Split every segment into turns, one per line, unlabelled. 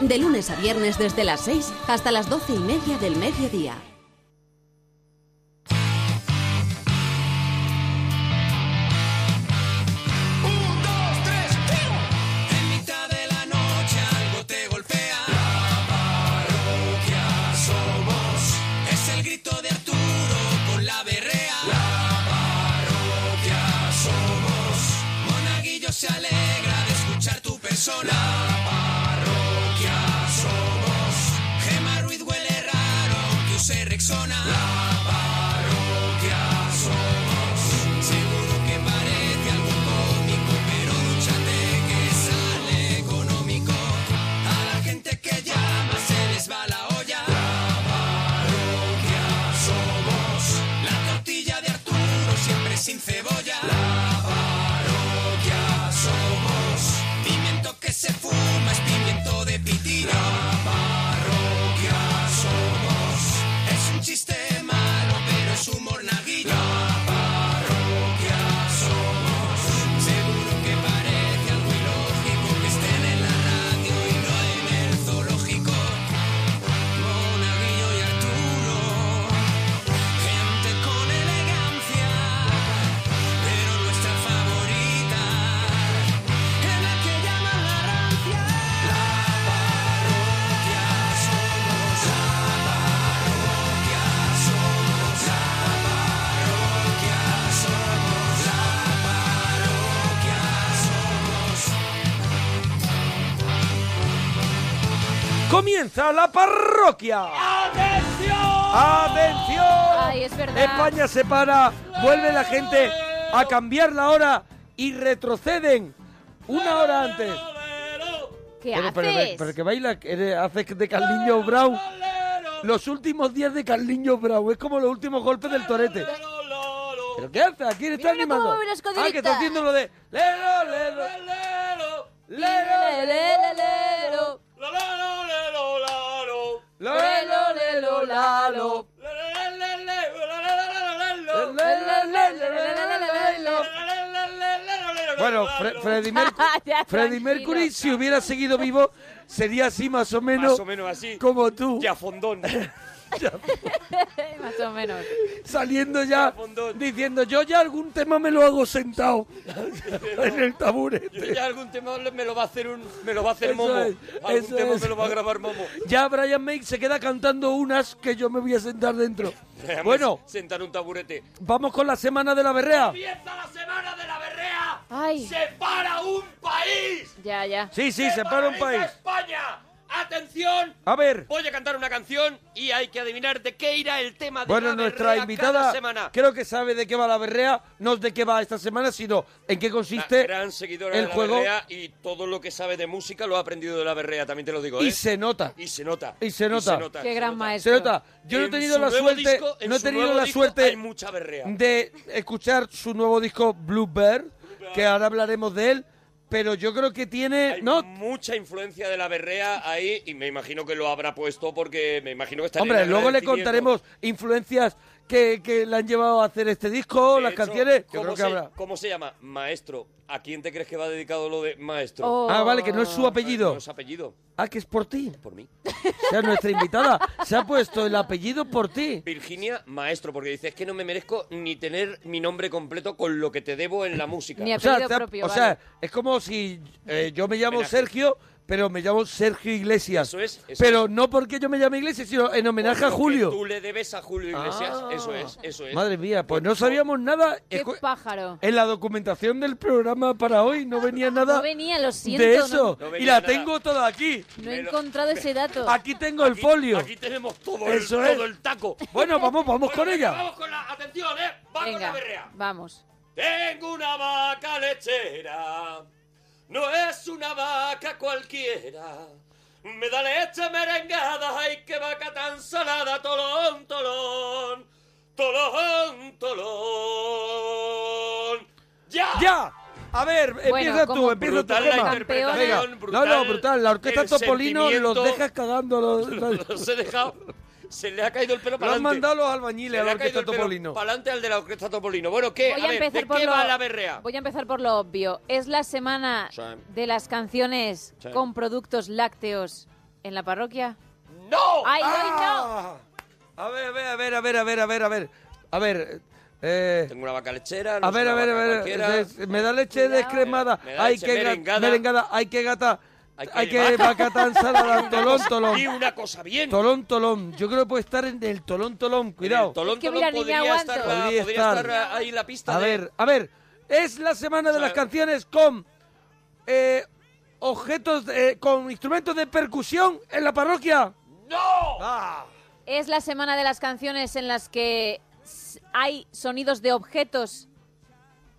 De lunes a viernes desde las 6 hasta las 12 y media del mediodía.
Un, dos, tres, ¡piu! En mitad de la noche algo te golpea. La parroquia somos. Es el grito de Arturo con la berrea. La parroquia somos. Monaguillo se alegra de escuchar tu persona. La parroquia somos. Gema Ruiz huele raro que use Rexona. La parroquia somos. Seguro que parece algo cómico, pero dúchate que sale económico. A la gente que llama se les va la olla. La parroquia somos. La tortilla de Arturo siempre sin cebolla. La parroquia somos. Pimiento que se fuma es pimiento de pitina. La parroquia somos. Es un chiste malo, pero es humor naguillo. La parroquia somos. Seguro que parece algo ilógico que estén en la radio y no en el zoológico. Monaguillo y Arturo, gente con elegancia, pero nuestra favorita es la que llaman la rancia. La parroquia somos, la parroquia somos, la parroquia somos, la parroquia somos.
Comienza la parroquia. ¡Atención!
Ay, es verdad.
España se para, vuelve la gente a cambiar la hora y retroceden una hora antes.
¿Qué
Pero,
haces?
pero, pero, pero que baila, eres- haces de Carliño Brown. Los últimos días de Carliño Brown. Es como los últimos golpes del torete. ¿Pero qué haces? ¿Quién está
Mira cómo
animando?
mueve las
Ah, que está
coderitas.
haciendo lo de... Lero, lero,
Le, le, le, le, lo.
lero,
Le, lo, le, lo, la, lo.
Bueno, Fre- Freddie Mercu-
Ya,
Freddie
tranquilo.
Mercury, si hubiera seguido vivo, sería así más o menos.
o menos así.
Como tú.
Ya fondón.
Más o menos.
Saliendo ya, diciendo, yo ya algún tema me lo hago sentado en el
Yo
taburete.
ya algún tema me lo va a hacer un, me lo va a hacer
Eso
Momo.
es, eso
algún tema
es.
me lo va a grabar Momo.
Ya Brian May se queda cantando unas que yo me voy a sentar dentro.
Déjame
Bueno,
sentar un taburete.
vamos con la semana de la berrea.
Empieza la semana de la berrea.
Ay.
Separa un país.
Ya, ya.
Sí, sí, se para un país.
España. Atención.
A ver,
Voy a cantar una canción y hay que adivinar de qué irá el tema de
bueno,
la
nuestra
berrea
invitada
cada semana.
creo que sabe de qué va la berrea, no es de qué va esta semana, sino en qué
La
consiste
gran seguidora
el
de la
juego
berrea y todo lo que sabe de música lo ha aprendido de la berrea, también te lo digo, ¿eh?
y se nota.
Y se nota.
Y se nota.
Qué gran maestro.
Se nota. Yo no he
En
tenido
su
la
nuevo
suerte,
disco- en
no he
su
tenido
nuevo
la
disco
suerte
Hay mucha berrea.
de escuchar su nuevo disco Bluebird, que ahora hablaremos de él, pero yo creo que tiene
Hay
no
mucha influencia de la berrea ahí y me imagino que lo habrá puesto porque me imagino que está en
Hombre,
el
luego le
agradecimiento.
contaremos influencias que, que le han llevado a hacer este disco,
De
las
hecho,
canciones. Yo
¿cómo,
creo que
se,
habrá.
¿Cómo se llama? Maestro. ¿A quién te crees que va dedicado lo de maestro? Eh,
Oh.
Ah, vale, que no es su apellido.
No es apellido,
Ah, que es por ti.
por mí.
O sea, nuestra invitada se ha puesto el apellido por ti.
Virginia, maestro, porque dices que no me merezco ni tener mi nombre completo con lo que te debo en la música.
Ni a-
O sea,
Apellido
te ha-
propio,
o sea,
vale.
es como si eh, yo me llamo
Homenaje.
Sergio, pero me llamo Sergio Iglesias.
Eso es, eso
pero no porque yo me llame Iglesias, sino en homenaje a
Lo que
Julio.
Tú le debes a Julio Iglesias,
Ah.
eso es, eso es.
Madre mía, pues no sabíamos nada.
Qué
Escu-
pájaro.
En la documentación del programa para hoy no venía nada
Ah, No venía, lo siento.
de
no-
eso.
no
y
venía
la
nada.
tengo toda aquí.
No, he encontrado ese dato.
Aquí tengo el folio.
Aquí tenemos todo,
Eso
el,
es.
todo el taco.
Bueno, vamos, vamos con
Bueno, venga,
ella.
Vamos con la atención, ¿eh? Vamos con la
Venga,
berrea.
vamos.
Tengo una vaca lechera. No es una vaca cualquiera. Me da leche merengada. Ay, qué vaca tan salada. Tolón, tolón. Tolón, tolón. ¡Ya!
Ya. A ver, empieza
como
tú, empieza tu
brutal la
tema.
interpretación,
Venga. No,
brutal
no, brutal. La orquesta
el
Topolino
sentimiento.
los dejas cagando. a Los,
Los he dejado. Se le ha caído el pelo
Lo
para
han mandado los albañiles a la orquesta Topolino.
Para adelante al de la orquesta Topolino. Bueno, ¿qué?
Voy
a
a,
ver,
empezar
¿de
por
qué
lo...
va la berrea?
Voy a empezar por lo obvio. Es la semana
Sí.
de las canciones
Sí.
con productos lácteos ¿En la parroquia?
¡No!
¡Ay, ay,
Ah. A ver, a ver, a ver, a ver, a ver, a ver, a ver. A ver. eh,
Tengo una vaca lechera. no
a
es
ver,
una
a ver, a
vaca
ver,
cualquiera. eh.
des- me da leche descremada,
Me da
hay
leche
que
merengada.
merengada, hay que gata,
Hay que
hay que
vaca.
vaca tan salada, tolón, tolón,
Y una cosa bien.
tolón, tolón, yo creo que puede estar en el tolón, tolón,
El
cuidado,
tolón,
Es que
tolón
mira, ni me
podría,
aguanto.
estar, la-
Podría
podría
estar.
estar ahí la pista
a
de...
ver, a ver, es la semana de las
¿Sabe?
canciones con eh, objetos, eh, con instrumentos de percusión en la parroquia, Ah.
¡No!
Es la semana de las canciones en las que s- hay sonidos de objetos.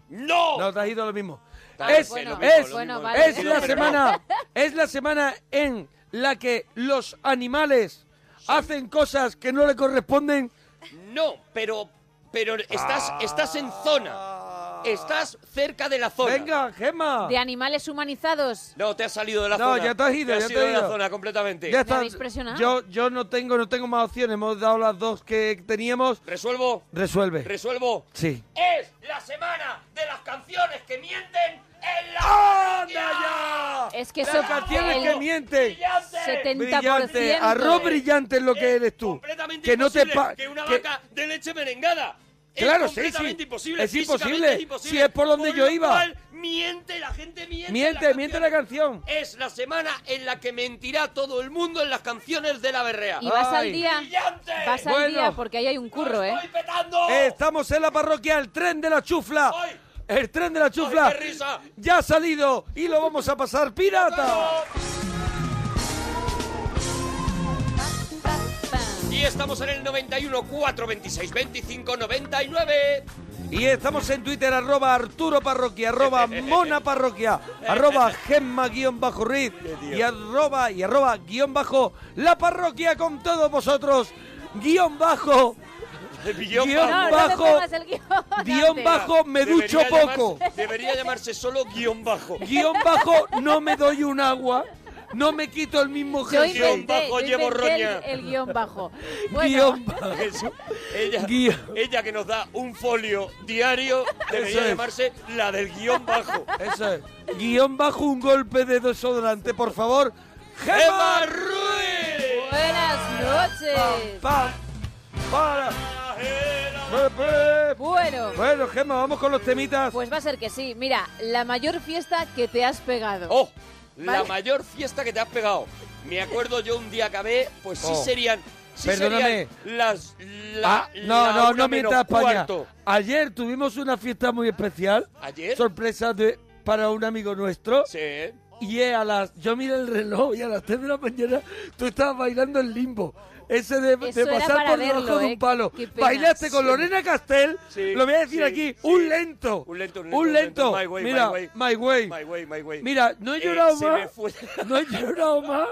¡No!
no, te has ido lo mismo,
Claro,
es,
bueno,
es,
lo mismo,
bueno,
lo
vale.
es
mismo.
la
Pero no.
semana, es la semana en la que los animales hacen cosas que no le corresponden.
No, pero, pero estás,
Ah.
estás en zona. Estás cerca de la zona.
Venga,
Ah.
Gema.
De animales humanizados.
No, te has salido de la
No,
zona.
ya te has ido, ya te
ido
has
de la
ido.
zona completamente.
Ya está.
habéis presionado?
Yo, yo no tengo, no tengo más opciones. Hemos dado las dos que teníamos.
Resuelvo,
Resuelve.
resuelvo.
sí.
Es la semana de las canciones que mienten en la ¡Anda
Es que
Las
eso-
canciones
el
que mienten.
¡Brillante!
70%.
Brillante. Arroz brillante es lo que eres tú.
Completamente
Que no te
imposible
pa-
que una
que-
vaca de leche merengada. Es
Claro, sí,
completamente
sí.
imposible.
Es
físicamente
imposible.
es imposible.
Si es por donde yo
lo
iba.
cual, miente, la gente miente.
Miente,
las
miente la
canciones.
canción.
Es la semana en la que mentirá todo el mundo en las canciones de la berrea.
Y vas
Ay.
al día.
¡Brillante!
Vas al
Bueno.
día porque ahí hay un curro,
¡Lo
¿eh?
estoy petando!
Estamos en la parroquia, el tren de la chufla.
Ay.
El tren de la chufla
qué risa.
ya ha salido y lo vamos a pasar pirata.
Y estamos en el 91 4 26 25 99.
Y estamos en Twitter, arroba Arturo Parroquia, arroba Mona Parroquia, arroba Gemma guión bajo Ruiz y arroba y arroba guión bajo La Parroquia con todos vosotros, guión bajo,
Guión
Guión
bajo.
No, no te
Bajo.
pongas el guión.
guión
antes.
bajo me ducho
Debería
poco,
llamarse- debería llamarse solo guión bajo.
guión bajo no me doy un agua, no me quito el mismo
Yo
gel,
Guión
inventé,
bajo,
yo
llevo
inventé el,
roña.
el guión bajo. Bueno,
guión bajo.
Eso. Ella,
Guión.
ella que nos da un folio diario debería
Eso es.
llamarse la del guión bajo.
Eso es, guión bajo un golpe de desodorante, por favor,
¡Emma
Gemma
Ruiz!
buenas noches.
Pa- para,
Bueno,
bueno Gemma, vamos con los temitas.
pues va a ser que sí. Mira, la mayor fiesta que te has pegado.
¡Oh! La
Vale.
mayor fiesta que te has pegado. Me acuerdo yo un día acabé, pues sí
Oh.
serían. Sí
Perdóname.
serían las. la-
Ah, no,
la
no,
una
no mientas,
menos
España.
cuarto.
Ayer tuvimos una fiesta muy especial.
¿Ayer?
Sorpresa de, para un amigo nuestro.
Sí.
Y es a las. Yo miré el reloj y a las 3 de la mañana tú estabas bailando el limbo. Ese de, de
Eso era
pasar
para
por debajo
verlo,
de un
¿eh?
palo.
Qué pena.
Bailaste con
Sí.
Lorena Castel.
Sí,
lo voy a decir
sí,
aquí.
sí.
Un lento.
Un lento, un lento,
Un
un
lento.
lento. My way,
Mira,
my way.
my way.
My way, my way.
Mira, no he
Eh,
llorado
se me
más.
fue-
No he llorado más.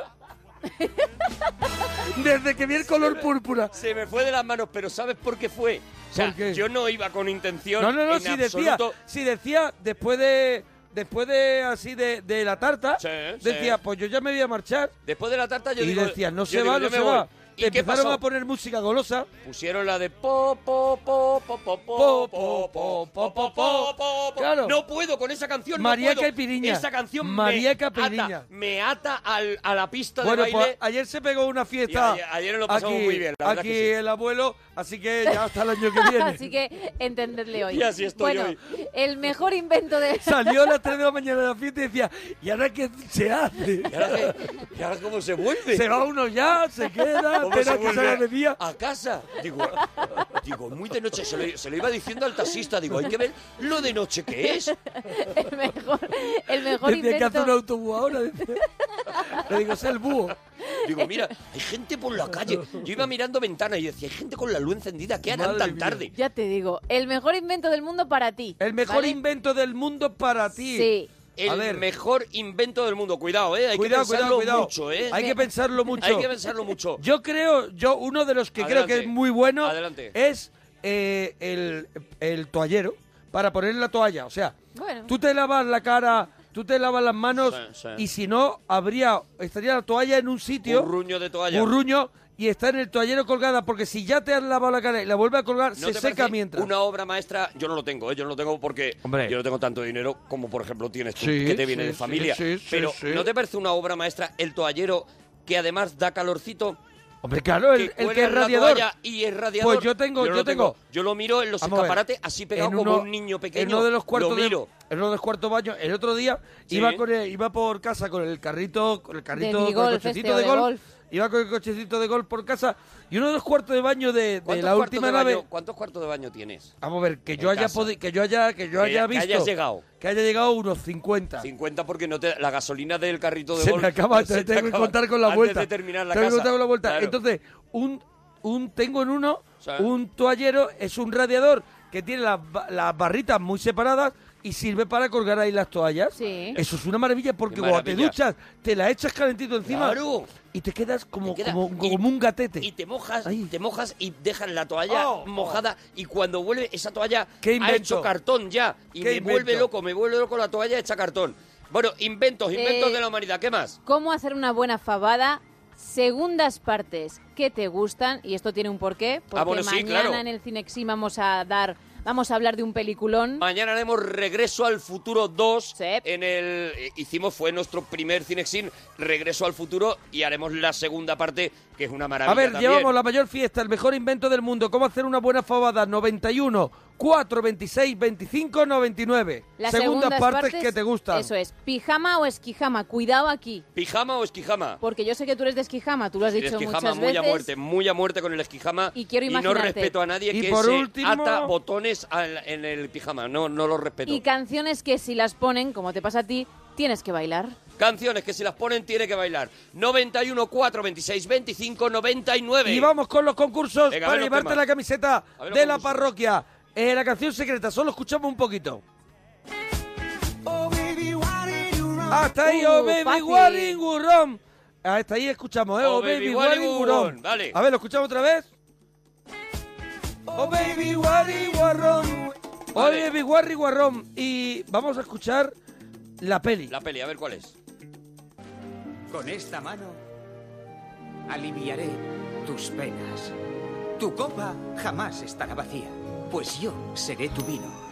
Desde que vi el color púrpura.
Se me fue de las manos, pero ¿sabes por qué fue? O sea,
¿Por qué?
yo no iba con intención.
No, no, no,
en
si decía,
absoluto.
si decía después de después de así de, de la tarta,
Sí,
decía,
sí.
pues yo ya me voy a marchar.
Después de la tarta yo
y
digo.
decía, no
yo
se
digo,
va,
yo
no
me
se
voy.
va.
¿Y qué
empezaron
pasó?
a poner música golosa.
Pusieron la de po po po po po po po po po po po po
Claro.
No puedo con esa canción.
María
no puedo.
Caipiriña.
Esa canción
María
me
Caipiriña.
ata, me ata al, a la pista
Bueno,
de
pues
baile.
ayer se pegó una fiesta.
Y ayer- ayer lo pasamos
aquí,
muy bien, la verdad
aquí
que sí.
el abuelo, así que ya hasta el año que viene.
Así que entendedle hoy.
Y así estoy
bueno,
hoy.
el mejor invento de
Salió a las 3 de la mañana de la fiesta y decía, ¿y ahora qué se hace?
¿Y ahora, y ahora cómo se vuelve?
Se va uno ya, se queda,
¿Cómo
espera que
vuelve
salga de día.
A casa. Digo, digo, muy de noche. Se lo, se lo iba diciendo al taxista. Digo, hay que ver lo de noche que es.
el mejor, el mejor
Decía que hace un
invento.
autobús ahora. decía. Le digo, es el búho.
Digo, mira, hay gente por la calle. Yo iba mirando ventanas y decía, hay gente con la luz encendida. ¿Qué harán
Madre
tan
mía.
tarde?
Ya te digo, el mejor invento del mundo para ti.
El mejor
¿vale?
invento del mundo para ti.
Sí.
El
A ver.
mejor invento del mundo. Cuidado, ¿eh? Hay
cuidado,
que
cuidado,
pensarlo
cuidado.
mucho, ¿eh?
Hay que pensarlo mucho.
Hay que pensarlo mucho.
Yo creo, yo uno de los que creo que
Adelante.
es muy bueno
Adelante.
es eh, el, el toallero para poner la toalla. O sea,
Bueno.
tú te lavas la cara, tú te lavas las manos
Sí, sí.
y si no, habría, estaría la toalla en un sitio.
Burruño de toalla.
burruño, y está en el toallero colgada porque si ya te has lavado la cara y la vuelve a colgar,
¿No
se
te
seca
parece
mientras.
Una obra maestra, yo no lo tengo, ¿eh? yo no lo tengo porque
Hombre.
yo no tengo tanto dinero como, por ejemplo, tienes tú,
Sí,
que te viene
sí,
de
sí,
familia.
sí, sí,
Pero,
sí.
¿no te parece una obra maestra el toallero que además da calorcito.
Hombre, claro, el, el
cuelga
que es
en la
radiador.
toalla y es radiador.
Pues yo tengo, yo
lo
tengo.
Yo lo miro en los
Vamos a ver,
escaparates así pegado
en
como
uno-
un niño pequeño.
En uno de los cuartos
Lo
de-
miro.
en uno de los cuartos baños. El otro día
Sí.
iba con el- iba por casa con el carrito, con el carrito,
mini
con el
golf
cochecito
este o
de
de
golf.
golf.
Iba con el cochecito de golf por casa y uno de los cuartos de baño de, de
¿Cuántos
la
cuartos
última
de
nave.
baño- ¿Cuántos cuartos de baño tienes?
Vamos a ver, que yo
En
haya
casa.
podi- que yo haya que yo
Que
haya
ya- que
visto
hayas llegado.
que haya llegado unos 50.
50 porque no te, la gasolina del carrito de
se
golf
me acaba,
se
te-
te
tengo que
acaba
contar con la
antes
vuelta.
de terminar la
tengo que
casa.
contar con la vuelta.
Claro.
Entonces, un, un tengo en uno,
Sí.
un toallero es un radiador que tiene las, ba- las barritas muy separadas y sirve para colgar ahí las toallas.
Sí.
Eso es una maravilla porque
Qué
cuando te
maravilla.
duchas, te la echas calentito encima
Claro.
y te quedas como,
Te queda-
como,
y-
como un gatete.
y te mojas,
Ay.
te mojas y dejas la toalla
Oh, oh.
mojada y cuando vuelve esa toalla
¿Qué
ha
invento?
hecho cartón ya y
¿Qué
me
invento?
vuelve loco, me vuelve loco la toalla hecha cartón. Bueno, inventos, inventos
Eh,
de la humanidad, ¿qué más?
¿Cómo hacer una buena fabada? Segundas partes que te gustan, y esto tiene un porqué, porque
Ah, bueno, sí,
mañana
claro.
en el Cinexim vamos a dar, vamos a hablar de un peliculón.
Mañana haremos Regreso al Futuro 2
Sí.
en el eh, hicimos fue nuestro primer Cinexin Regreso al Futuro y haremos la segunda parte que es una maravilla
A ver,
también.
llevamos la mayor fiesta, el mejor invento del mundo. ¿Cómo hacer una buena fabada? 91, 4, 26, 25, 99.
Las
Segundas partes, que te gustan.
Eso es, pijama o esquijama, cuidado aquí,
¿Pijama o esquijama?
porque yo sé que tú eres de esquijama, tú lo has
El
dicho
esquijama
muchas
muy
veces.
a muerte, muy a muerte con el esquijama.
Y quiero
no
imaginarte.
respeto a nadie
Y
que
por
se
último-
ata botones al- en el pijama. No, no lo respeto.
Y canciones que si las ponen, como te pasa a ti, tienes que bailar.
Canciones que si las ponen tiene que bailar. 91, 4, 26, 25, 99.
Y vamos con los concursos
Venga, a
para
ver los
llevarte
temas.
la camiseta
A ver los
de la
concursos.
parroquia. Eh, la canción secreta, solo escuchamos un poquito. Hasta ahí, oh
Uh,
baby,
fácil.
Warren Gurón. Hasta ahí escuchamos, eh, oh,
Oh,
baby,
baby,
Warren
Warren
Gurón.
Gurón, vale.
A ver, lo escuchamos otra vez. Oh baby, Warren Gurón. Oh
Vale.
baby, Warren Gurón. Y vamos a escuchar la peli.
La peli, a ver cuál es.
Con esta mano aliviaré tus penas. Tu copa jamás estará vacía, pues yo seré tu vino.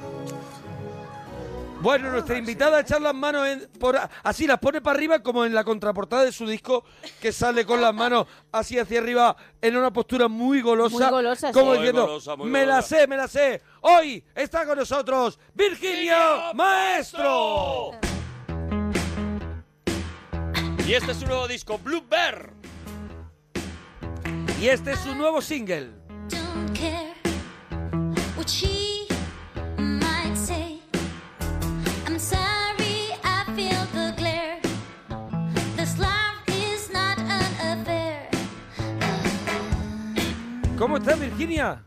Bueno, nuestra invitada a echar las manos en- por, así, las pone para arriba como en la contraportada de su disco, que sale con las manos así hacia arriba en una postura muy golosa.
Muy golosa, sí.
Como
Muy
diciendo,
golosa, muy
me la
golosa".
sé, me la sé. Hoy está con nosotros Virginia Maestro.
Y este es su nuevo disco, Blue Bear.
Y este es su nuevo single.
Don't care what she might say. I'm sorry, I feel the glare. This love is not an affair.
¿Cómo está Virginia?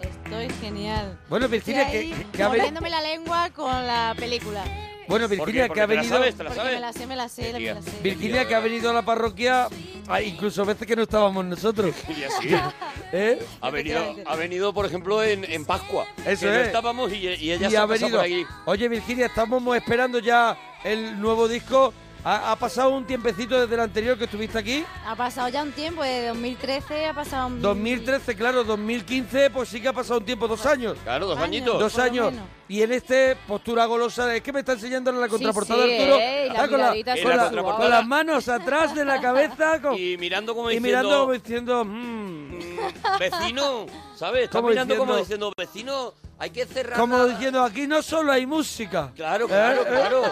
Estoy genial.
Bueno, Virginia,
Estoy
que,
ahí
que ha venido.
mordiéndome la lengua con la película.
Bueno, Virginia,
Porque-
que
porque te
ha venido.
La sabes, te la
Porque
sabes.
me la sé, me la sé, me la sé.
Virginia, que ha venido a la parroquia, ah, incluso veces que no estábamos nosotros.
Y así.
¿Eh?
Ha venido, ha venido, por ejemplo, en, en Pascua.
Eso
que no
es.
estábamos y, y ella
Y
se
ha
ha pasado
venido.
por aquí.
Oye, Virginia, estamos mo- esperando ya el nuevo disco. Ha, ha pasado un tiempecito desde el anterior que estuviste aquí.
Ha pasado ya un tiempo, de 2013 ha pasado un...
2013, claro, 2015, pues sí que ha pasado un tiempo, dos años.
Claro, dos
Años.
añitos.
Dos
por lo
años.
menos.
Y en este, postura golosa, es que me está enseñando en la contraportada
sí,
Arturo.
eh, y la
está con, la-
miradita
así
con la-
suave.
con las manos atrás de la cabeza con- y,
Y mirando como diciendo...
mirando como diciendo, "Mm",
Mm, vecino, ¿sabes? Está
Como
mirando como
diciendo-
diciendo, vecino, hay que cerrar.
como
la-
diciendo, aquí no solo hay música.
Claro, claro,
Eh, eh.
claro.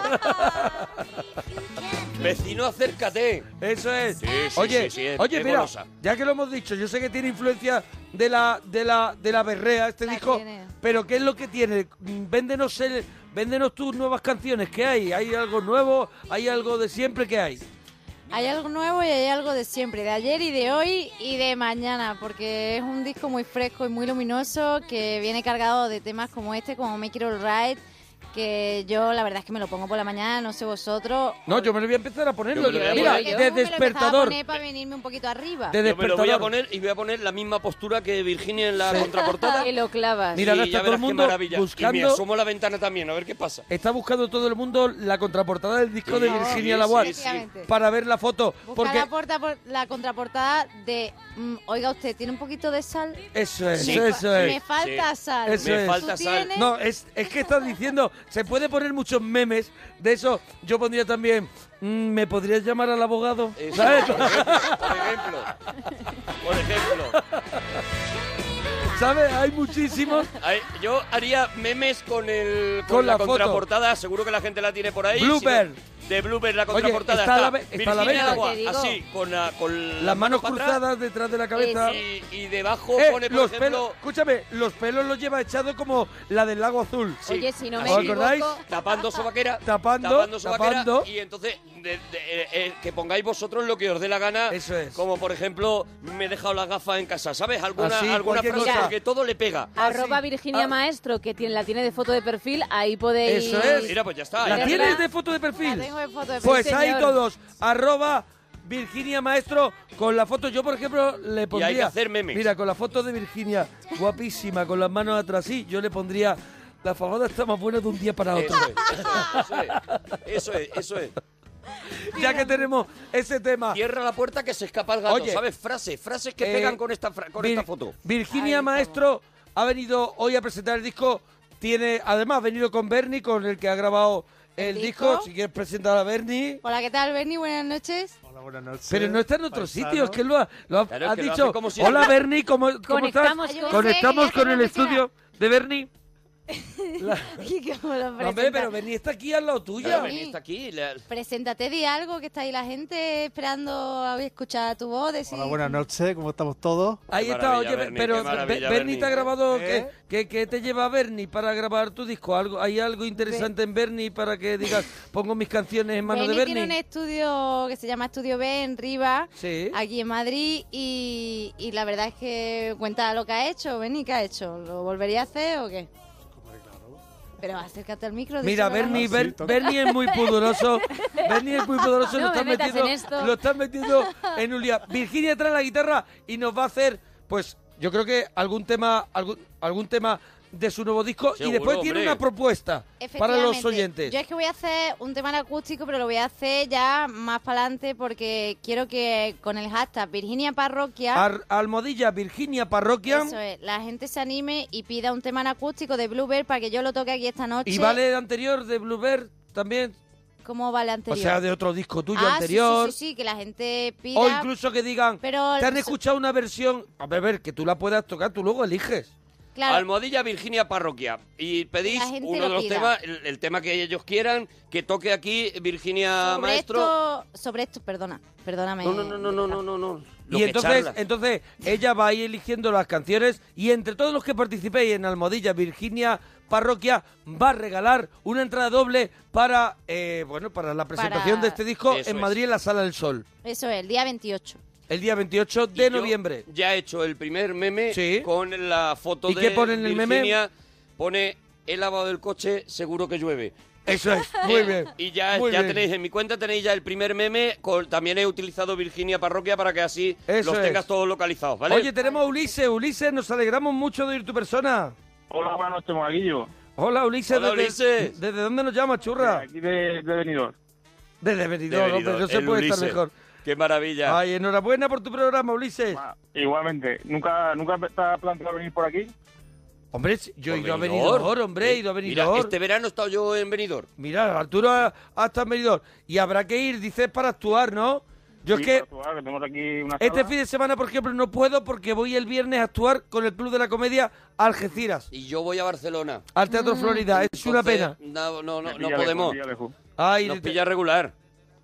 vecino, acércate.
Eso es.
Sí, sí,
oye,
sí, sí, es-
oye,
es
mira,
golosa.
ya que lo hemos dicho, yo sé que tiene influencia de la de la de la berrea este
La
disco,
tiene.
pero ¿qué es lo que tiene? Mm, Véndenos el, véndenos tus nuevas canciones, ¿qué hay? ¿Hay algo nuevo? ¿Hay algo de siempre que hay?
Hay algo nuevo y hay algo de siempre, de ayer y de hoy y de mañana, porque es un disco muy fresco y muy luminoso que viene cargado de temas como este, como Make It All Right, que yo la verdad es que me lo pongo por la mañana, no sé vosotros.
No, yo me lo voy a empezar a poner.
Yo
lo
me lo
que-
voy a
mira,
poner
Yo
de
me lo empezaba a
despertador.
poner para E venirme un poquito arriba.
De
Yo me lo voy a
despertador.
poner y voy a poner la misma postura que Virginia en la contraportada.
Y lo clavas.
Mira,
y
ahora
ya
está todo
verás
el
qué
mundo
maravilla. Y me
buscando-
asomo a la ventana también, a ver qué pasa.
Está buscando todo el mundo la contraportada del disco
Sí,
de
sí,
Virginia
sí,
Lavoie
sí.
Efectivamente.
para ver la foto,
Busca
porque
la, porta- por- la contraportada de, mm, oiga usted, ¿tiene un poquito de sal?
eso es,
Sí.
eso es.
Me falta
Sí.
sal.
Eso
me
es.
falta
Tú
sal.
tienes-
No, es, es que estás diciendo se puede poner muchos memes de eso. Yo pondría también, mm, ¿me podrías llamar al abogado? ¿Sabes?
Por ejemplo. Por ejemplo.
¿Sabes? Hay muchísimos.
Ay, Yo haría memes con el con,
Con
la,
la foto.
contraportada, seguro que la gente la tiene por ahí.
Blooper.
Si no- de blooper la
Oye,
contraportada.
está a la ve-
está
está a la
Virginia
venta.
Agua,
Te digo.
así, con, la, con la
Las manos
mano para atrás,
cruzadas detrás de la cabeza.
Y, y debajo
Eh,
pone, por
los pelos,
ejemplo,
escúchame, los pelos los lleva echado como la del lago azul.
Sí.
Oye, si no
¿Os
me
acordáis?
equivoco,
tapando sobaquera.
Tapando,
tapando sobaquera.
tapando.
Y entonces, de- de- eh, eh, que pongáis vosotros lo que os dé la gana.
Eso es.
Como, por ejemplo, me he dejado las gafas en casa, ¿sabes? Alguna,
Así,
alguna
cualquier
frase,
cosa.
porque todo le pega.
arroba
Ah, sí.
Virginia
Ah.
Maestro, que tiene, la tiene de foto de perfil, ahí podéis...
Eso es.
Mira, pues ya está.
¿La
ya
tiene?
tienes
¿verdad?
de foto de
La
perfil?
tengo de foto de
Pues
perfil,
ahí
señor.
todos, arroba Virginia Maestro con la foto. Yo, por ejemplo, le pondría...
que hacer memes.
Mira, con la foto de Virginia, guapísima, con las manos atrás, sí, yo le pondría... La fabada está más buena de un día para otro.
Eso es, eso es, eso es.
Ya que tenemos ese tema.
Cierra la puerta que se escapa el gato,
Oye.
¿sabes? Frases, frases que
Eh,
pegan con esta, fra- con
Vir-
esta foto.
Virginia Maestro ha venido hoy a presentar el disco. Tiene, además, ha venido con Bernie, con el que ha grabado el,
¿El
disco?
disco?
Si quieres presentar a Bernie.
Hola, ¿qué tal, Bernie? Buenas noches.
Hola, buenas noches.
Pero no está en otro
paisano.
sitio, es que lo ha, lo ha-
Claro,
ha
que lo hace
dicho.
como si-
Hola Bernie, ¿cómo, cómo
Conectamos
estás?
con-
Conectamos
Sí, que
con
ya
el
tenemos que
estudio de Bernie.
¿Cómo lo
No, hombre,
presenta?
pero Bernie está aquí al lado tuyo.
Claro,
Bernie.
venid hasta aquí. la-
Preséntate, di algo, que está ahí la gente esperando a escuchar tu voz. Decir...
Hola, buenas noches. ¿Cómo estamos todos?
Ahí
Qué
está,
maravilla,
oye,
Bernie,
pero
qué
Be-
maravilla,
Bernie te ha
Bernie.
grabado.
¿Eh?
¿qué, qué, qué te lleva a Bernie para grabar tu disco? ¿Algo, ¿Hay algo interesante en Bernie para que digas, pongo mis canciones en manos de
Bernie tiene un
Bernie?
estudio que se llama Estudio B en Riva,
Sí.
aquí en Madrid, y, y la verdad es que cuenta lo que ha hecho, Bernie, ¿qué ha hecho? ¿Lo volvería a hacer o qué? Pero acércate al micro.
Mira,
díselo a la
Bernie,
voz.
Ber-
toca.
Bernie es muy pudoroso. Bernie es muy pudoroso. lo,
No me
están
metas
metiendo,
en esto.
lo están metiendo en un lío. Virginia trae la guitarra y nos va a hacer, pues, yo creo que algún tema, algún, algún tema de su nuevo disco. y
Seguro,
después tiene
hombre.
una propuesta para los
Efectivamente.
oyentes.
Yo es que voy a hacer un tema en acústico, pero lo voy a hacer ya más para adelante porque quiero que con el hashtag Virginia Parroquia...
Ar- Almodilla, Virginia Parroquia.
Eso es, la gente se anime y pida un tema en acústico de Bluebird para que yo lo toque aquí esta noche.
Y vale el anterior de Bluebird también.
¿Cómo vale
O
anterior?
sea, de otro disco tuyo
Ah, sí,
anterior.
Sí, sí, sí, que la gente pida.
O incluso que digan,
Pero-
te han escuchado una versión. A ver, a ver, que tú la puedas tocar, tú luego eliges.
Claro,
Almohadilla Virginia Parroquia. Y pedís
La gente
uno
lo
de los
pida.
temas, el, el tema que ellos quieran, que toque aquí Virginia
sobre
Maestro.
Esto, sobre esto, perdona, perdóname.
No, no, no, no, no, no, no, no. Lo
Y
que
entonces, eh,
charlas.
entonces ella va a ir eligiendo las canciones y entre todos los que participéis en Almodilla Virginia Parroquia va a regalar una entrada doble para eh, bueno para la presentación
Para-
de este disco
Eso
en
es.
Madrid en la Sala del Sol
Eso es, el día 28.
el día 28
Y
de
yo
noviembre.
Ya he hecho el primer meme
Sí.
con la foto
¿Y
de
qué pone en el meme?
Virginia. Pone, he lavado el coche, seguro que llueve.
Eso es, muy
Eh,
bien.
Y ya,
muy
ya
bien.
tenéis, en mi cuenta tenéis ya el primer meme. con- también he utilizado Virginia Parroquia para que así
Eso
los
es.
tengas todos localizados, ¿vale?
Oye, tenemos a Ulises, Ulises, nos alegramos mucho de oír tu persona.
Hola, buenas noches, Monaguillo.
Hola Ulises,
Hola,
desde,
Ulises.
¿desde dónde nos llamas, churra?
Aquí de, de Benidorm.
Desde
De
Benidorm, hombre,
Benidorm,
no se
el
puede
Ulises.
estar mejor.
Qué maravilla.
Ay, enhorabuena por tu programa, Ulises.
Ah, Igualmente, ¿nunca, nunca te has planteado venir por aquí?
Hombre, yo he
Por
ido a
Benidorm.
Benidorm, hombre, he ido a
Mira,
Benidorm.
este verano he estado yo en Benidorm.
Mira, Arturo ha, ha estado en Benidorm. Y habrá que ir, dices, para actuar, ¿no? Yo es
Sí,
que
para actuar, que tenemos aquí una
este
sala.
fin de semana, por ejemplo, no puedo porque voy el viernes a actuar con el Club de la Comedia a Algeciras,
Y yo voy a Barcelona.
al
Ah.
Teatro Florida. Es una
Entonces,
pena.
No, no, no,
Me
no
pilla lejos,
podemos.
me pilla lejos.
Ay,
Nos
te-
pilla regular.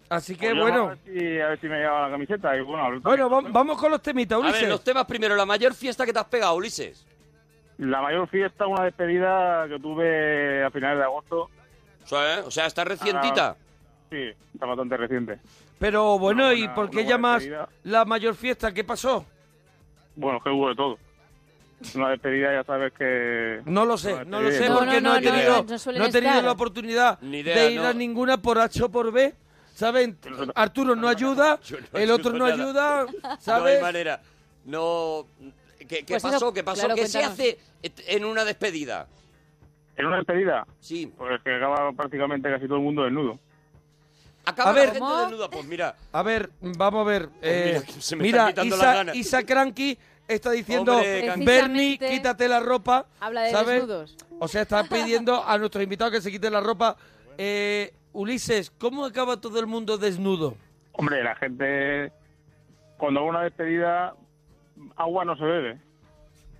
así que
Pues yo A
bueno.
ver, si, a ver si me llegaba la camiseta. Y bueno, a ver-
Bueno, vam- vamos con los temitas,
A ver,
Ulises.
los temas primero. La mayor fiesta que te has pegado, Ulises.
La mayor fiesta, una despedida que tuve a finales de agosto. Ah,
O sea, ¿eh? O sea, está recientita.
Sí, está bastante reciente.
Pero bueno,
Una
¿y
buena-
por qué
una buena
llamas
despedida.
la mayor fiesta? ¿Qué pasó?
Bueno, que hubo de todo. Una despedida, ya sabes que.
No lo sé, no lo sé
No,
porque no,
no,
he
no,
tenido,
no, no suelen
no he tenido
estar.
la oportunidad
Ni idea,
de ir
no.
a ninguna por H o por B. ¿Saben? Arturo no ayuda,
Yo no
el otro no
ayudo
ayuda,
No hay
¿sabes?
manera. No. ¿Qué, qué
Pues eso,
pasó? ¿Qué pasó?
claro,
¿Qué se
cuéntanos.
hace en una despedida?
En una despedida,
Sí.
pues que acaba prácticamente casi todo el mundo desnudo.
Acaba
A ver.
la gente
¿Cómo?
desnuda. Pues mira,
A ver, vamos a ver. eh,
mira, que se me
mira,
están quitando las
Isa,
ganas.
Isa Cranky está diciendo,
Hombre, Precisamente-
Bernie, quítate la ropa.
Habla de
¿sabes?
desnudos.
O sea, está pidiendo a nuestro invitado que se quite la ropa. Eh, Ulises, ¿cómo acaba todo el mundo desnudo?
Hombre, la gente, cuando hago una despedida, agua no se bebe.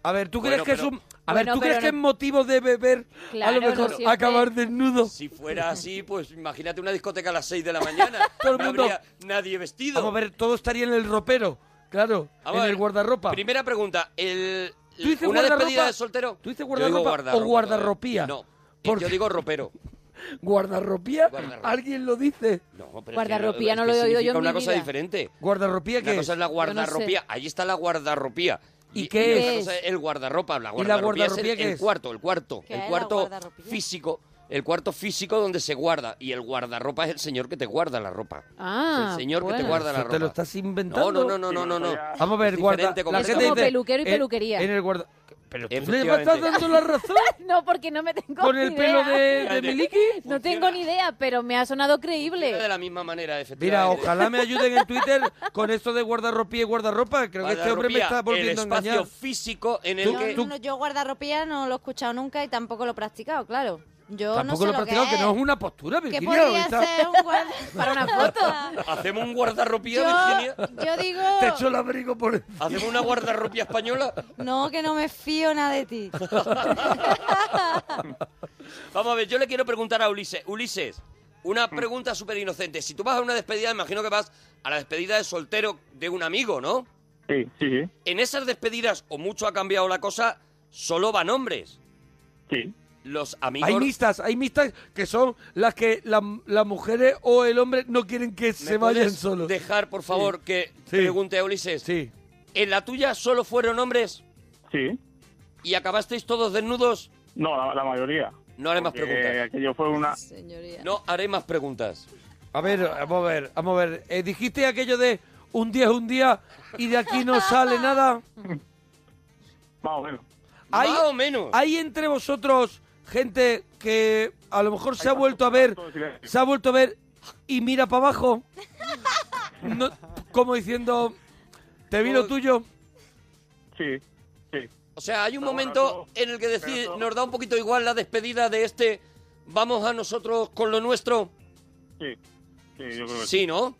A ver, ¿tú
Bueno,
crees que es
pero-
un... A ver,
Bueno,
¿tú crees
pero
que es
no-
motivo de beber a
Claro,
lo
no
mejor
siempre.
acabar desnudo?
Si fuera así, pues imagínate una discoteca a las 6 de la mañana.
Todo el
No
mundo-
habría nadie vestido.
Vamos a ver, todo estaría en el ropero, claro,
Vamos a
en
ver,
el guardarropa.
Primera pregunta, el,
¿Tú dices
una
guardarropa?
despedida de soltero.
¿Tú dices
Yo digo
guardarropa o
guardarropa
guardarropía?
todavía. No,
¿Por
yo
qué?
digo ropero.
¿Guardarropía?
Guardarropa.
¿Alguien lo dice?
No, pero es
Guardarropía
que
no lo he oído
significa
yo en
una
mi
cosa
vida.
diferente.
¿Guardarropía qué
Una cosa es la
es?
guardarropía. Allí está la guardarropía. ¿Y,
qué
una
es?
cosa el guardarropa. La
¿Y
guardarropía,
la
es el-
guardarropía
el,
qué es?
cuarto, el cuarto.
¿Qué
El
es la
cuarto físico. El cuarto físico donde se guarda. Y el guardarropa es el señor que te guarda la ropa.
Ah,
Es el señor que te
bueno.
guarda la
Eso
ropa.
te lo estás inventando.
No, no, no, no, no, no.
Vamos a ver,
Es
guarda.
diferente
la
como-
Es
gente
como
dice,
peluquero y
eh,
peluquería.
En el guarda... Pero tú le
Efectivamente.
estás dando la razón.
no, porque no me tengo
¿Con
ni
el
idea.
pelo de- de Miliki?
No tengo ni idea, pero me ha sonado creíble.
De la misma manera, efectivamente.
Mira, ojalá me ayuden en Twitter con esto de guardarropía y guardarropa. Creo que este hombre me
Guardarropía,
está volviendo a
el espacio
engañar.
físico en el
Yo,
que...
no, yo guardarropía no lo he escuchado nunca y tampoco lo he practicado, claro. Yo no
Tampoco
sé
lo he practicado, que,
que
no es una postura,
¿Qué
Virginia.
podría
ahorita.
ser un guarda... para una foto?
Hacemos un guardarropía, Virginia.
Yo, yo digo...
Te echo el abrigo por
Hacemos una guardarropía española.
No, que no me fío nada de ti.
Vamos a ver, yo le quiero preguntar a Ulises. Ulises, una pregunta súper inocente. Si tú vas a una despedida, imagino que vas a la despedida de soltero de un amigo, ¿no?
Sí, sí, sí.
En esas despedidas, o mucho ha cambiado la cosa, solo van hombres.
Sí.
Los amigos...
Hay mixtas, hay mixtas que son las que la- las mujeres o el hombre no quieren que se vayan
puedes
solos.
Dejar, por favor, que
Sí.
pregunte a Ulises.
Sí.
¿En la tuya solo fueron hombres?
Sí.
¿Y acabasteis todos desnudos?
No, la, la mayoría.
No haré más
Porque
preguntas.
Eh, aquello fue una-
No haré más preguntas.
A ver, vamos a ver, vamos a ver. Eh, dijiste aquello de un día es un día y de aquí no sale nada.
Más o menos.
Hay,
Más o menos.
Hay entre vosotros gente que a lo mejor se ha vuelto a ver, se ha vuelto a ver y mira para abajo. No- como diciendo, te vi
Pues
lo tuyo.
Sí, sí.
O sea, hay un momento en el que decir, nos da un poquito igual la despedida de este, vamos a nosotros con lo nuestro.
Sí, sí, yo creo que
Sí, ¿no?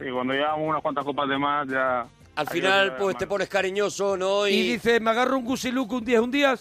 Sí, cuando llevamos unas cuantas copas de más, ya.
Al final, pues te pones cariñoso, ¿no? Y,
Y dice, me agarro un gusiluco un día, un día.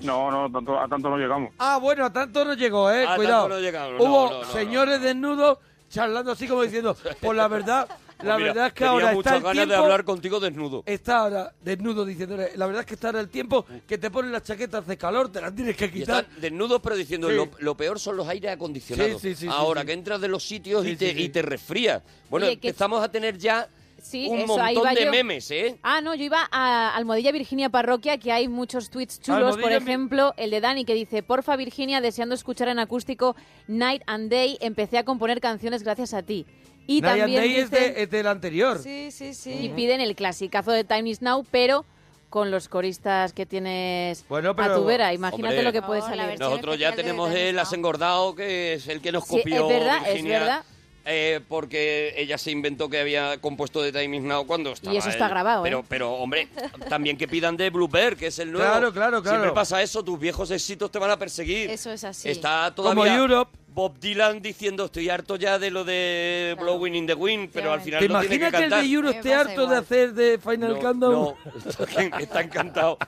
No, no, tanto, a tanto no llegamos.
Ah, bueno, a tanto no llegó, eh.
Ah, A
Cuidado.
tanto no llegamos, no,
Hubo
no, no,
señores desnudos charlando así como diciendo, pues la verdad,
Pues
la
mira,
verdad es que
tenía
ahora
muchas
está el
ganas
tiempo.
de hablar contigo desnudo.
Está ahora desnudo diciéndole, la verdad es que está ahora el tiempo que te ponen las chaquetas de calor, te las tienes que
Y
quitar.
están desnudos, pero diciendo,
Sí.
lo, lo peor son los aires acondicionados.
Sí, sí, sí, sí,
Ahora
sí.
que entras de los sitios
Sí,
y, te,
sí, sí.
y te resfrías. Bueno,
Oye, que-
empezamos a tener ya
Sí,
un
eso, ahí
montón
va
de
yo.
memes, ¿eh?
Ah, no, yo iba a Almohadilla Virginia Parroquia, que hay muchos tweets chulos. Por
Almohadilla Vi-
ejemplo, el de Dani, que dice, porfa Virginia, deseando escuchar en acústico Night and Day, empecé a componer canciones gracias a ti. Y
Night and
también
Day es, de-
dicen-
es del anterior.
Sí, sí, sí.
y piden el clasicazo de Time is Now, pero con los coristas que tienes
Bueno,
a
pero-
tu vera. Imagínate
Hombre,
lo que puede salir.
Nosotros ya tenemos el As Engordado, que es el que nos
Sí, es
copió.
verdad, es
Virginia,
verdad.
eh, porque ella se inventó que había compuesto de Time Is Now cuando estaba.
eso está
él.
grabado, ¿eh?
Pero, pero, hombre, también que pidan de Blue Bear, que es el nuevo.
Claro, claro, claro.
Siempre pasa eso, tus viejos éxitos te van a perseguir.
Eh,
Eso es así.
Está
Como
todavía
Europe.
Bob Dylan diciendo, estoy harto ya de lo de Blowing in the Wind, pero al final
¿Te
lo tiene que
imaginas que, el
cantar.
de Euro
Me
esté
pasa
harto de
igual.
hacer de Final
No,
Countdown?
no, está encantado.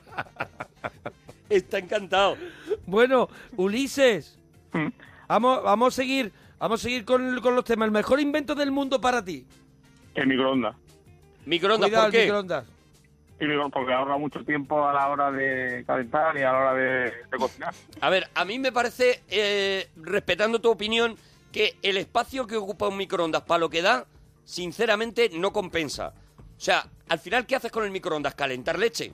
Está encantado.
Bueno, Ulises, vamos, vamos a seguir, vamos a seguir con, con los temas. El mejor invento del mundo para ti.
El microondas.
Microondas,
Cuidado
¿por
al
qué?
microondas.
El micro- porque ahorra mucho tiempo a la hora de calentar y a la hora de, de cocinar.
A ver, a mí me parece, eh, respetando tu opinión, que el espacio que ocupa un microondas para lo que da, sinceramente, no compensa. O sea, al final, ¿qué haces con el microondas? ¿Calentar leche?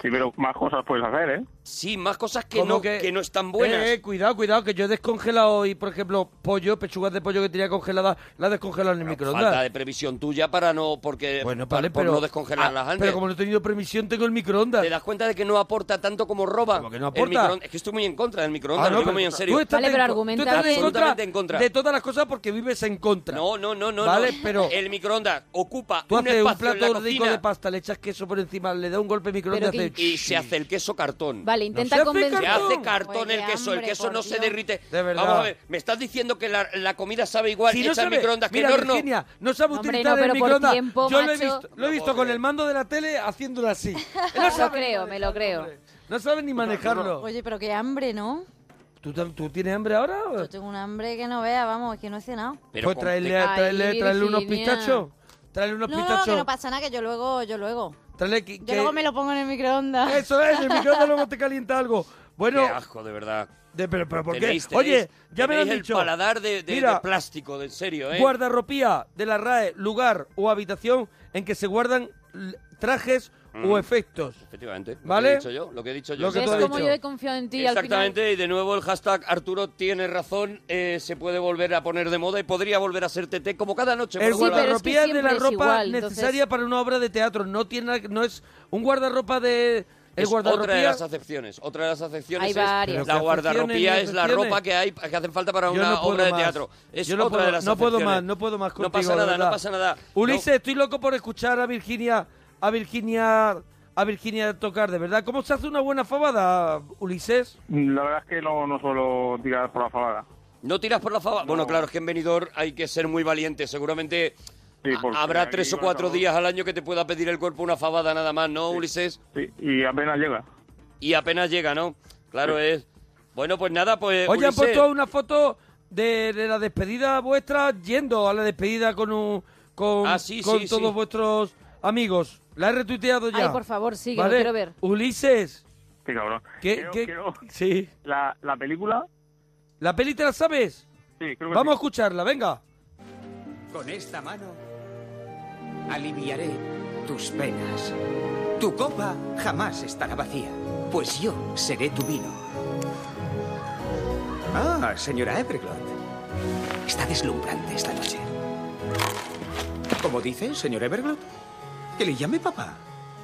Sí, pero más cosas puedes hacer, ¿eh?
Sí, más cosas que
Como
no, que... no están buenas.
Eh, eh, cuidado, cuidado, que yo he descongelado hoy, por ejemplo, pollo, pechugas de pollo que tenía congeladas, las he descongelado en el microondas.
Falta de previsión tuya para no porque
Bueno,
para-
vale,
por
pero-
no descongelarlas
ah,
antes.
pero como no he tenido permisión, tengo el microondas.
¿Te das cuenta de que no aporta tanto como roba?
que no
El
aporta?
microondas- es que estoy muy en contra del microondas,
Ah,
lo
no,
digo
pero
muy en
tú
serio.
estás en co- tú estás en contra
absolutamente en contra.
de todas las cosas porque vives en contra.
No, no, no, no.
Vale,
no.
pero
el microondas ocupa
tú
un
haces un
espacio en la
plato rico
cocina
de pasta, le echas queso por encima, le da un golpe de microondas
Pero que-
hace-
y se hace el queso cartón.
Vale, intenta
se
convencer-
Se hace cartón
Oye,
el queso,
hambre,
el queso
por
no se
Dios.
derrite.
De verdad.
Vamos a ver, me estás diciendo que la, la comida sabe igual
Si
que
no
echar
sabe-
microondas que
mira,
en horno.
Virginia, no sabe
Hombre,
utilizar
no,
el
pero por
microondas.
tiempo,
Yo lo he
macho.
visto, lo he visto con el mando de la tele haciéndolo así.
Me lo creo, me lo creo.
No sabe ni manejarlo.
Oye, pero qué hambre, ¿no?
¿Tú, tam- tú tienes hambre ahora?
Yo tengo un hambre que no vea, vamos, es que no he cenado.
pues traerle,
Ay,
traerle, traerle unos
Virginia.
pistachos. Traerle unos
No, no,
pistachos.
que no pasa nada, que yo luego, yo luego.
Traerle que-
Yo
que-
luego me lo pongo en el microondas.
Eso es, el microondas luego te calienta algo. Bueno,
Qué asco, de verdad.
de- pero, pero ¿por qué?
Tenéis-
Oye,
tenéis-
ya me lo han
tenéis el
dicho.
paladar de, de-
Mira,
de plástico, de en serio, ¿eh?
guardarropía de la RAE, lugar o habitación en que se guardan l- trajes
Mm.
o efectos.
Efectivamente.
¿Vale?
Lo que he dicho yo. Lo que he dicho yo.
Lo que
¿Ves
tú has
cómo
dicho.
yo he confiado en ti al final?
Exactamente, y de nuevo el hashtag Arturo tiene razón, eh, se puede volver a poner de moda y podría volver a ser TT como cada noche.
El
por ejemplo.
guardarropía
siempre
de la
es
ropa
igual, entonces-
necesaria para una obra de teatro. No tiene, nada que- no es un guardarropa de el
es otra de
guardarropía.
las acepciones. Otra de las acepciones
Hay
es
varias.
la
Pero
guardarropía
acepciones,
es la
acepciones.
ropa que hay que hacen falta para
Yo
una
no puedo
obra de
más.
teatro. Es
Yo no
otra
puedo,
de las
no puedo
acepciones.
más, no puedo más
No
contigo.
pasa
de
nada, no
verdad.
pasa nada.
Ulises,
No-
estoy loco por escuchar a Virginia, a Virginia, a Virginia tocar, de verdad. ¿Cómo se hace una buena fabada, Ulises?
La verdad es que no, no suelo tirar por la fabada.
¿No tiras por la fava? Bueno, claro, es que en Benidorm hay que ser muy valiente. Seguramente
Sí,
ha-
porque
habrá
aquí
tres o
vas
cuatro
a-
días al año que te pueda pedir el cuerpo una fabada nada más, ¿no, Ulises?
Sí, y apenas llega.
Y apenas llega, ¿no? Claro, es... Bueno, pues nada, pues
Oye, han
Ulises,
puesto una foto de, de la despedida vuestra yendo a la despedida con un, con,
Ah, sí,
con
sí,
todos
sí.
vuestros amigos. La he retuiteado ya.
Ay, por favor, sigue,
¿Vale?
lo quiero ver.
Ulises,
Qué cabrón.
¿qué,
Quiero-
qué-
quiero-
Sí.
la, la película.
¿La peli te la sabes?
Sí, creo que
Vamos a escucharla, venga.
Con esta mano aliviaré tus penas. Tu copa jamás estará vacía, pues yo seré tu vino. Ah, señora Everglot. Está deslumbrante esta noche. ¿Cómo dice, señor Everglot? Que le llame papá.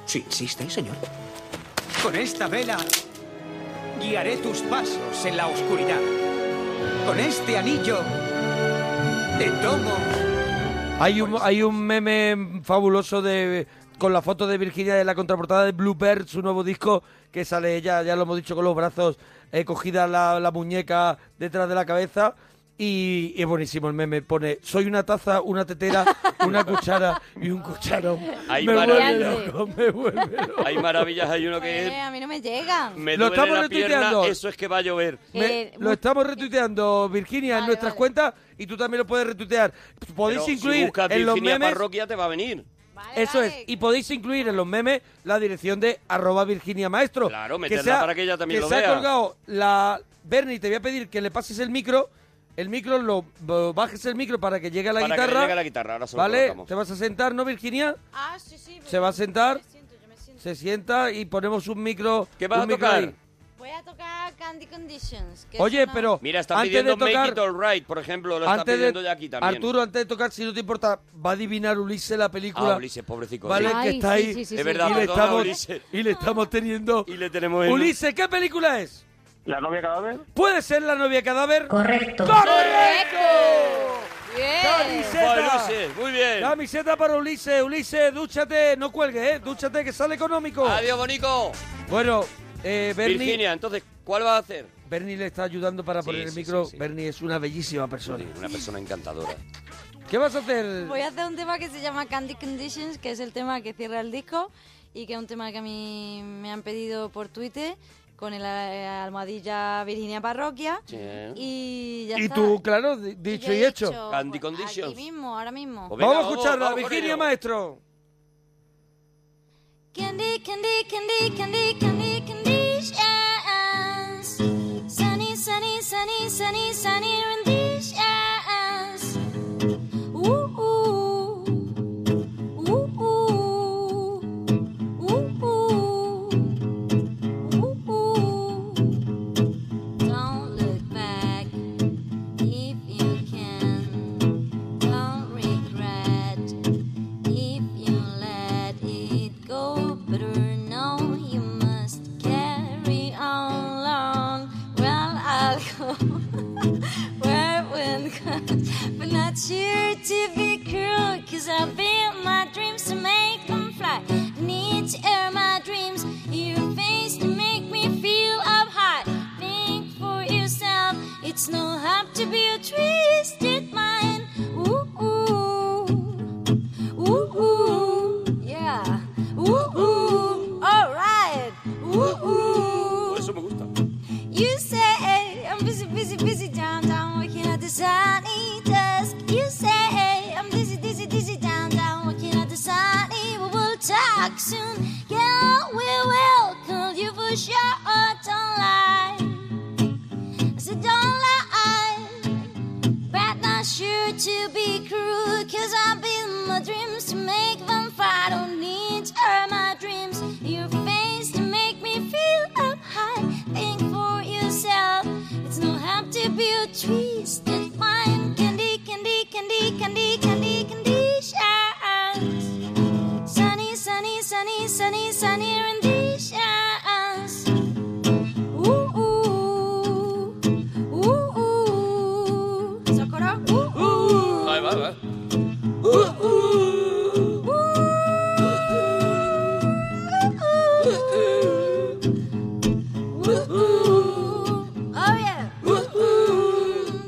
Sí, insiste, señor. Con esta vela guiaré tus pasos en la oscuridad. Con este anillo te tomo
Hay
Pues-
un, hay un meme fabuloso de con la foto de Virginia de la contraportada de Bluebird, su nuevo disco, que sale ella, ya lo hemos dicho, con los brazos eh, cogida la, la muñeca detrás de la cabeza. Y y es buenísimo el meme. Pone, soy una taza, una tetera, una cuchara y un cucharón.
Ay,
me vuelve
maravilla.
loco, me vuelve loco.
Hay maravillas, hay uno que es...
Oye, a mí no me llegan.
Me
Lo
duele
estamos
la
retuiteando.
pierna, eso es que va a llover.
Me-
Eh,
lo
mu-
estamos retuiteando, Virginia, en
Vale,
nuestras
vale.
cuentas y tú también lo puedes retuitear. Podéis
Pero si
incluir
buscas
en los
Virginia
memes...
Parroquia te va a venir.
Vale,
Eso es.
vale.
Y podéis incluir en los memes la dirección de arroba Virginia Maestro.
Claro, meterla para que ella también lo
se
vea.
ha colgado la... Bernie, te voy a pedir que le pases el micro. El micro, lo lo- bajes el micro para que llegue a la
para que le
guitarra.
llegue la guitarra, ahora se lo
¿Vale?
colocamos.
Te vas a sentar, ¿no, Virginia?
Ah, sí, sí.
Se va a sentar.
Yo me siento, yo me siento.
Se sienta y ponemos un micro.
¿Qué vas
un
a
micro
tocar?
ahí.
Voy a tocar Candy Conditions. que es
Oye,
una-
pero
Mira, está
antes
pidiendo
de tocar,
Make It All Right, por ejemplo, lo está
antes
pidiendo
de
ya aquí también.
Arturo, antes de tocar, si no te importa, va a adivinar Ulises la película.
Ah, Ulises, pobrecito.
Vale,
sí.
que
Ay,
está
sí,
ahí.
sí, sí,
Es
sí.
verdad,
y, le
perdona,
estamos,
Ulises.
y le estamos teniendo.
Y le tenemos en-
Ulises, ¿qué película es?
La novia cadáver.
¿Puede ser la novia cadáver?
Correcto.
¡Correcto!
Bien.
Vale,
¡Camiseta!
Ulises, muy bien.
Camiseta para Ulises, Ulises, dúchate, no cuelgues, ¿eh? Dúchate que sale económico.
Adiós, Bonico.
Bueno, eh, Bernie,
Virginia, entonces, ¿cuál va a hacer?
Bernie le está ayudando para
Sí,
poner el
sí,
micro.
sí, sí.
Bernie es una bellísima persona.
Una persona encantadora.
¿Qué vas a hacer?
Voy a hacer un tema que se llama Candy Conditions, que es el tema que cierra el disco y que es un tema que a mí me han pedido por Twitter con el eh, almohadilla Virginia Parroquia.
Sí.
Y ya
Y
está.
tú, claro, di-
Y
dicho
yo
y
he
hecho.
dicho,
Candy
pues,
Conditions. Pues
Aquí mismo, ahora mismo.
Venga,
vamos a
vamos,
escucharla,
vamos con
Virginia
ello.
Maestro.
Candy, candy, candy, candy, candy, conditions. Sunny, sunny, sunny, sunny, sunny renditions. Ooh, ooh, ooh, ooh, ooh, ooh, ooh. back soon. Yeah, we will, cause you for sure don't lie. I said, don't lie. But not sure to be cruel, cause I build my dreams to make them fly. I don't need her, my dreams, your face to make me feel up high. Think for yourself, it's no help to build trees that mine. Candy, candy, candy, candy, candy, candy, shines. Sunny, sunny, sunny, sunny, sunnier in the shines. Ooh, ooh, ooh, ooh. Socorro. Ooh, ooh.
Ahí va, va.
Oh yeah.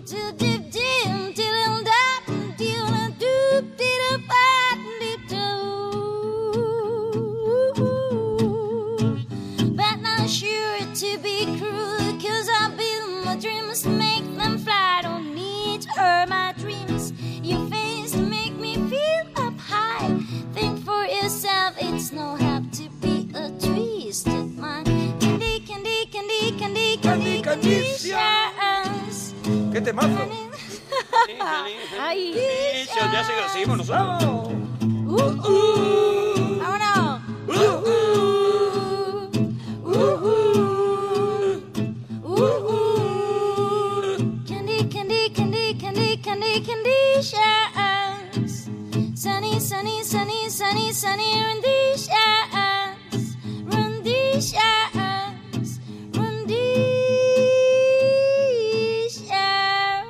Till dip dim, till and dap, till and doop, till a pat, But not sure to be cruel, cause I build my dreams to make them fly. Don't need her, my dreams. Your face to make me feel up high. Think for yourself, it's no help to be a twisted mind. Candy, candy, candy, candy, candy, candy, shines.
¡Qué temazo!
Ah, Ay.
Eso, ya sigo, seguimos nosotros.
Vámonos. Candy, candy, candy, candy, candy, candy shines. Sunny, sunny, sunny, sunny, sunny, run these shines. Run these shines. Run these shines.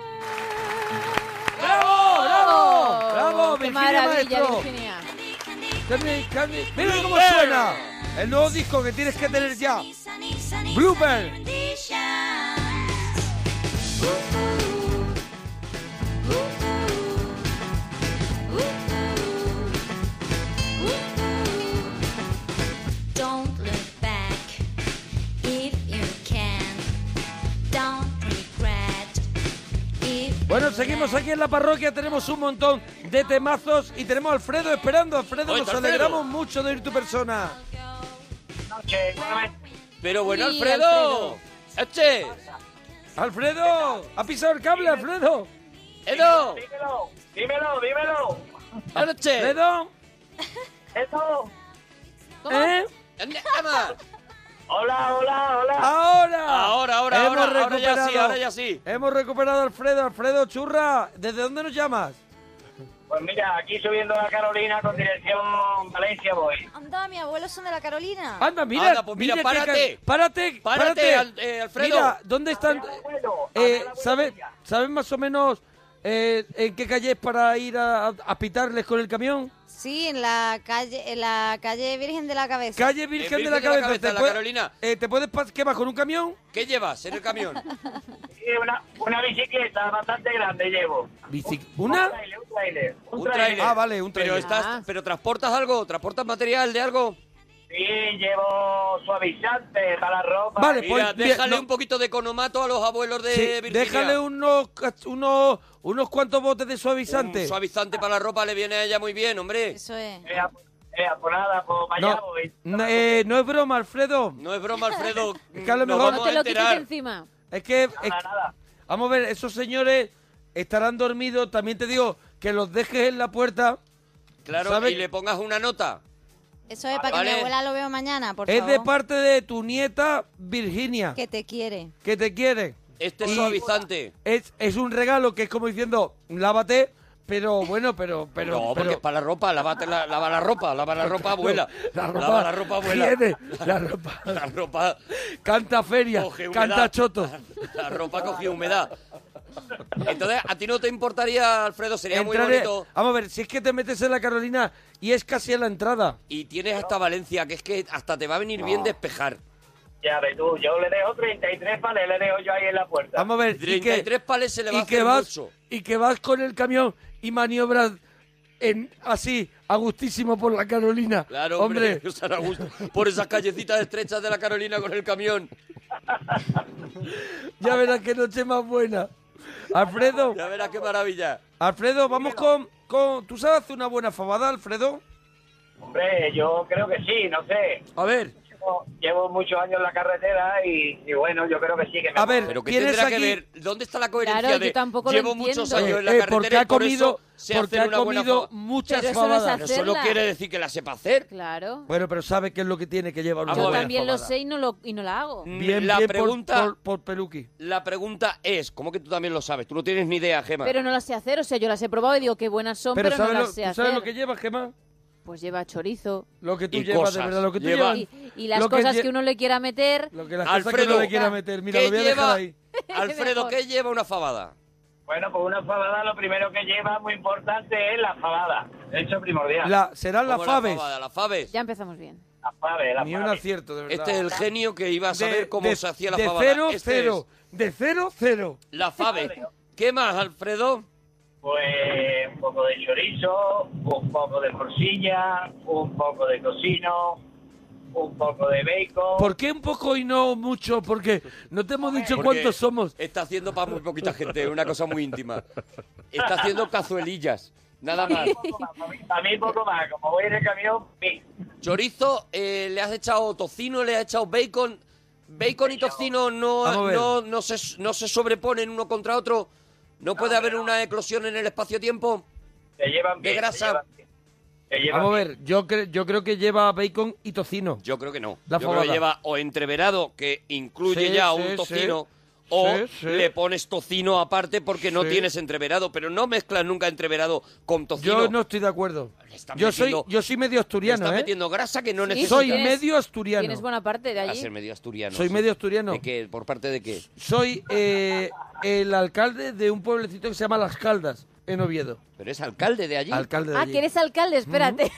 ¡Bravo, bravo! ¡Bravo,
¡Qué
Virginia
maravilla,
Maestro!
Virginia!
Candy, candy. ¡Mira cómo suena! El nuevo disco que tienes que tener ya. ¡Blooper!
Don't look back if you can. Don't regret if
Bueno, seguimos aquí en la parroquia, tenemos un montón de temazos y tenemos a Alfredo esperando. Alfredo,
Oye,
nos
Alfredo.
alegramos mucho de oír tu persona.
Pero bueno,
Sí,
Alfredo. Este.
¡Alfredo! ¡Ha pisado el cable, Alfredo!
Edo.
Dímelo, dímelo, dímelo.
¡Alfredo!
Eso.
¿Eh?
Hola, hola, hola.
Ah. ¡Ahora!
Ahora, ahora,
Hemos
ahora, ahora ya sí,
recuperado.
ahora ya sí.
Hemos recuperado a Alfredo. Alfredo, churra, ¿desde dónde nos llamas?
Pues mira, aquí subiendo la Carolina con dirección Valencia voy.
Anda, mis abuelos son de la Carolina.
Anda, mira,
Anda, pues mira,
mira qué
párate.
ca- párate,
Párate,
párate.
Al- eh, Alfredo.
Mira, ¿dónde están? Eh, ¿Sabes ¿sabes más o menos eh, en qué calle es para ir a, a- a pitarles con el camión?
Sí, en la calle, en la calle Virgen de la Cabeza.
Calle Virgen,
Eh, Virgen
de la
de la
Cabeza.
Cabeza, la
puede-
Carolina.
eh, ¿Te puedes pas- qué vas con un camión?
¿Qué llevas en el camión?
Sí, una, una bicicleta bastante grande llevo.
Bici- ¿Una?
trailer, un trailer. Un,
Un
trailer.
trailer.
Ah, vale, un
Pero,
tráiler.
estás,
Ah.
pero transportas algo, transportas material de algo.
Sí, llevo suavizante para la ropa.
Vale,
Sí,
Mira,
Pues, bien,
déjale
no.
un poquito de economato a los abuelos de
Sí,
Eh, Virginia.
déjale unos, ca- unos, unos cuantos botes de
Un
suavizante.
suavizante para la ropa le viene a ella muy bien, hombre.
Eso es.
eh, eh, pues nada, pues para allá
no,
voy.
no, eh, no es broma, Alfredo.
No es broma, Alfredo.
Es que a lo
Nos
mejor-
No
vamos
te
a
lo quites de
enterar.
encima.
Es que... es-
Nada, nada.
Vamos a ver, esos señores estarán dormidos. También te digo que los dejes en la puerta.
Claro,
¿Sabe?
y le pongas una nota.
Eso es, para
Vale.
que mi abuela lo vea mañana, por
es
favor.
de parte de tu nieta Virginia,
Que te quiere.
que te quiere.
Este suavizante.
Es, es un regalo que es como diciendo, lávate, pero bueno, pero... pero
no, porque
pero-
es para la ropa, lávate la, lava la ropa, lava la ropa abuela.
La ropa,
Lava la ropa abuela.
higiene, la ropa.
La ropa
Canta feria,
coge humedad.
canta choto.
La ropa cogió humedad. Entonces, ¿a ti no te importaría, Alfredo? Sería muy
Entraré-
bonito.
Vamos a ver, si es que te metes en la Carolina y es casi a la entrada.
Y tienes hasta Valencia, que es que hasta te va a venir bien despejar.
Ya ves tú, yo le dejo 33 panes, le dejo yo ahí en la puerta.
Vamos a ver, y que,
33 pales se le va a
y que
hacer
vas,
mucho.
Y que vas con el camión y maniobras en, así, a gustísimo por la Carolina.
Claro, hombre,
hombre.
yo estaré a gusto por esas callecitas estrechas de la Carolina con el camión.
Ya verás qué noche más buena. Alfredo,
Ya verás qué maravilla.
Alfredo, vamos con, con... ¿Tú sabes hacer una buena fabada, Alfredo?
Hombre, yo creo que sí, no sé.
A ver.
Llevo, llevo muchos años en la carretera y, y bueno, yo creo que sí. Que me
A ver,
pero
Pero que tienes tendrá que aquí- ver
¿Dónde está la coherencia
Claro, yo
de
tampoco lo
llevo muchos
entiendo.
años en la
Eh, eh,
carretera
porque ha
y por
comido-
eso se
porque
hace
ha
una buena
comido
fama?
muchas
Pero eso no es
Pero
fabadas.
Eso no
hacerla.
quiere decir que la sepa hacer.
Claro.
Bueno, pero ¿sabe qué es lo que tiene que llevar una
Yo
buena
también lo
fabada?
sé y no, lo, y no la hago.
Bien,
La
bien
pregunta-
por, por, por Peluqui.
La pregunta es, ¿cómo que tú también lo sabes? Tú no tienes ni idea, Gema.
Pero no las sé hacer, o sea, yo las he probado y digo qué buenas son, pero, no
¿sabes,
las sé
lo,
hacer.
que llevas, Gemma?
Pues lleva chorizo.
Lo que tú
Y
llevas,
cosas.
de verdad, lo que tú
Lleva-
llevas.
Y las
lo que
cosas
lle-
que uno le quiera meter.
Lo que las cosas que no le quiera meter. Mira,
¿qué
lo voy a
lleva-
dejar ahí.
Alfredo, ¿qué lleva una fabada?
Bueno, pues una fabada lo primero que lleva, muy importante, es la fabada. De hecho, primordial.
La- serán las
¿Cómo
faves.
La fabada, la faves.
Ya empezamos bien.
La fave, la
Ni
fave.
un acierto, de verdad.
Este es el genio que iba a saber
De-
cómo
de-
se hacía la
de
fabada.
Cero,
Este
cero. De cero, cero.
es la fave. ¿Qué más, Alfredo?
Pues un poco de chorizo, un poco de morcilla, un poco de tocino, un poco de bacon.
¿Por qué un poco y no mucho? Porque no te hemos dicho
Porque
cuántos somos.
Está haciendo para muy poquita gente, una cosa muy íntima. Está haciendo cazuelillas, nada más.
A mí poco más, como voy en el camión, sí.
Chorizo, eh, le has echado tocino, le has echado bacon. Bacon y tocino
Vamos a
no,
ver.
no, no, se, no se sobreponen uno contra otro. No puede haber una eclosión en el espacio-tiempo.
Se llevan
de
bien, se
grasa.
llevan bien. Se llevan
Vamos a
bien.
ver, yo, cre- yo creo que lleva bacon y tocino.
Yo creo que no.
La
Yo creo que
fabada.
lleva o entreverado, que incluye
Sí,
ya
sí,
un
sí.
tocino, o
Sí, sí.
le pones tocino aparte porque no
Sí.
tienes entreverado, pero no mezclas nunca entreverado con tocino.
Yo no estoy de acuerdo.
están
Yo soy,
metiendo-
yo soy medio asturiano,
Estás
¿eh?
metiendo grasa que no
Sí,
necesitas.
Soy medio asturiano.
Tienes buena parte de
Va a
allí.
ser medio asturiano.
Soy
sí.
medio asturiano.
¿De qué? ¿Por parte de qué?
Soy eh, el alcalde de un pueblecito que se llama Las Caldas, en Oviedo.
¿Pero eres alcalde de allí?
Alcalde de
Ah,
allí. Mm.
que eres alcalde, espérate.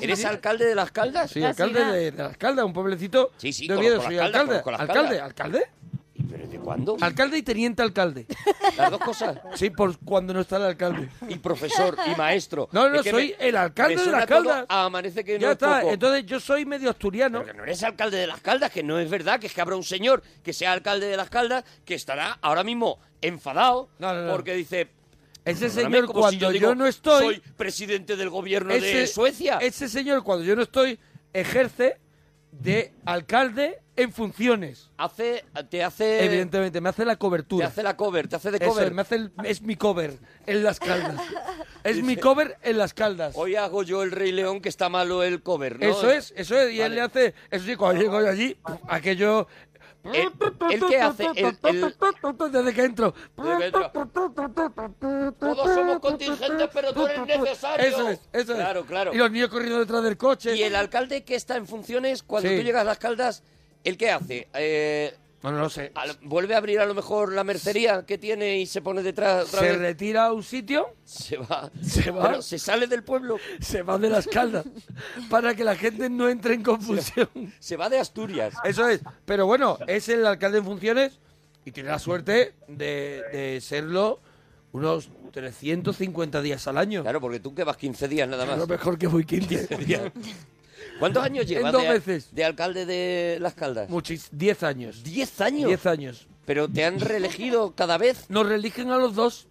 ¿Eres alcalde de Las Caldas?
Sí, alcalde de, de Las Caldas, un pueblecito
Sí, sí,
de
conozco
Oviedo.
Las
Soy
Caldas,
alcalde.
conozco Las
alcalde,
Caldas.
alcalde.
¿Y ¿Pero de cuándo?
Alcalde y teniente alcalde.
Las dos cosas.
Sí, por cuando no está el alcalde.
Y profesor, y maestro.
No, no,
Es que
soy
me-
el alcalde
me
de Las
suena todo
Caldas.
a amanece que no
Ya
es
está,
poco.
entonces yo soy medio asturiano.
Pero que no eres alcalde de Las Caldas, que no es verdad, que es que habrá un señor que sea alcalde de Las Caldas que estará ahora mismo enfadado
No, no, no.
porque dice...
Ese
"Perdóname,
señor,
como si
cuando yo,
digo,
no estoy.
Soy presidente del gobierno
ese,
de Suecia.
Ese señor, cuando yo no estoy, ejerce de alcalde en funciones.
Hace, te hace...
Evidentemente, me hace la
Te
cobertura.
hace la cover, te hace de
Eso
cover.
es, me hace el- es mi cover en las caldas. Es mi cover en las caldas.
Hoy hago yo el Rey León que está malo el cover, ¿no? eh,
Eso es, eso es. Y él
Vale.
le hace. Eso sí, cuando llego yo allí, puf, aquello.
El- el que Eh, hace, el- el-
Desde que entro.
Todos somos contingentes, pero tú eres necesario.
Eso es, eso es.
Claro, claro.
Y los niños corriendo detrás del coche.
Y el alcalde que está en funciones, cuando
Sí.
tú llegas a las caldas, ¿el qué hace? Eh,
Bueno, no sé.
al- ¿Vuelve a abrir a lo mejor la mercería que tiene y se pone detrás otra
Se
vez?
retira a un sitio,
Se va.
Se va.
Pero se sale del pueblo.
se va de las caldas. para que la gente no entre en confusión.
Se va de Asturias.
Eso es. Pero bueno, es el alcalde en funciones y tiene la suerte de, de serlo unos 350 días al año.
Claro, porque tú que vas 15 días nada
A lo
más.
mejor que voy 15 días.
¿Cuántos años llevas
dos
de,
veces.
de alcalde de Las Caldas?
Muchis, 10 años.
¿Diez años?
10 años.
¿Pero te han reelegido cada vez?
Nos reeligen a los dos.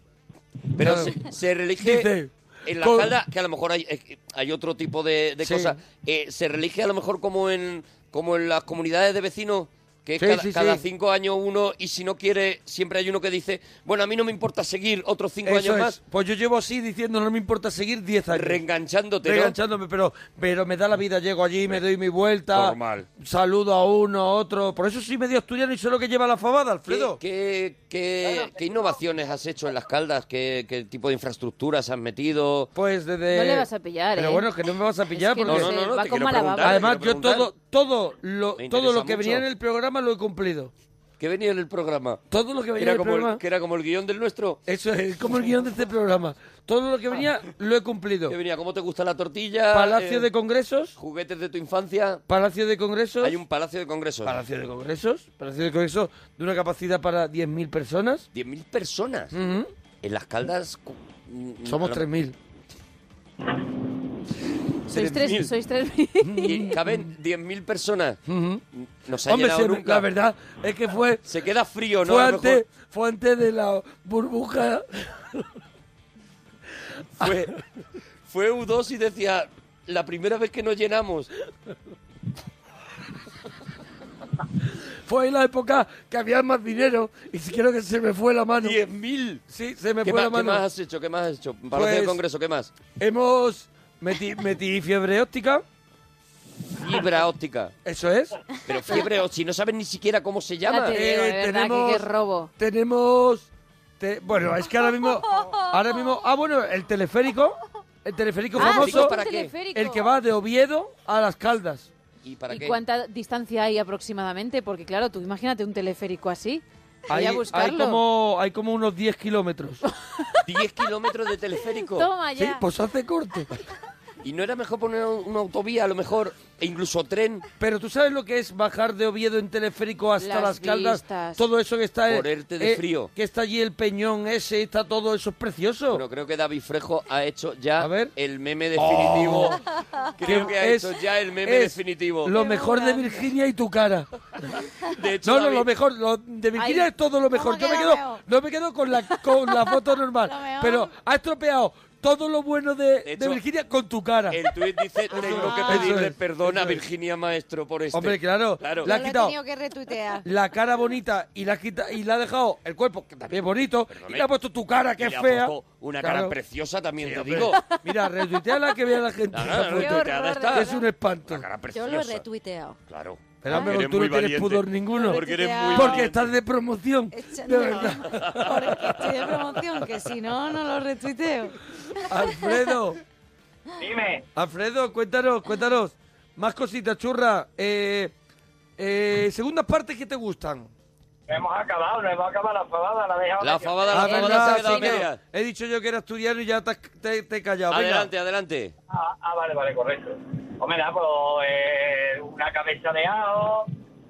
Pero
Claro.
se, se reelige
Dice,
en la
con-
calda, que a lo mejor hay, eh, hay otro tipo de, de
Sí.
cosas. Eh, se reelige a lo mejor como en, como en las comunidades de vecinos, que es
Sí,
cada,
sí,
cada
sí.
cinco años uno, y si no quiere, siempre hay uno que dice, bueno, a mí no me importa seguir otros cinco
Eso
años
es.
más,
Pues yo llevo así diciendo, no me importa seguir 10 años.
reenganchándote, ¿no?
Reganchándome, pero, pero me da la vida. Llego allí, me doy mi vuelta.
Normal.
Saludo a uno, a otro. Por eso soy medio asturiano y sé lo que lleva la fabada,
¿Qué,
Alfredo.
qué, qué- qué innovaciones has hecho en las caldas? ¿Qué, qué tipo de infraestructuras has metido?
Pues desde.
No le vas a pillar,
Pero
¿eh?
bueno, que no me vas a pillar
Es que
porque.
no No, no, no, va
te
con
quiero
mala baba.
preguntar, te
Además,
quiero
yo
preguntar.
todo, todo lo,
Me
todo lo
interesa
que venía en
mucho.
el programa lo he cumplido.
¿Qué venía en el programa?
Todo lo que venía
Era
en el
como el-
programa.
que era como el guión del nuestro.
Eso es como el guión de este programa. Todo lo que venía lo he cumplido.
¿Qué venía? ¿Cómo te gusta la tortilla?
Palacio
Eh,
de Congresos.
juguetes de tu infancia.
Palacio de Congresos.
Hay un palacio de congresos.
Palacio de Congresos. Palacio de Congresos de una capacidad para 10.000 personas.
10.000 personas.
Ujú.
En las caldas... cu- mm,
Somos
a lo-
3.000.
Sois
3.000.
tres, sois tres mil.
Y caben 10.000 personas.
Ujú.
No se ha
Hombre,
llenado
se-
nunca.
la verdad es que fue,
Se queda frío, ¿no?
fue,
A lo mejor
antes, fue antes de la burbuja.
Fue, fue U2 y decía... la primera vez que nos llenamos.
Fue en la época que había más dinero y creo que se me fue la mano.
¡Diez mil!
Sí, se me
¿Qué,
fue
más-
la
qué
mano.
más has hecho? ¿Qué más has hecho? Para hacer el
Pues-
congreso, ¿qué más?
Hemos...
Metí, metí fiebre óptica.
Fibra óptica.
Eso es.
Pero fiebre óptica, si no sabes ni siquiera cómo se llama.
robo.
Eh, Tenemos. te- bueno, es que ahora mismo. Ahora mismo. Ah, bueno, el teleférico. El teleférico
Ah, sí,
famoso.
¿para qué? teleférico.
El que va de Oviedo a las Caldas.
¿Y para
¿Y cuánta distancia hay aproximadamente? Porque claro, tú imagínate un teleférico así. Voy
Hay,
a
hay
buscarlo.
como, hay como unos 10 kilómetros.
10 kilómetros de teleférico.
Toma ya. Sí,
pues hace corte.
Y no era mejor poner una autovía, a lo mejor, e incluso tren.
Pero tú sabes lo que es bajar de Oviedo en teleférico
Las
hasta Las, Caldas.
vistas.
Todo eso que está. eh,
Ponerte de frío.
Que está allí el peñón ese, está todo eso es precioso. Oh.
Pero creo que David Frejo ha hecho ya el meme definitivo. Creo que ha
es-
hecho ya el meme
es
definitivo.
Lo mejor de Virginia y tu cara.
De hecho,
no, no,
David-
lo mejor, lo de Virginia
Ay,
es todo lo mejor. Yo me quedo, no me quedo con la con la foto normal, pero ha estropeado todo lo bueno de, de
hecho,
Virginia con tu cara.
El tuit dice, tengo que
Ah. Eso
pedirle
es,
perdón a Virginia Maestro por este". esto.
Hombre, claro, le has
Lo he
quitado
tenido que retuitear.
la cara bonita y la has quita- y le ha dejado el cuerpo que también es bonito y le ha puesto tu cara que
Y
es
le ha
fea.
puesto Una cara
Claro.
preciosa también, te
hombre.
digo.
Mira, retuiteala que vea la gente.
No, no,
esa
no,
foto.
retuiteada está.
Es un espanto.
Yo lo he retuiteado.
Claro.
Pero hombre,
Eres
tú
muy
no tienes
valiente.
pudor ninguno.
Porque eres
muy
Porque
valiente.
estás de promoción.
Echa-
De
no,
verdad.
Porque estoy de promoción, que si no, no lo retuiteo.
Alfredo.
Dime.
Alfredo, cuéntanos, cuéntanos. Más cositas, churra. Eh, eh, segundas partes que te gustan.
Hemos acabado, no hemos acabado la fabada, la dejamos.
Ah, verdad, sí, no. He dicho yo que era estudiante y ya te, has- te- te he callado. Venga.
adelante.
Ah, ah, vale, vale, correcto. Hombre, da, pues eh, una cabeza de ajo,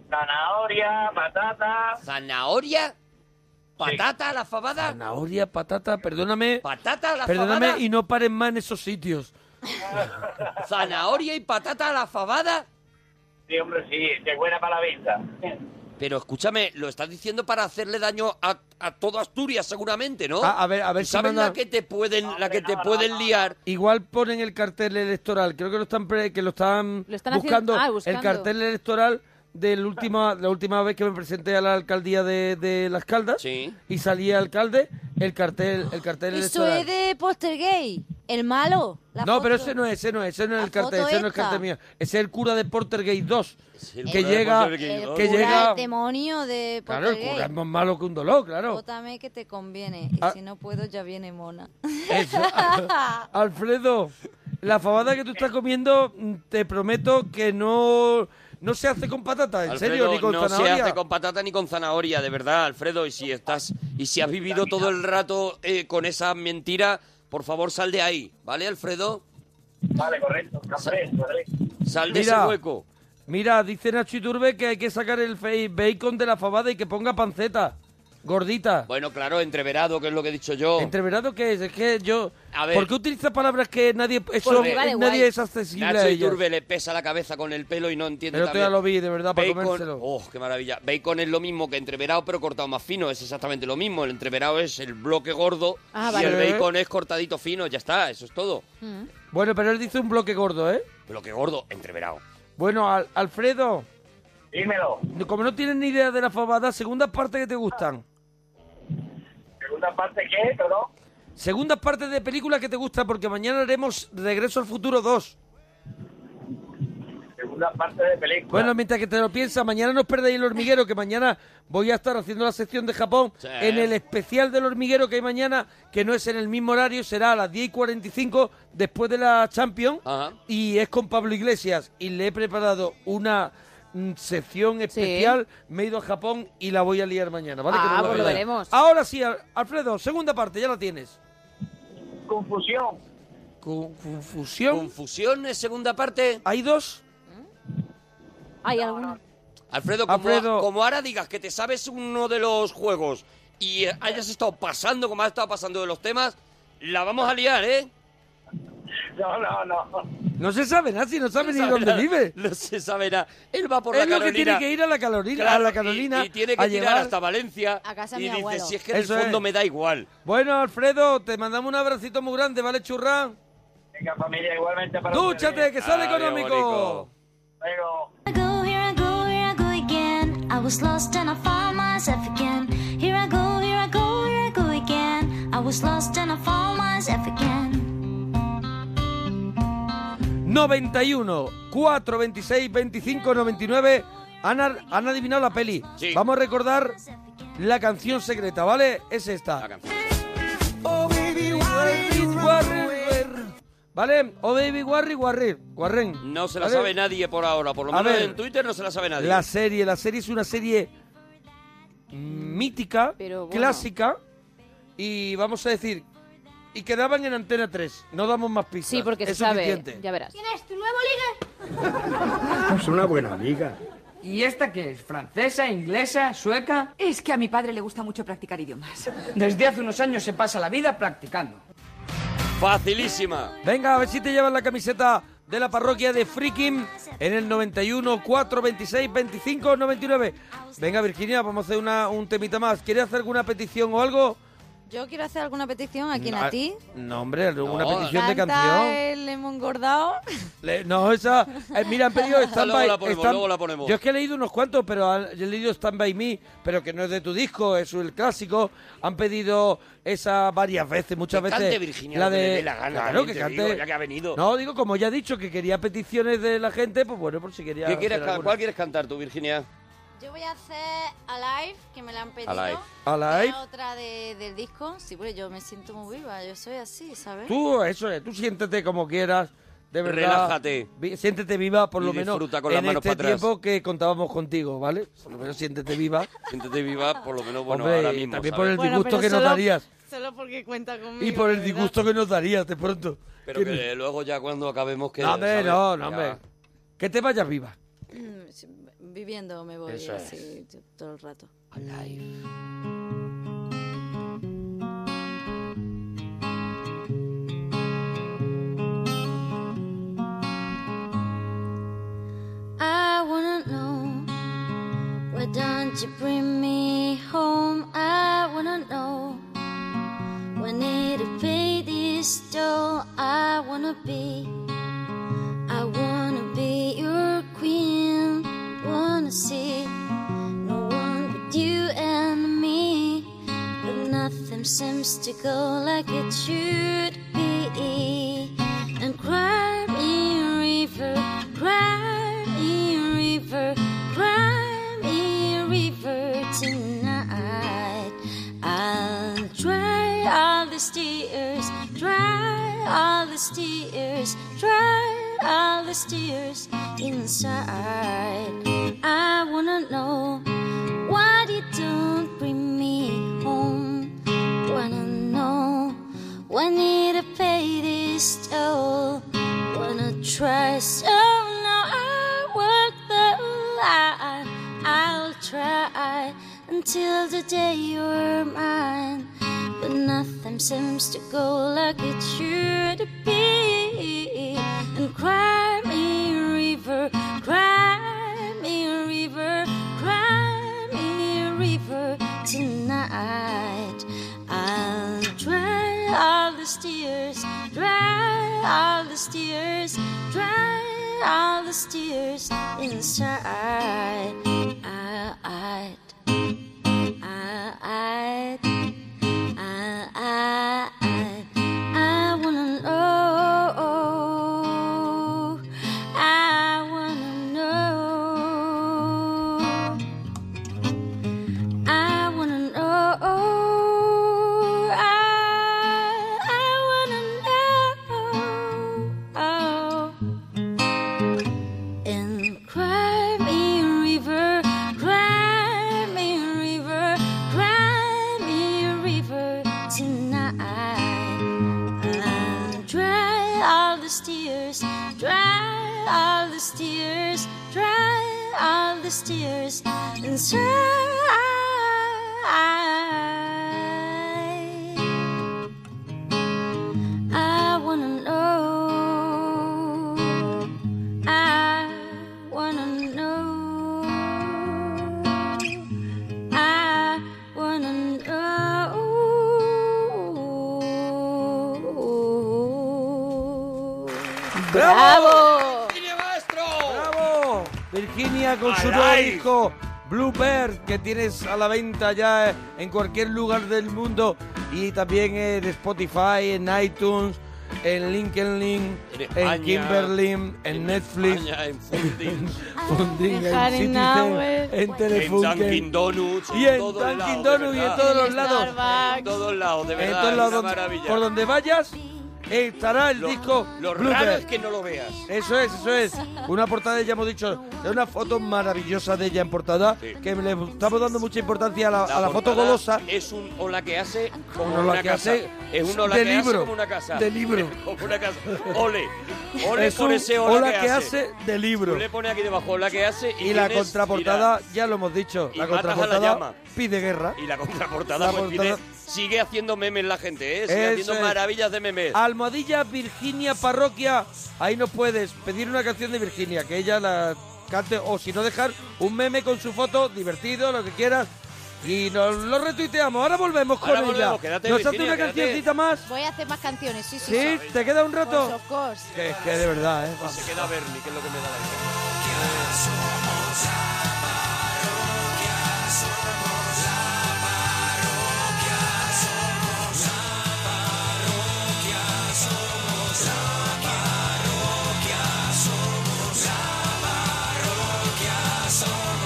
zanahoria, patata.
¿Zanahoria? ¿Patata a la fabada?
Zanahoria, patata, perdóname.
¿Patata a la
Perdóname
fabada?
y no paren más en esos sitios.
¿Zanahoria y patata a la fabada?
Sí, hombre, sí, que buena para la vista.
Pero escúchame, lo estás diciendo para hacerle daño a, a todo Asturias, seguramente, ¿no?
Ah, a ver, a ver si
¿Sabes
manda-
la que te pueden, la que te pueden liar?
Igual ponen el cartel electoral. Creo que lo están pre- que lo están,
Lo están
buscando,
haciendo- ah, buscando.
el cartel electoral de la última la última vez que me presenté a la alcaldía de, de Las Caldas y salí alcalde el cartel el cartel
Eso
electoral.
es de Poster Gay, el malo. La
No, pero ese no es, ese no es, ese no es el cartel,
foto
ese no es
esta.
el cartel mío. Ese es el cura de Portergate 2
el
que
cura de
llega
Portergate
El
que
cura,
llega
el demonio de Poster
Claro, el
Gay.
cura es más malo que un dolor, claro.
Vótame que te conviene. Y
Ah.
si no puedo, ya viene mona.
Eso. Alfredo, la fabada que tú estás comiendo, mm, te prometo que no, no se hace con patata, en
Alfredo,
serio, ni con
no
zanahoria.
se hace con patata ni con zanahoria, de verdad, Alfredo. Y si estás y si has vivido todo el rato eh, con esa mentira, por favor sal de ahí, ¿vale, Alfredo?
Vale, correcto, café, correcto.
Sal de
Mira.
ese hueco.
Mira, dice Nacho Iturbe que hay que sacar el fe- bacon de la fabada y que ponga panceta, gordita.
Bueno, claro, entreverado, que es lo que he dicho yo.
¿Entreverado qué es? Es que yo...
A ver.
¿Por qué utilizas palabras que nadie, eso-
Porque
nadie es accesible
Nacho
a ellas?
Iturbe le pesa la cabeza con el pelo y no entiende
Pero yo
también.
ya lo vi, de verdad, para
Bacon-
comérselo.
Oh, qué maravilla. Bacon es lo mismo que entreverado, pero cortado más fino. Es exactamente lo mismo. El entreverado es el bloque gordo
Ah,
y
vale.
el
Sí.
bacon es cortadito fino. Ya está, eso es todo.
Bueno, pero él dice un bloque gordo, ¿eh?
Bloque gordo, entreverado.
Bueno, Al- Alfredo,
Dímelo.
como no tienes ni idea de la fabada, segunda parte que te gustan.
Segunda parte, ¿qué? ¿Todo?
Segunda parte de películas que te gusta porque mañana haremos Regreso al Futuro 2.
Segunda parte de película.
Bueno, mientras que te lo piensas, mañana no os perdáis el hormiguero, que mañana voy a estar haciendo la sección de Japón
Sí.
en el especial del hormiguero que hay mañana, que no es en el mismo horario, será a las 10 y 45 después de la Champions, y es con Pablo Iglesias, y le he preparado una mm, sección especial, me he ido a Japón y la voy a liar mañana, ¿vale? Que
Ah,
no la
pues lo
perdáis.
veremos.
Ahora sí, Al- Alfredo, segunda parte, ya la tienes.
Confusión.
confusión.
Confusión es segunda parte.
Hay dos.
¿Hay alguna?
Alfredo, como,
Alfredo.
como ahora digas que te sabes uno de los juegos y eh, hayas estado pasando como has estado pasando de los temas, la vamos a liar, ¿eh?
No, no, no.
No se sabe nada, si no sabe ni
sabe
dónde
nada.
vive.
No se sabe nada. Él va por
es
la
lo que
Carolina.
tiene que ir a la Carolina,
Claro,
a la
y-
Carolina.
Y, tiene que
a
tirar
llevar-
hasta Valencia.
A casa de
y
mi
dice,
abuelo.
si es que en el
Eso
fondo
es.
me da igual.
Bueno, Alfredo, te mandamos un abracito muy grande, ¿vale, churra?
Venga, familia, igualmente para
¡Dúchate, Eh, que sale económico!
I go, here I go, here I go again. I was lost and I found myself again. Here I go, here I go, here I go again. I was lost and I found myself again.
91, 4, 26, 25, 99. Han, ar- han adivinado la peli. Vamos a recordar la canción secreta, ¿vale? Es esta. Oh, ¿Vale? Oh, baby, warri, warri, warren.
No se la
¿Vale?
sabe nadie por ahora, por lo
A
menos
ver.
en Twitter no se la sabe nadie.
La serie, la serie es una serie mítica, clásica, y vamos a decir, y quedaban en Antena 3, no damos más pistas.
Sí, porque
es
se sabe.
suficiente.
Ya verás.
¿Tienes tu nuevo ligue?
Es una buena amiga.
¿Y esta qué es? ¿Francesa, inglesa, sueca? Es que a mi padre le gusta mucho practicar idiomas.
Desde hace unos años se pasa la vida practicando.
Facilísima.
Venga, a ver si te llevan la camiseta de la parroquia de Freaking en el 91 4 26 25 99. Venga, Virginia, vamos a hacer una, un temita más. ¿Quieres hacer alguna petición o algo?
Yo quiero hacer alguna petición aquí en
No,
a ti.
No, hombre, alguna petición Ah, de
Canta eh.
canción.
el lemon gordao.
Le- no, esa. eh, mira, han pedido Stand
Luego
By
la ponemos,
Stand-
luego la ponemos.
Yo es que he leído unos cuantos, pero han, yo he leído Stand By Me, pero que no es de tu disco, es el clásico. Han pedido esa varias veces, muchas
Que
veces.
cante Virginia
la
lo que
de.
le dé la gana,
claro,
también
que
te
cante.
digo, ya que ha venido.
No, digo, como ya he dicho, que quería peticiones de la gente, pues bueno, por si quería.
¿Qué quieres,
hacer
ca-
alguna.
¿Cuál quieres cantar tú, Virginia?
Yo voy a hacer Alive, que me la han pedido.
Alive.
Alive.
La otra de- del disco. Sí, bueno, yo me siento muy viva, yo soy así, ¿sabes?
Tú, eso es, tú siéntete como quieras. De verdad,
Relájate.
Vi- siéntete viva, por
Y
lo menos.
disfruta con las
en
manos
este
para atrás.
tiempo que contábamos contigo, ¿vale? Por lo menos siéntete viva.
Siéntete viva, por lo menos, bueno,
Hombre,
ahora
y
mismo.
también
¿sabes?
por el Bueno, disgusto pero que nos solo- Mm, darías.
Solo porque cuenta conmigo.
Y por el disgusto que nos darías de pronto.
Pero que luego ya cuando acabemos que...
No, hombre,
¿sabes?
no,
Ya.
no, hombre. Que te vayas viva.
Mm, Viviendo me voy
Eso es.
así t- todo el rato.
I wanna know why don't you bring me home? I wanna know when it'll pay this toll. I wanna be, I wanna be your queen. Wanna see no one but you and me, but nothing seems to go like it should be. And cry me river, cry me river, cry me river tonight. I'll dry all the tears, dry all the tears, dry all the tears inside. I wanna know why you don't bring me home. Wanna know why need to pay this toll. Wanna try so now I work the line. I'll try until the day you're mine. But nothing seems to go like it should be. And cry me a river, cry me a river, cry me a river tonight. I'll dry all the tears, dry all the tears, dry all the tears inside. I, I, I, I, I, I, I wanna know. I wanna know. I wanna know. I, I wanna know. And cry me a river, cry me a river, cry me a river tonight. And dry all the tears, dry all the tears, dry all the tears inside. I wanna know. I wanna know. I wanna know.
¡Bravo!
¡Virginia Maestro!
¡Bravo! Virginia con su nuevo
Alive.
disco Blue Bird, que tienes a la venta ya en cualquier lugar del mundo y también en Spotify, en iTunes, en LinkedIn,
En
en,
España,
Kimberly, en, Netflix,
España, en Funding.
Funding, Ah, en Citizen, en Telefunken,
En Dunkin' Donuts.
y en
todos lados,
Dunkin'
de
Donuts y en
verdad.
todos los lados.
Ah. En todos lados, de verdad.
En todos lados,
es una
donde-
maravilla.
por donde vayas estará el disco
Lo
Blue
raro
Bird.
es que no lo veas.
Eso es, eso es. Una portada de ella, hemos dicho, es una foto maravillosa de ella en portada, que le estamos dando mucha importancia a la, a la foto
portada
golosa.
Es un hola que hace como
Un hola
una
que
casa.
hace
es un hola
de
que hace
libro.
como una casa.
De libro.
como una casa. Ole. Ole
es
por
un
ese hola,
hola que hace de libro.
Tú le pones aquí debajo hola que hace y,
Y, la
tienes-
contraportada, ya lo hemos dicho,
matas a la
la contraportada
llama.
pide guerra.
mira, y la contraportada
La
pues,
portada-
pide- sigue haciendo memes la gente, ¿eh? Sigue
Eso
haciendo
es.
maravillas de memes.
Almohadilla Virginia Parroquia, ahí nos puedes pedir una canción de Virginia, que ella la cante, o si no dejar un meme con su foto, divertido, lo que quieras, y nos lo retuiteamos. Ahora volvemos con
Ahora
ella.
volvemos, quédate,
nos hace
Virginia,
una
quédate.
cancioncita más.
Voy a hacer más canciones, sí, sí.
¿Sí? ¿Te queda un
Pues,
rato?
of course.
Que es que de verdad, ¿eh?
Y se queda Bernie, que es lo que me da la idea.
Somos la parroquia, somos la parroquia, somos la parroquia, somos la parroquia, somos la parroquia, somos la parroquia, somos.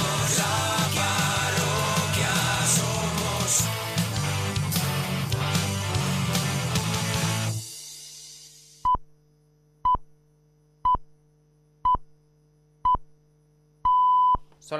Son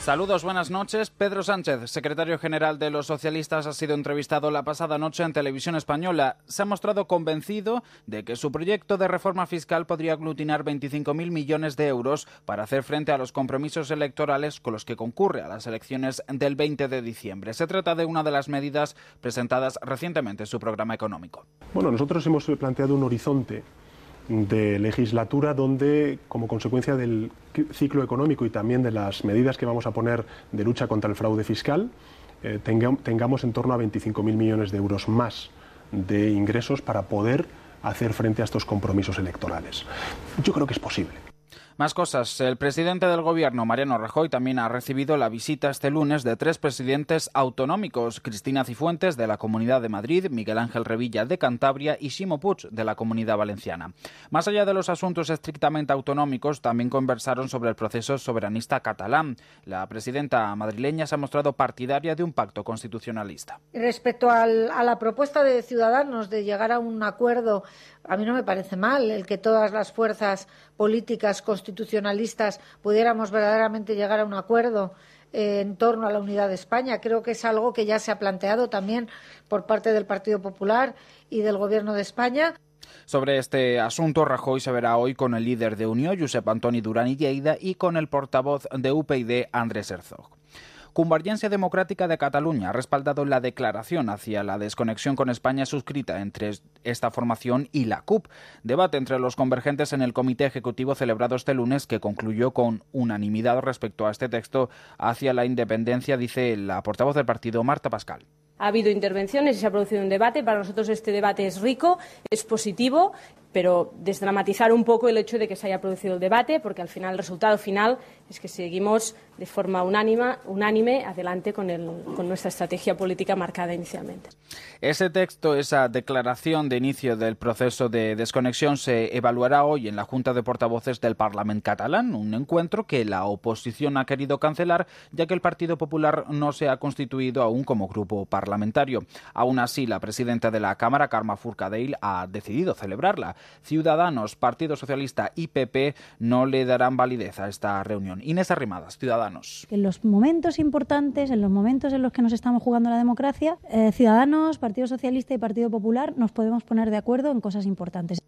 Saludos, buenas noches. Pedro Sánchez, secretario general de los socialistas, ha sido entrevistado la pasada noche en televisión española. Se ha mostrado convencido de que su proyecto de reforma fiscal podría aglutinar 25.000 millones de euros para hacer frente a los compromisos electorales con los que concurre a las elecciones del 20 de diciembre. Se trata de una de las medidas presentadas recientemente en su programa económico.
Bueno, nosotros hemos planteado un horizonte de legislatura donde, como consecuencia del ciclo económico y también de las medidas que vamos a poner de lucha contra el fraude fiscal, eh, tenga- tengamos en torno a 25.000 millones de euros más de ingresos para poder hacer frente a estos compromisos electorales. Yo creo que es posible.
Más cosas. El presidente del gobierno, Mariano Rajoy, también ha recibido la visita este lunes de tres presidentes autonómicos, Cristina Cifuentes de la Comunidad de Madrid, Miguel Ángel Revilla de Cantabria y Simo Puig de la Comunidad Valenciana. Más allá de los asuntos estrictamente autonómicos, también conversaron sobre el proceso soberanista catalán. La presidenta madrileña se ha mostrado partidaria de un pacto constitucionalista.
Respecto al- a la propuesta de Ciudadanos de llegar a un acuerdo, a mí no me parece mal el que todas las fuerzas políticas constitucionalistas pudiéramos verdaderamente llegar a un acuerdo eh, en torno a la unidad de España. Creo que es algo que ya se ha planteado también por parte del Partido Popular y del Gobierno de España.
Sobre este asunto, Rajoy se verá hoy con el líder de Unión, Josep Antoni Durán y Lleida, y con el portavoz de UPyD, Andrés Herzog. Convergencia Democrática de Cataluña ha respaldado la declaración hacia la desconexión con España suscrita entre es- esta formación y la CUP. Debate entre los convergentes en el Comité Ejecutivo celebrado este lunes que concluyó con unanimidad respecto a este texto hacia la independencia, dice la portavoz del partido, Marta Pascal.
Ha habido intervenciones y se ha producido un debate. Para nosotros este debate es rico, es positivo, pero desdramatizar un poco el hecho de que se haya producido el debate, porque al final el resultado final es que seguimos de forma unánima- unánime adelante con, el- con nuestra estrategia política marcada inicialmente.
Ese texto, esa declaración de inicio del proceso de desconexión, se evaluará hoy en la Junta de Portavoces del Parlamento catalán, un encuentro que la oposición ha querido cancelar, ya que el Partido Popular no se ha constituido aún como grupo parlamentario. Aún así, la presidenta de la Cámara, Karma Furcadell, ha decidido celebrarla. Ciudadanos, Partido Socialista y PP no le darán validez a esta reunión. Inés Arrimadas, Ciudadanos.
que en los momentos importantes, en los momentos en los que nos estamos jugando la democracia, eh, Ciudadanos, Partido Socialista y Partido Popular nos podemos poner de acuerdo en cosas importantes.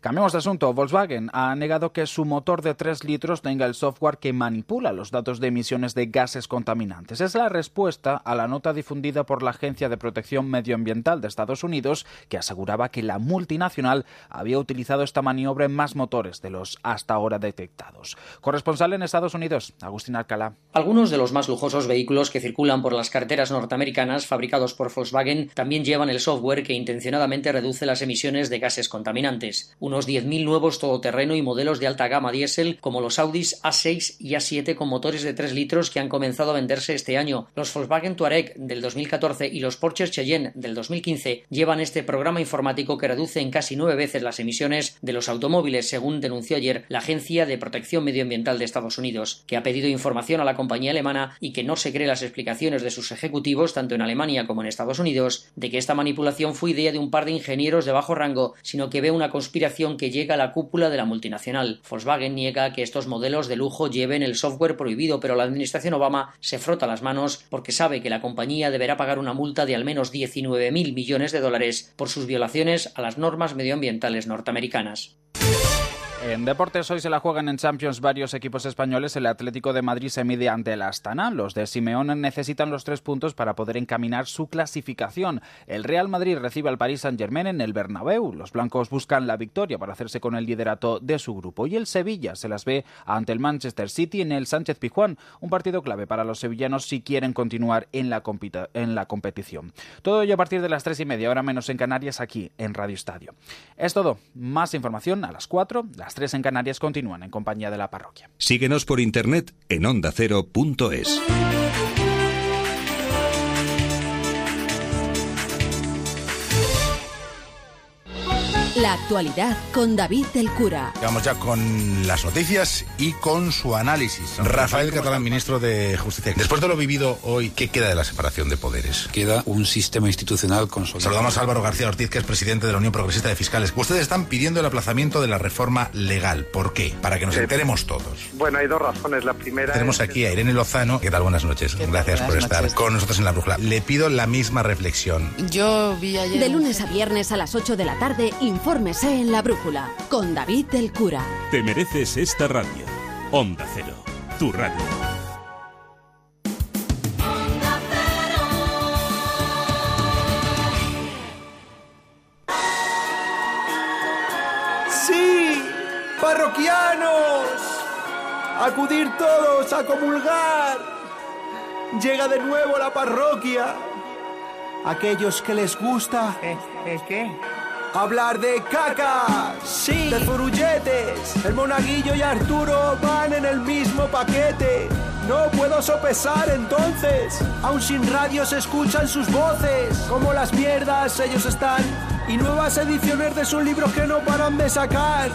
Cambiamos de asunto. Volkswagen ha negado que su motor de 3 litros tenga el software que manipula los datos de emisiones de gases contaminantes. Es la respuesta a la nota difundida por la Agencia de Protección Medioambiental de Estados Unidos que aseguraba que la multinacional había utilizado esta maniobra en más motores de los hasta ahora detectados. Corresponsal en Estados Unidos, Agustín Alcalá.
Algunos de los más lujosos vehículos que circulan por las carreteras norteamericanas fabricados por Volkswagen también llevan el software que intencionadamente reduce las emisiones de gases contaminantes. Unos 10.000 nuevos todoterreno y modelos de alta gama diésel como los Audis A6 y A7 con motores de 3 litros que han comenzado a venderse este año. Los Volkswagen Touareg del 2014 y los Porsche Cheyenne del 2015 llevan este programa informático que reduce en casi nueve veces las emisiones de los automóviles, según denunció ayer la Agencia de Protección Medioambiental de Estados Unidos, que ha pedido información a la compañía alemana y que no se cree las explicaciones de sus ejecutivos, tanto en Alemania como en Estados Unidos, de que esta manipulación fue idea de un par de ingenieros de bajo rango, sino que ve una conspiración que llega a la cúpula de la multinacional. Volkswagen niega que estos modelos de lujo lleven el software prohibido, pero la administración Obama se frota las manos porque sabe que la compañía deberá pagar una multa de al menos 19.000 millones de dólares por sus violaciones a las normas medioambientales norteamericanas.
En deportes hoy se la juegan en Champions varios equipos españoles. El Atlético de Madrid se mide ante el Astana. Los de Simeone necesitan los tres puntos para poder encaminar su clasificación. El Real Madrid recibe al Paris Saint-Germain en el Bernabéu. Los blancos buscan la victoria para hacerse con el liderato de su grupo. Y el Sevilla se las ve ante el Manchester City en el Sánchez Pizjuán. Un partido clave para los sevillanos si quieren continuar en la, compita- en la competición. Todo ello a partir de las tres y media, hora menos en Canarias, aquí en Radio Estadio. Es todo. Más información a las cuatro. Las tres en Canarias continúan en compañía de la parroquia.
Síguenos por internet en ondacero.es.
La actualidad con David del Cura.
Vamos ya con las noticias y con su análisis.
Rafael Catalán, ministro de Justicia. Después de lo vivido hoy, ¿qué queda de la separación de poderes?
Queda un sistema institucional consolidado.
Saludamos a Álvaro García Ortiz, que es presidente de la Unión Progresista de Fiscales. Ustedes están pidiendo el aplazamiento de la reforma legal. ¿Por qué? Para que nos
Eh,
enteremos todos.
Bueno, hay dos razones. La primera
Tenemos
es-
aquí a Irene Lozano. ¿Qué tal? Buenas noches. Gracias por
Buenas
estar
noches.
con nosotros en la brújula. Le pido la misma reflexión.
Yo vi ayer. De lunes a viernes a las 8 de la tarde, infórmese en la brújula con David del Cura.
Te mereces esta radio. Onda Cero, tu radio.
Sí, parroquianos, acudir todos a comulgar. Llega de nuevo la parroquia. Aquellos que les gusta. ¿Es qué? Hablar de cacas, sí. de furulletes. El monaguillo y Arturo van en el mismo paquete. No puedo sopesar entonces. Aún sin radio se escuchan sus voces. Como las mierdas ellos están. Y nuevas ediciones de sus libros que no paran de sacar.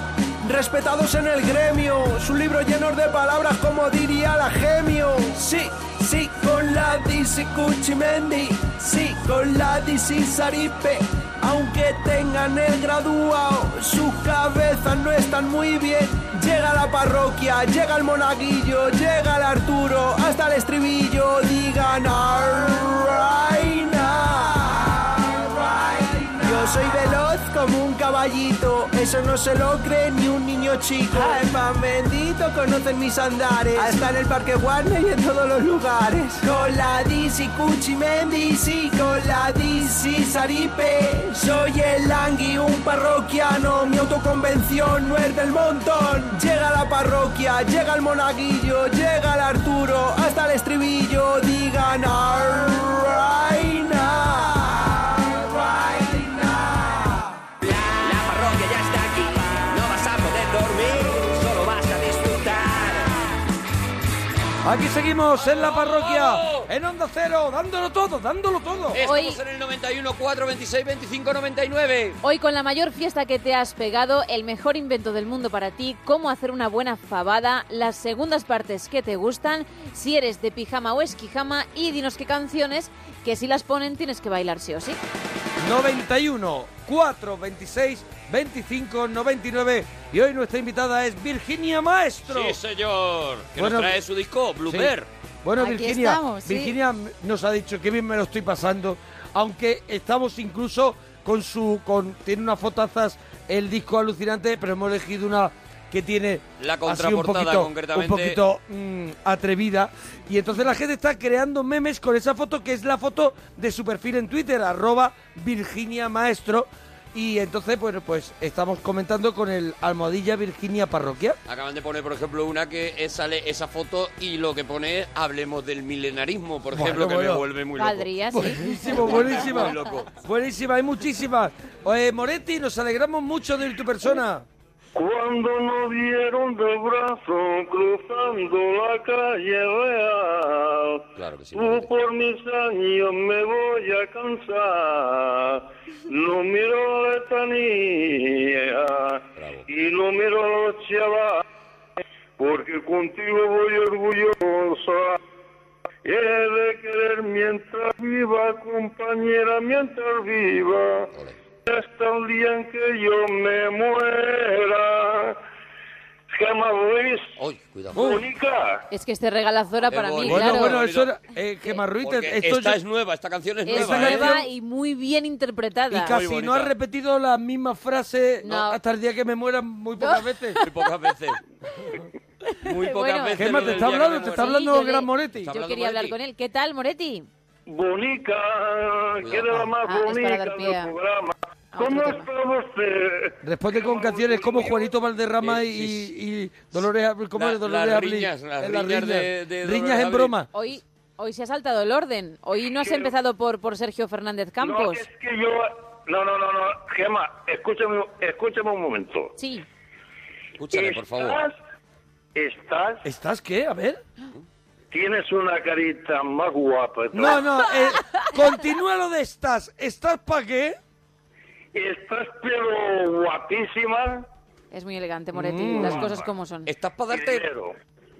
Respetados en el gremio. Sus libros llenos de palabras como diría la gemio. Sí, sí, con la DC Cuchimendi. Sí, con la DC Saripe. Aunque tengan el graduado, sus cabezas no están muy bien. Llega la parroquia, llega el monaguillo, llega el Arturo, hasta el estribillo, digan Arraina. Yo soy veloz como un caballito, eso no se lo cree ni un niño chico. Ay, pan bendito, conocen mis andares, hasta en el Parque Warner y en todos los lugares. Con la DC Cuchi Mendy, sí, con la DC Saripe. Soy el Langui, un parroquiano, mi autoconvención no es del montón. Llega la parroquia, llega el monaguillo, llega el Arturo, hasta el estribillo, digan Arraina.
La parroquia ya está aquí, no vas a poder dormir, solo vas a disfrutar.
Aquí seguimos en la parroquia, en Onda Cero, dándolo todo, dándolo todo.
Estamos
en el 91 4 26 25 99.
Hoy con la mayor fiesta que te has pegado, el mejor invento del mundo para ti, cómo hacer una buena fabada, las segundas partes que te gustan, si eres de pijama o esquijama y dinos qué canciones que si las ponen tienes que bailar sí o sí.
91 4 26 25 99. Y hoy nuestra invitada es Virginia Maestro.
Sí, señor. Que
Bueno,
nos trae su disco, Blue
Sí.
Bear.
Bueno,
Aquí
Virginia,
estamos, sí.
Virginia nos ha dicho que bien me lo estoy pasando, aunque estamos incluso con su. Con, tiene unas fotazas, el disco alucinante, pero hemos elegido una que tiene
La
así un
contraportada,
poquito,
concretamente.
un poquito mm, atrevida. Y entonces la gente está creando memes con esa foto, que es la foto de su perfil en Twitter, arroba Virginia Maestro. Y entonces, bueno, pues estamos comentando con el almohadilla Virginia Parroquia.
Acaban de poner, por ejemplo, una que es- sale esa foto y lo que pone es hablemos del milenarismo, por
Bueno,
ejemplo, que
bueno.
me vuelve muy loco.
Valdría, sí.
Buenísimo, buenísima.
Muy loco.
Buenísima, hay muchísimas. Eh, Moretti, nos alegramos mucho de ir tu persona.
Cuando nos dieron de brazo cruzando la calle real,
Claro que sí.
tú por mis años me voy a cansar. No miro la letanía y no miro a los chavales, porque contigo voy orgullosa. He de querer mientras viva, compañera, mientras viva hasta el día en que yo me muera. Gemma Ruiz.
cuidado.
Mónica.
Es que este regalazo era para mí,
bueno,
claro.
bueno, eso era. Eh, Gemma Ruiz,
Porque
esto
esta
yo-
es nueva, esta canción es
Es
nueva. ¿eh?
nueva y muy bien interpretada.
Y casi no ha repetido la misma frase
No.
hasta el día que me mueran muy pocas veces.
Muy pocas veces. Muy pocas
Bueno.
veces.
Gemma,
lo
te
del
está
día que me
hablando, te está
muera.
hablando
Sí, yo
Gran
le- Está
Moretti.
Yo
hablando
quería
Moretti.
hablar con él. ¿Qué tal, Moretti?
Bonica, que era la más
Ah, es para
bonita
dar
del
pie a-
programa. ¿Cómo este? está usted?
Responde con canciones como Juanito Valderrama y, y Dolores Abril. ¿Cómo
La-
es Dolores
las
Abril?
riñas, las
Eh,
riñas de- de
Riñas
Dolores
en
Abril.
broma.
Hoy, hoy se ha saltado el orden. Hoy no has empezado por, por Sergio Fernández
No,
Campos.
es que yo... No, no, no, no. Gemma, escúchame, escúchame un momento.
Sí.
Escúchame, por favor.
¿Estás?
¿Estás qué? A ver.
Tienes una carita más guapa. ¿no?
No, no, eh, continúa lo de estás. ¿Estás para qué?
Estás pero guapísima.
Es muy elegante, Moretti.
Mm.
Las cosas como son.
¿Estás para
Primero.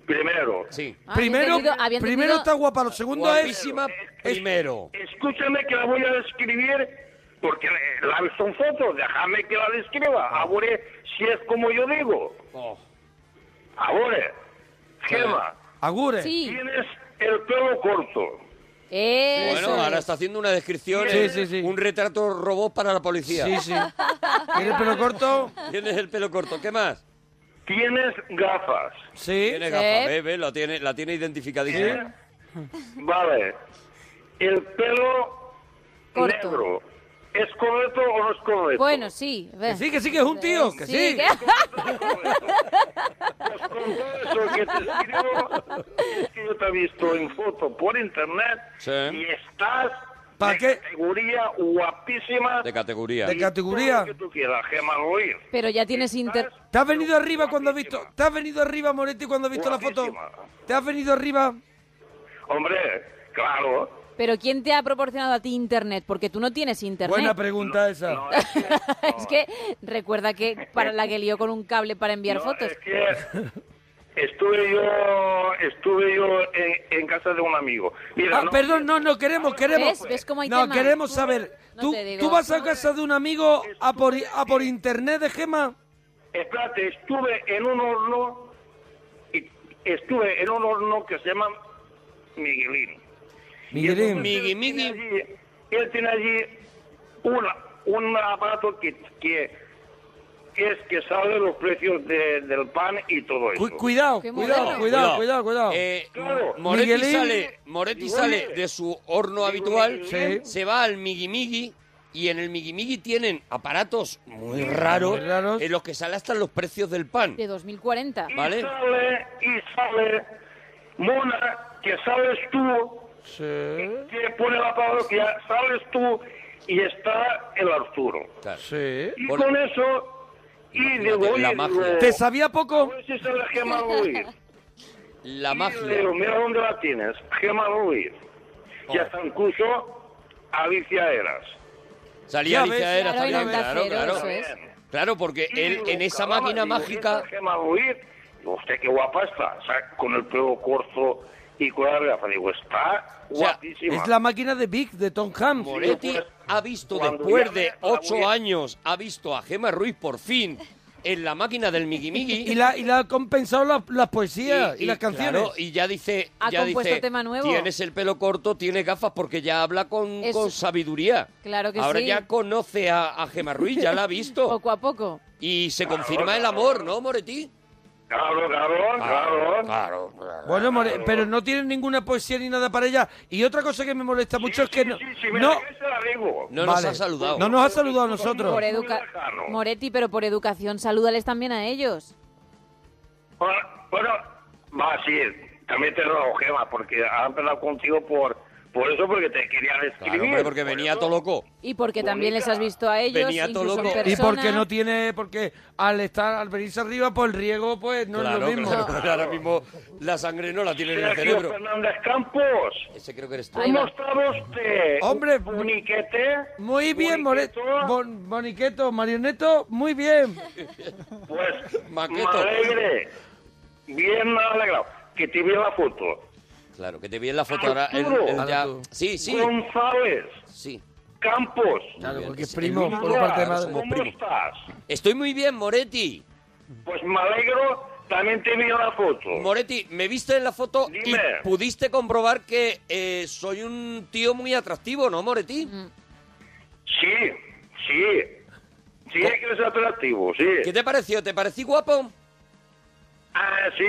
Primero.
Sí.
Ah,
primero
había entendido- había
primero
entendido-
está guapa, lo segundo es...
Guapísima primero.
Escúchame que la voy a describir porque eh, la son fotos. Déjame que la describa. Ahora, si es como yo digo. Ahora, Gema,
Agure.
Sí.
tienes el pelo corto.
Eso
Bueno, ahora
es.
está haciendo una descripción,
Sí,
eh,
sí, sí.
un retrato robot para la policía.
Sí, sí. ¿Tienes pelo corto?
Tienes el pelo corto, ¿qué más?
Tienes gafas.
Sí.
Tiene gafas, ve, ve, la tiene, la tiene identificadísima.
Vale. El pelo
Corto.
negro. ¿Es correcto o no es correcto?
Bueno, sí. ve.
Que sí, que sí, que es un tío, que sí.
Con todo eso que te escribo, es que yo te he visto en foto por internet
Sí.
y estás
¿Para
de
qué?
categoría guapísima.
De categoría.
De categoría.
Todo lo que tú quieras, Gemma Ruiz.
Pero ya tienes inter...
¿Te has venido arriba cuando has visto? ¿Te has venido arriba, Moretti, cuando has visto la foto?
Guapísima.
¿Te has venido arriba?
Hombre, claro.
Pero ¿quién te ha proporcionado a ti internet? Porque tú no tienes internet.
Buena pregunta esa.
es que recuerda que para la que lió con un cable para enviar
No,
fotos.
es que estuve yo, estuve yo en, en casa de un amigo. Mira,
Ah,
no,
perdón, no, no queremos, queremos.
¿Ves? ¿Ves cómo hay
no,
tema?
queremos saber.
No
¿Tú,
te digo.
tú vas a casa de un amigo a por, a por internet de Gema?
Espérate, estuve en un horno, y- estuve en un horno que se llama Miguelín.
Miguelín.
Migui, migui.
Allí, él tiene allí una, un aparato que, que es que sabe los precios de- del pan y todo eso.
Cu- cuidado,
Qué
cuidado,
moderno.
cuidado, cuidado, cuidado.
Eh,
Claro.
Moretti
Miguelín.
sale, Moretti
Miguel.
sale de su horno habitual,
Sí.
se va al Migi Migi y en el Migi Migi tienen aparatos muy raros,
Muy raros.
en los que sale hasta los precios del pan.
De 2040.
y
¿vale?
sale, y sale, Mona, que sabes tú,
Sí,
que pone la parroquia, sabes tú, y está el Arturo.
Claro.
sí.
Y
Bueno.
con eso, y digo,
la
oye,
magia.
digo,
¿Te sabía
a
poco?
ver si sale Gemma Ruiz.
La
Y
magia.
digo, mira dónde la tienes, Gemma Ruiz.
Oh.
Y hasta incluso Alicia Eras.
Salía
Ya
Alicia
ves.
Eras
Claro,
también,
en Onda
claro,
Cero,
claro.
eso es.
Claro, porque
Y
él
digo,
en esa
caramba,
máquina
digo,
mágica
esta Gemma Ruiz, digo, usted qué guapa está, o sea, con el pelo corto y con la gafa. Digo, está
sea, eh,
guapísima.
Es la máquina de Big, de Tom Hanks.
Moretti
pues,
ha visto
cuando
después
ya
de
me la voy
ocho
a-
años, ha visto a Gemma Ruiz por fin en la máquina del Migi Migi.
Y la, y la ha compensado la- las poesías y, las canciones.
claro, y ya dice,
Ha
ya
compuesto
dice,
tema nuevo.
tienes el pelo corto, tienes gafas, porque ya habla con,
Eso.
con sabiduría.
Claro que
Ahora
sí.
ya conoce a, a Gemma Ruiz, ya la ha visto.
Poco a poco.
Y se confirma el amor, ¿no, Moretí?
Claro, claro,
claro.
Bueno, More- pero no tiene ninguna poesía ni nada para ella. Y otra cosa que me molesta mucho es que no...
me
no,
No nos
Vale.
ha saludado.
No nos ha saludado a nosotros.
Por educa- Moretti, pero por educación, salúdales también a ellos.
Bueno, va, sí, también te robo, Gema, porque ha empezado contigo por, por eso, porque te querían escribir.
Claro, hombre, porque venía todo loco.
Y porque también les has visto a ellos. incluso en
Y
persona.
porque no tiene... Porque al estar, al venirse arriba, pues el riego pues no
claro,
es lo mismo.
claro, claro, ahora mismo la sangre no la tiene en el
Sergio
cerebro.
Fernández Campos.
Ese creo que eres tú.
¿Cómo está usted?
Hombre,
Boniquete.
Muy bien, More- Bon- Boniqueto, Marioneto, muy bien.
Pues,
Maqueto.
me alegre. Bien alegrado. Que te vi la foto.
Claro, que te vi en la foto ahora. él-
Arturo.
él ya... Sí, sí.
González.
Sí.
Campos.
Claro, porque
es primo, por parte de madre.
¿Cómo estás?
Estoy muy bien, Moretti.
Pues me alegro. También te vi la foto.
Moretti, me viste en la foto y pudiste comprobar que eh, soy un tío muy atractivo, ¿no, Moretti?
Sí, sí. Sí, es que eres atractivo, sí.
¿Qué te pareció? ¿Te parecí guapo?
Ah, sí.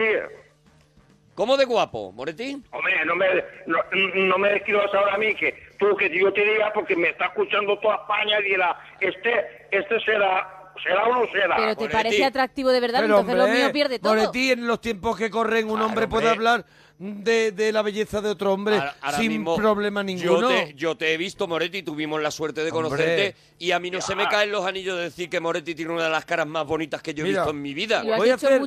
¿Cómo de guapo, Moretti?
Hombre, no me, no, no me describas ahora a mí que tú que yo te diga porque me está escuchando toda España y dirá, este, este será, será o no será.
Pero te parece atractivo de verdad,
Pero,
entonces lo
hombre,
mío pierde todo.
Moretti, en los tiempos que corren, un hombre puede hablar de, de la belleza de otro hombre
Ahora- ahora
sin
mismo
problema
Yo
ninguno.
te, yo te he visto, Moretti, tuvimos la suerte de
Hombre.
conocerte y a mí no se me caen los anillos de decir que Moretti tiene una de las caras más bonitas que yo he
Mira,
visto en mi vida.
Voy a hacer,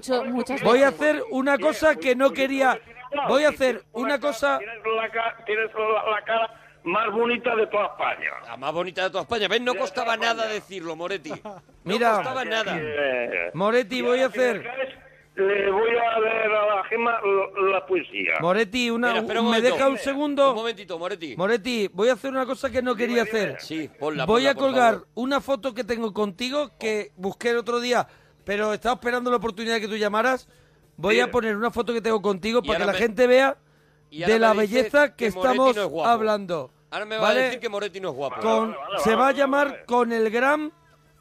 voy a hacer una cosa que no quería. Voy a hacer una cosa.
Tienes, la, ca- tienes la- la cara más bonita de toda España.
La más bonita de toda España. ¿Ves? No costaba nada decirlo, Moretti. No costaba
Mira,
nada.
Moretti, voy a hacer.
Le voy a leer a la Gema la, la poesía.
Moretti, una,
Espera, espera un
me
momento.
deja un segundo.
Un momentito, Moretti.
Moretti, voy a hacer una cosa que no quería hacer.
Sí, ponla,
voy
ponla,
a
por
colgar
favor.
una foto que tengo contigo que busqué el otro día, pero estaba esperando la oportunidad que tú llamaras. Voy
Sí.
a poner una foto que tengo contigo para que
ahora
la
me-
gente vea
y ahora
de la
me dice
belleza que,
que Moretti no
estamos
es guapo.
hablando.
Ahora me va
¿vale?
a decir que Moretti no es guapo.
Con- se va a llamar con el gran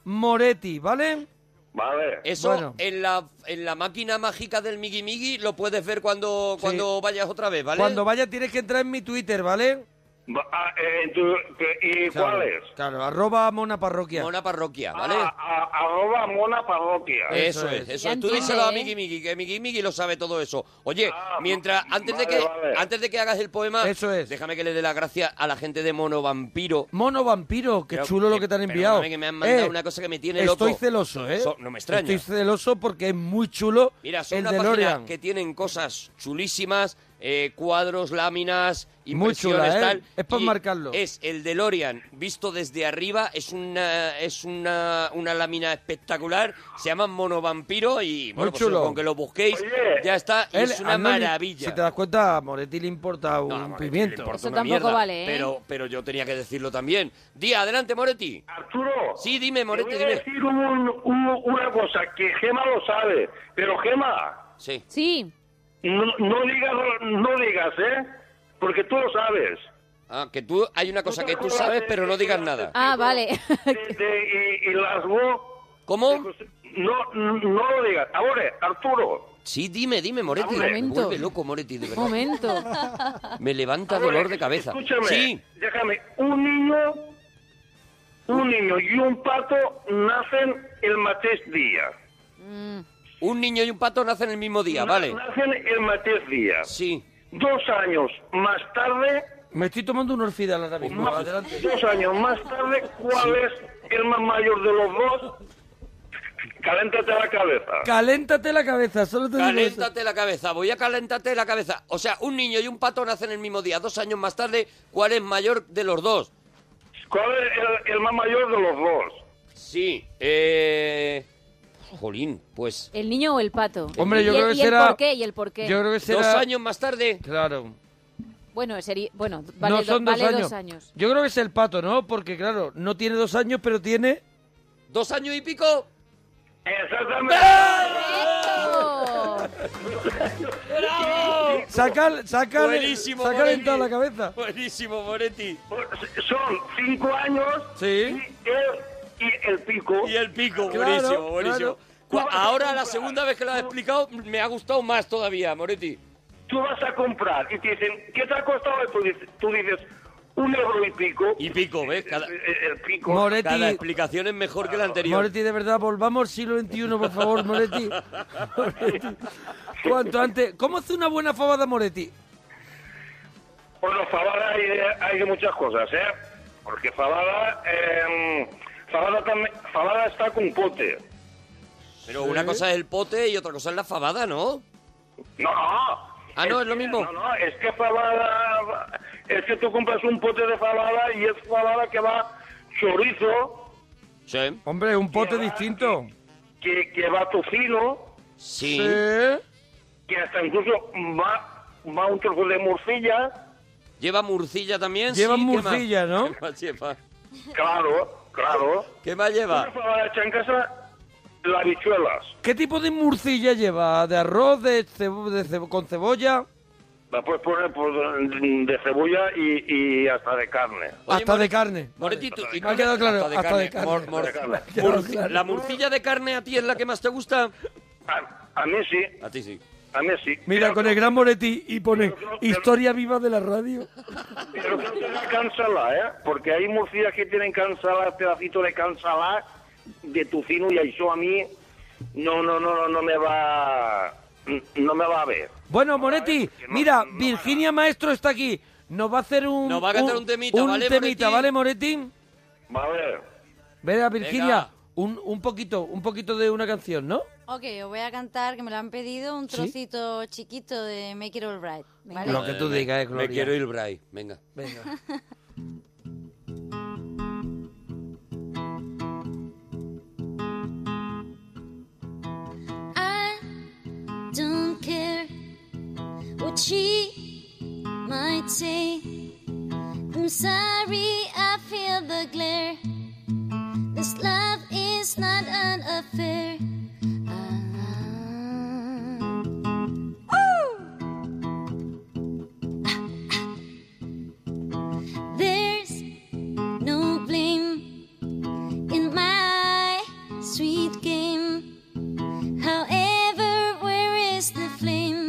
Moretti, ¿vale?
Vale.
Eso
Bueno.
en, la, en la máquina mágica del Migi Migi lo puedes ver cuando, cuando vayas otra vez, ¿vale?
Cuando vaya tienes que entrar en mi Twitter, ¿vale?
Va- ah, eh, tú- que- ¿Y
Claro,
cuál es?
Claro, arroba mona parroquia.
Mona parroquia, ¿vale?
A- arroba mona parroquia.
Eso es, eso es. Tú díselo a
¿eh?
Miki Miki, que Miki Miki lo sabe todo eso. Oye, mientras, antes de
Ah, vale,
que
vale.
antes de que hagas el poema, déjame que le dé las gracias a la gente de Mono Vampiro.
Mono vampiro, qué
Pero-
chulo lo que te han
perdóname
enviado.
que me han mandado
Eh,
una cosa que me tiene loco.
Estoy celoso, ¿eh?
So- no me extraña.
Estoy celoso porque es muy chulo
Mira, son
el
una
de
página
Lorian.
que tienen cosas chulísimas, eh, cuadros, láminas,
Muy chula,
impresiones,
¿eh?
tal.
Es por
y
marcarlo.
Es el DeLorean visto desde arriba, es una es una, una lámina espectacular, se llama Monovampiro y bueno, pues,
chulo.
con que lo busquéis ya está, y es
Él-
una
a Nani,
maravilla.
Si te das cuenta, a Moretti le importa un pimiento.
Importa una mierda,
¿eh?
Pero, pero yo tenía que decirlo también. Día, adelante, Moretti.
Arturo.
Sí, dime,
Te voy
Moretti,
a
dime.
decir un- un- una cosa que Gema lo sabe, pero Gema.
Sí.
Sí.
No, no digas, no digas, ¿eh? Porque tú lo sabes.
Ah, que tú, hay una cosa que tú sabes, pero no digas nada.
Ah, vale.
De- de- y, y las vo-
¿Cómo?
No, no lo digas. Ahora, Arturo.
Sí, dime, dime, Moretti.
Un
Me
momento.
vuelve loco, Moretti, de verdad.
Momento.
Me levanta
Ahora,
dolor de cabeza.
Escúchame.
Sí,
Déjame. Un niño, un niño y un pato nacen el mateix día. Mm.
un niño y un pato nacen el mismo día, vale.
Nacen el mateix día.
Sí.
Dos años más tarde
Me estoy tomando un orfidal ahora mismo.
Más-
Adelante.
Dos años más tarde, ¿cuál es el más mayor de los dos? Caléntate la cabeza.
Caléntate la cabeza, solo te digo eso.
Caléntate la cabeza, voy a calentarte la cabeza. O sea, un niño y un pato nacen el mismo día. Dos años más tarde, ¿cuál es mayor de los dos?
¿Cuál es el, el más mayor de los dos?
Sí, eh... Jolín, pues...
¿El niño o el pato?
Hombre, yo
¿Y el-
creo que
¿Y el
será-
por qué? ¿Y el por qué?
Dos años más tarde.
Claro.
Bueno, sería... Bueno, vale,
no
do-
son
vale
dos, años. Yo creo que es el pato, ¿no? Porque, claro, no tiene dos años, pero tiene...
¿Dos años y pico?
Sacar, sacar,
Buenísimo,
sacar en
Moretti.
toda la cabeza.
Buenísimo, Moretti.
Son cinco años y, el, y el pico.
Y el pico, Ah,
Claro,
buenísimo, buenísimo.
claro.
Cu- Ahora, la segunda vez que lo has explicado, me ha gustado más todavía, Moretti.
Tú vas a comprar y te dicen, ¿qué te ha costado? Y tú dices, tú dices, un euro y pico.
Y pico, ¿ves? Cada,
el pico.
Moretti-
Cada explicación es mejor que la anterior.
Moretti, de verdad, volvamos al siglo XXI, por favor, Moretti. Moretti. Cuanto antes. ¿Cómo hace una buena fabada, Moretti?
Bueno, fabada hay de, hay de muchas cosas, ¿eh? Porque fabada, eh, fabada, también, fabada está con pote.
Pero una cosa es el pote y otra cosa es la fabada, ¿no?
No, no.
Ah, no, es lo mismo.
No, no, es que fabada, es que tú compras un pote de fabada y es fabada que va chorizo,
Hombre, un pote distinto.
que, que va tocino.
Sí.
Que hasta incluso va, va un trozo de morcilla.
¿Lleva murcilla también?
Lleva
Sí, ¿qué más?
murcilla, ¿no?
¿Qué más lleva?
Claro, claro.
¿Qué más lleva?
Una fabada hecha en casa, las habichuelas.
¿Qué tipo de murcilla lleva? ¿De arroz, de cebo- de cebo- con cebolla?
La puedes poner por- de cebolla y, y hasta de carne.
Hasta de carne.
Moretti, tú- y tú-
Ha quedado claro,
hasta de
hasta
carne.
de carne.
Mor- mor-
Hasta de carne.
murci- ¿La murcilla de carne a ti es la que más te gusta?
A, mí sí.
A ti sí.
A mí sí.
Mira, con el gran Moretti y pone historia viva de la radio.
Pero creo que la cansala, ¿eh? Porque hay morcillas que tienen cansala, pedacito de cansala, de tocino, y eso a mí no, no, no, no, no me va... No me va a ver.
Bueno, Moretti, mira, Virginia Maestro está aquí. Nos va a hacer un...
Nos va a cantar un temita,
un
¿vale,
temita,
Moretti?
¿vale, Moretti?
Vale.
Verá, Virginia, un, un poquito, un poquito de una canción, ¿no?
Ok, os voy a cantar, que me lo han pedido, un
¿Sí?
trocito chiquito de Make It All Right. ¿vale?
Lo que tú digas, eh, Gloria.
Me quiero ir, Bray. Venga.
Venga.
I don't care what she might say. I'm sorry I feel the glare. This love is not an affair. Ah. Woo! Ah, ah. There's no blame in my sweet game. However, where is the flame?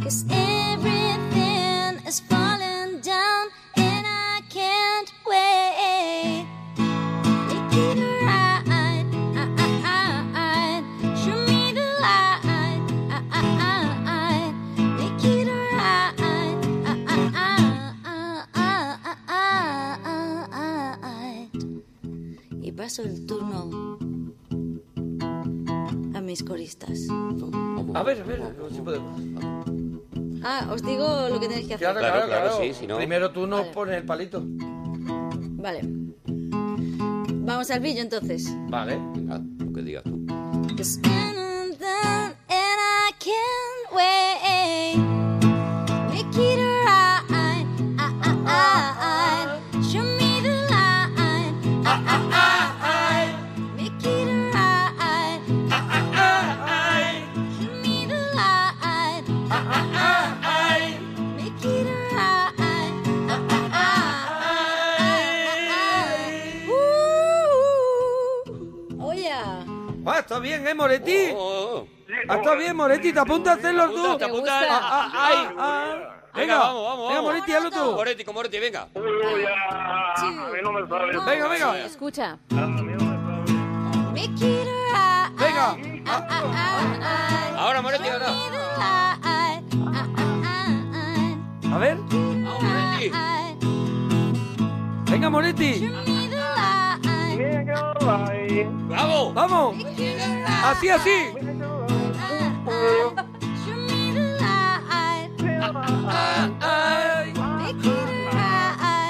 Cause everything is falling down and I can't wait. Make it right. Ah, ah, ah, ah. Show me the light. Ah, ah, ah, ah. Make it right. Ah, ah, ah, ah, ah, ah, ah, ah, ah, ah. Y paso el turno a mis coristas.
A ver, a ver, a ver si podemos.
Ah, os digo lo que tenéis que hacer.
Claro, claro, claro. Primero tú nos pones el palito.
Vale. Vamos al brillo entonces.
Vale. Venga, Ah, lo que digas tú.
Cause I'm done and I can't wait. Make it right. Ah, ah, ah, ah. Show me the light. Ah, ah, ah, ah. Make it right. Ah, ah, ah, ah. Show me the light. Ah, ah, ah, ah. Make it right. Ah, ah, ah, ah, ah, ah. Ooh. Oh yeah.
Ah, está bien, ¿eh, Moretti? Ah, está bien, Moretti, te apunta a hacerlo tú.
Oh, Te apunta- te apunta-
Ah, ah,
ay.
ah, ah.
Venga, vamos, vamos.
Venga,
vamos.
Moretti, hazlo tú.
Moretti, con Moretti, venga.
A mí no me sabe.
ah. Venga, venga.
Escucha.
Make it right.
Venga.
Ah, ah, ah, ah.
Ahora, Moretti, ahora.
Ah, ah, ah, ah,
A ver.
ah.
Venga, Moretti.
¡Bravo!
¡Vamos! ¡Así, así!
¡Vamos!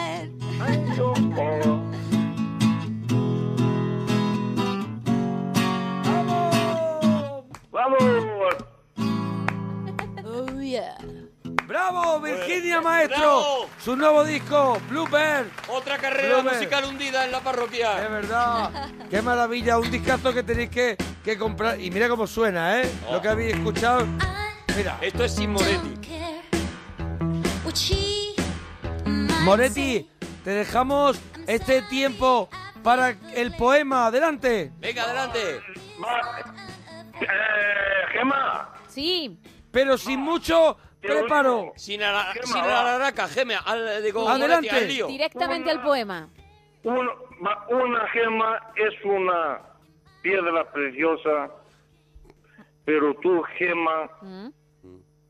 Oh yeah.
Oh,
¡Bravo, Virginia Maestro, su nuevo disco, Bluebird.
Otra carrera
Bloomer.
musical hundida en la parroquia.
Es verdad. Qué maravilla, un discazo que tenéis que, que comprar. Y mira cómo suena, ¿eh? Lo que habéis escuchado. Mira.
Oh. Esto es sin Moretti.
Moretti, te dejamos este tiempo para el poema. Adelante.
Venga, adelante.
Gema. Sí. Pero sin mucho preparo.
Sin, ala- sin alaraca, gema. Al, eh, digo,
Adelante.
Moretti, al lío.
Directamente al poema.
Uno- ma- una gema es una piedra preciosa, pero tú, gema,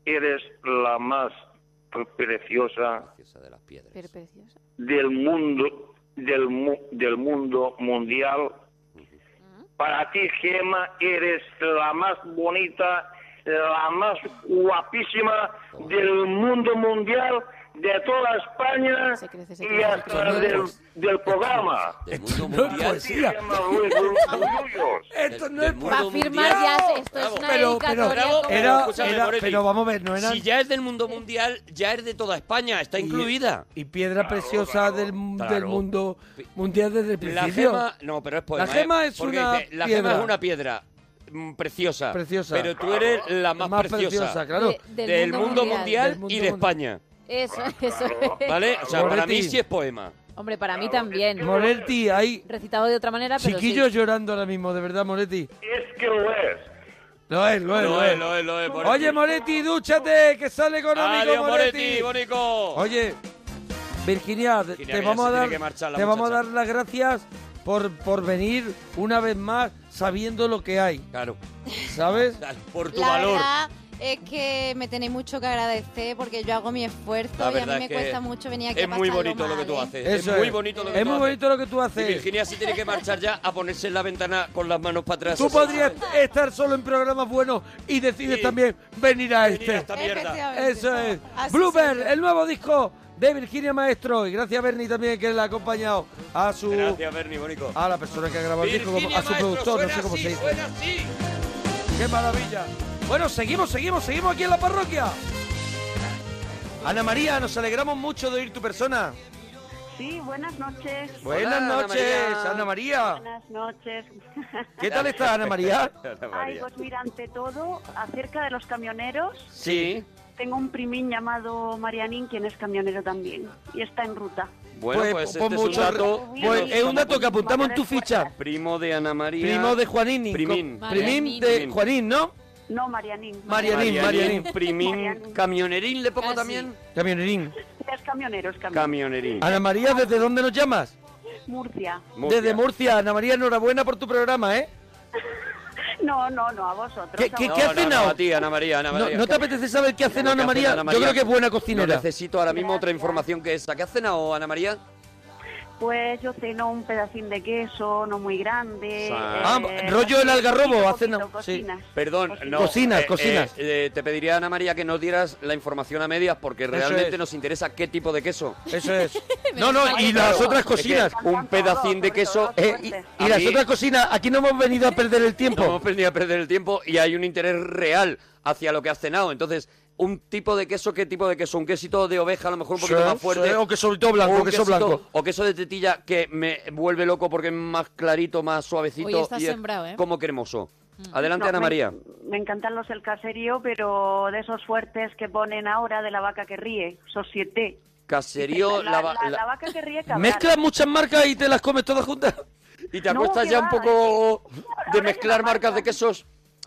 eres la más pre- preciosa
Pero preciosa.
del mundo, del, mu- del mundo mundial. Para ti, gema, eres la más bonita, la más guapísima del mundo mundial, de toda España y hasta del, del programa.
Esto
no es poesía. Esto no es
Va a firmar ya, esto es
Pero,
una
pero,
dedicatoria. como-
era-
escúchame,
era-
Moretti.
pero vamos a ver, no era...
Si ya es del mundo mundial, ya es de toda España, está incluida.
Y piedra preciosa del,
claro.
del mundo mundial desde el
La
principio.
gema, no, pero es poema.
La gema
¿eh?
es
Porque
una
dice, la
piedra.
gema es una piedra mm, preciosa.
Preciosa.
Pero tú eres la más,
Más preciosa, claro. De-
del,
del
mundo,
mundo mundial.
mundial,
Del mundo
y de España.
Eso, eso es.
¿Vale? O sea, para
Moretti.
mí sí es poema.
Hombre, para mí también.
Moretti, hay
Recitado de otra manera, pero
chiquillos
sí.
llorando ahora mismo, de verdad, Moretti.
Es que lo es.
Lo es, lo es,
Lo
lo
es,
es.
lo es, lo es, Moretti.
Oye, Moretti, dúchate, que sale económico,
Adiós,
Moretti.
Moretti, bonico.
Oye, Virginia,
Virginia,
te
que ya
vamos a
se tiene
dar,
que marchar la
te vamos a
muchacha.
dar las gracias por, por venir una vez más sabiendo lo que hay.
Claro.
¿Sabes?
Por
la verdad es que me tenéis mucho que agradecer porque yo hago mi
La
esfuerzo y a
verdad
mí me
que
cuesta mucho venir aquí
Es
a
muy
pasarlo
bonito lo que tú
mal, ¿eh?
haces.
Eso
es muy
es.
bonito lo que
Es
tú
muy
haces.
bonito lo que tú haces.
Y Virginia sí tiene que marchar ya a ponerse en la ventana con las manos para atrás.
Tú
así.
podrías estar solo en programas buenos y decides también venir a este.
a esta mierda. Efectivamente.
Eso es.
Así
Blooper, el nuevo disco de Virginia Maestro. Y gracias a Bernie también que le ha acompañado a su.
Gracias, Bernie, bonico.
A la persona que ha grabado el disco, como-
Virginia
a su
Maestro,
productor, no
suena
sé cómo
así,
se dice.
suena así.
¡Qué maravilla! Bueno, seguimos, seguimos, seguimos aquí en la parroquia. Ana María, nos alegramos mucho de oír tu persona.
Sí, buenas noches.
Buenas noches, Ana María.
Buenas noches.
¿Qué tal estás, Ana María?
Ay, pues mira, ante todo, acerca de los camioneros,
Sí.
tengo un primín llamado Marianín, quien es camionero también, y está en ruta.
Bueno, pues,
Pues,
este
pon
es un
mucho-
dato.
pues, es un dato que apuntamos en tu ficha.
Primo de Ana María.
Primo de Juanín. y-
Primín.
Primín de Juanín, ¿no?
No, Marianín.
Marianín, Marianín.
Primín. Camionerín, le pongo
Casi.
también.
Camionerín.
Es camionero, es camionero.
Camionerín.
Ana María, ¿desde dónde nos llamas?
Murcia.
Desde Murcia. Ana María, enhorabuena por tu programa, ¿eh?
No, no, no, a vosotros.
¿Qué-
a
qué-
vosotros.
qué ha
No, no,
cenado?
no, a ti, Ana María, Ana
No,
María.
¿no te apetece saber qué ha cenado Ana María?
Ana
Yo creo que es buena cocinera.
No necesito ahora mismo otra información que esa. ¿Qué ha cenado Ana María?
Pues yo ceno un pedacín de queso, no muy grande.
Ah,
eh,
rollo el algarrobo,
poquito,
ha cenado,
poquito,
sí.
cocinas.
Perdón, no.
Cocinas, cocinas.
eh, te pediría, Ana María, que no dieras la información a medias porque realmente nos interesa qué tipo de queso.
Eso es. No, no, y las otras cocinas.
Es que un pedacín de queso.
Eh, y, y las otras cocinas, aquí no hemos venido a perder el tiempo.
No hemos perdido a perder el tiempo y hay un interés real hacia lo que has cenado. Entonces, un tipo de queso, ¿qué tipo de queso? Un quesito de oveja, a lo mejor un poquito
Sí,
más fuerte.
sí, o queso blanco,
un
o queso blanco.
O queso de tetilla que me vuelve loco porque es más clarito, más suavecito.
Hoy estás
y es
sembrado, ¿eh?
Como cremoso. Adelante,
No,
Ana
me-
María.
Me encantan los del caserío, pero de esos fuertes que ponen ahora de la vaca que ríe, esos siete.
Caserío,
la,
la,
la-
la-
la vaca que ríe cabral.
Mezclas muchas marcas y te las comes todas juntas.
Y te
No,
acuestas
que
ya
va,
un poco de mezclar marcas de quesos.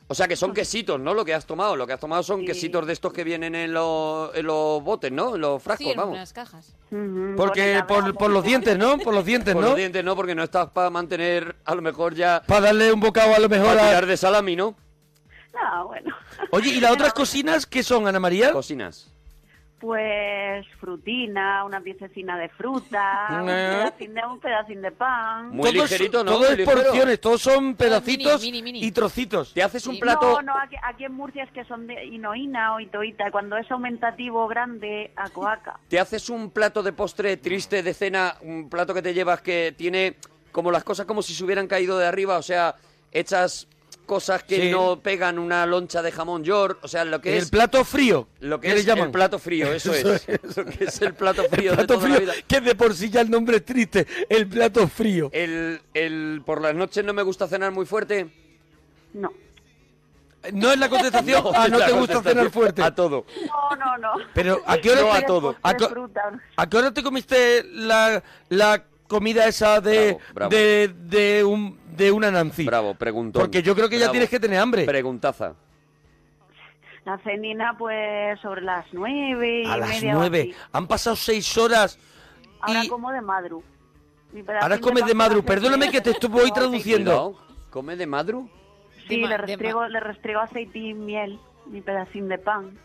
O sea,
Mm.
que son quesitos, ¿no? Lo que has tomado. Lo que has tomado son quesitos de estos que vienen en los, en los botes, ¿no? En los frascos,
Sí, en
vamos.
unas cajas.
Porque por, por los dientes, ¿no? Por los dientes,
Por
¿no?
los dientes, ¿no? Porque no estás para mantener, a lo mejor ya...
Para darle un bocado a lo mejor
Para
a...
tirar de salami, ¿no?
No, bueno,
Oye, ¿y las otras cocinas qué son, Ana María?
Cocinas.
pues frutina, una piececina de fruta, un,
Eh.
pedacín de, un pedacín de pan.
ligerito, ¿no?
Todo
Muy
es
ligero.
porciones, todos son pedacitos
mini, mini, mini.
y trocitos.
Te haces
No, no, aquí, aquí en Murcia es que son de hinoína o itoíta. Cuando es aumentativo grande, a coaca.
Te haces un plato de postre triste de cena, un plato que te llevas que tiene como las cosas como si se hubieran caído de arriba, o sea, hechas cosas que
Sí.
no pegan una loncha de jamón york, o sea, lo que es...
El plato frío.
Lo que
¿qué le
es
llaman?
el plato frío, eso, es. Lo que es el plato frío de
plato
toda la
frío,
vida.
que de por sí ya el nombre es triste. El plato frío.
El, el- por las noches no me gusta cenar muy fuerte.
No.
No es la contestación. ah,
es
no
la
te gusta
contestación.
cenar fuerte.
A todo.
No, no, no.
Pero ¿a qué hora
No
te-
a
todo.
¿A, qué- a qué hora te comiste la, la comida esa de de de un de una Nancy?
Bravo, preguntón.
Porque yo creo que ya
Bravo.
tienes que tener hambre.
Preguntaza.
La cenina, pues, sobre las nueve y
A las
media o
nueve.
así.
Han pasado seis horas.
Ahora como de madru. Mi pedacín
Ahora comes de
pastel
madru.
hace
Perdóname que te estoy traduciendo.
¿Come de madru?
Sí,
De ma-
le,
de
restriego, le restriego aceite y miel, mi pedacín de pan.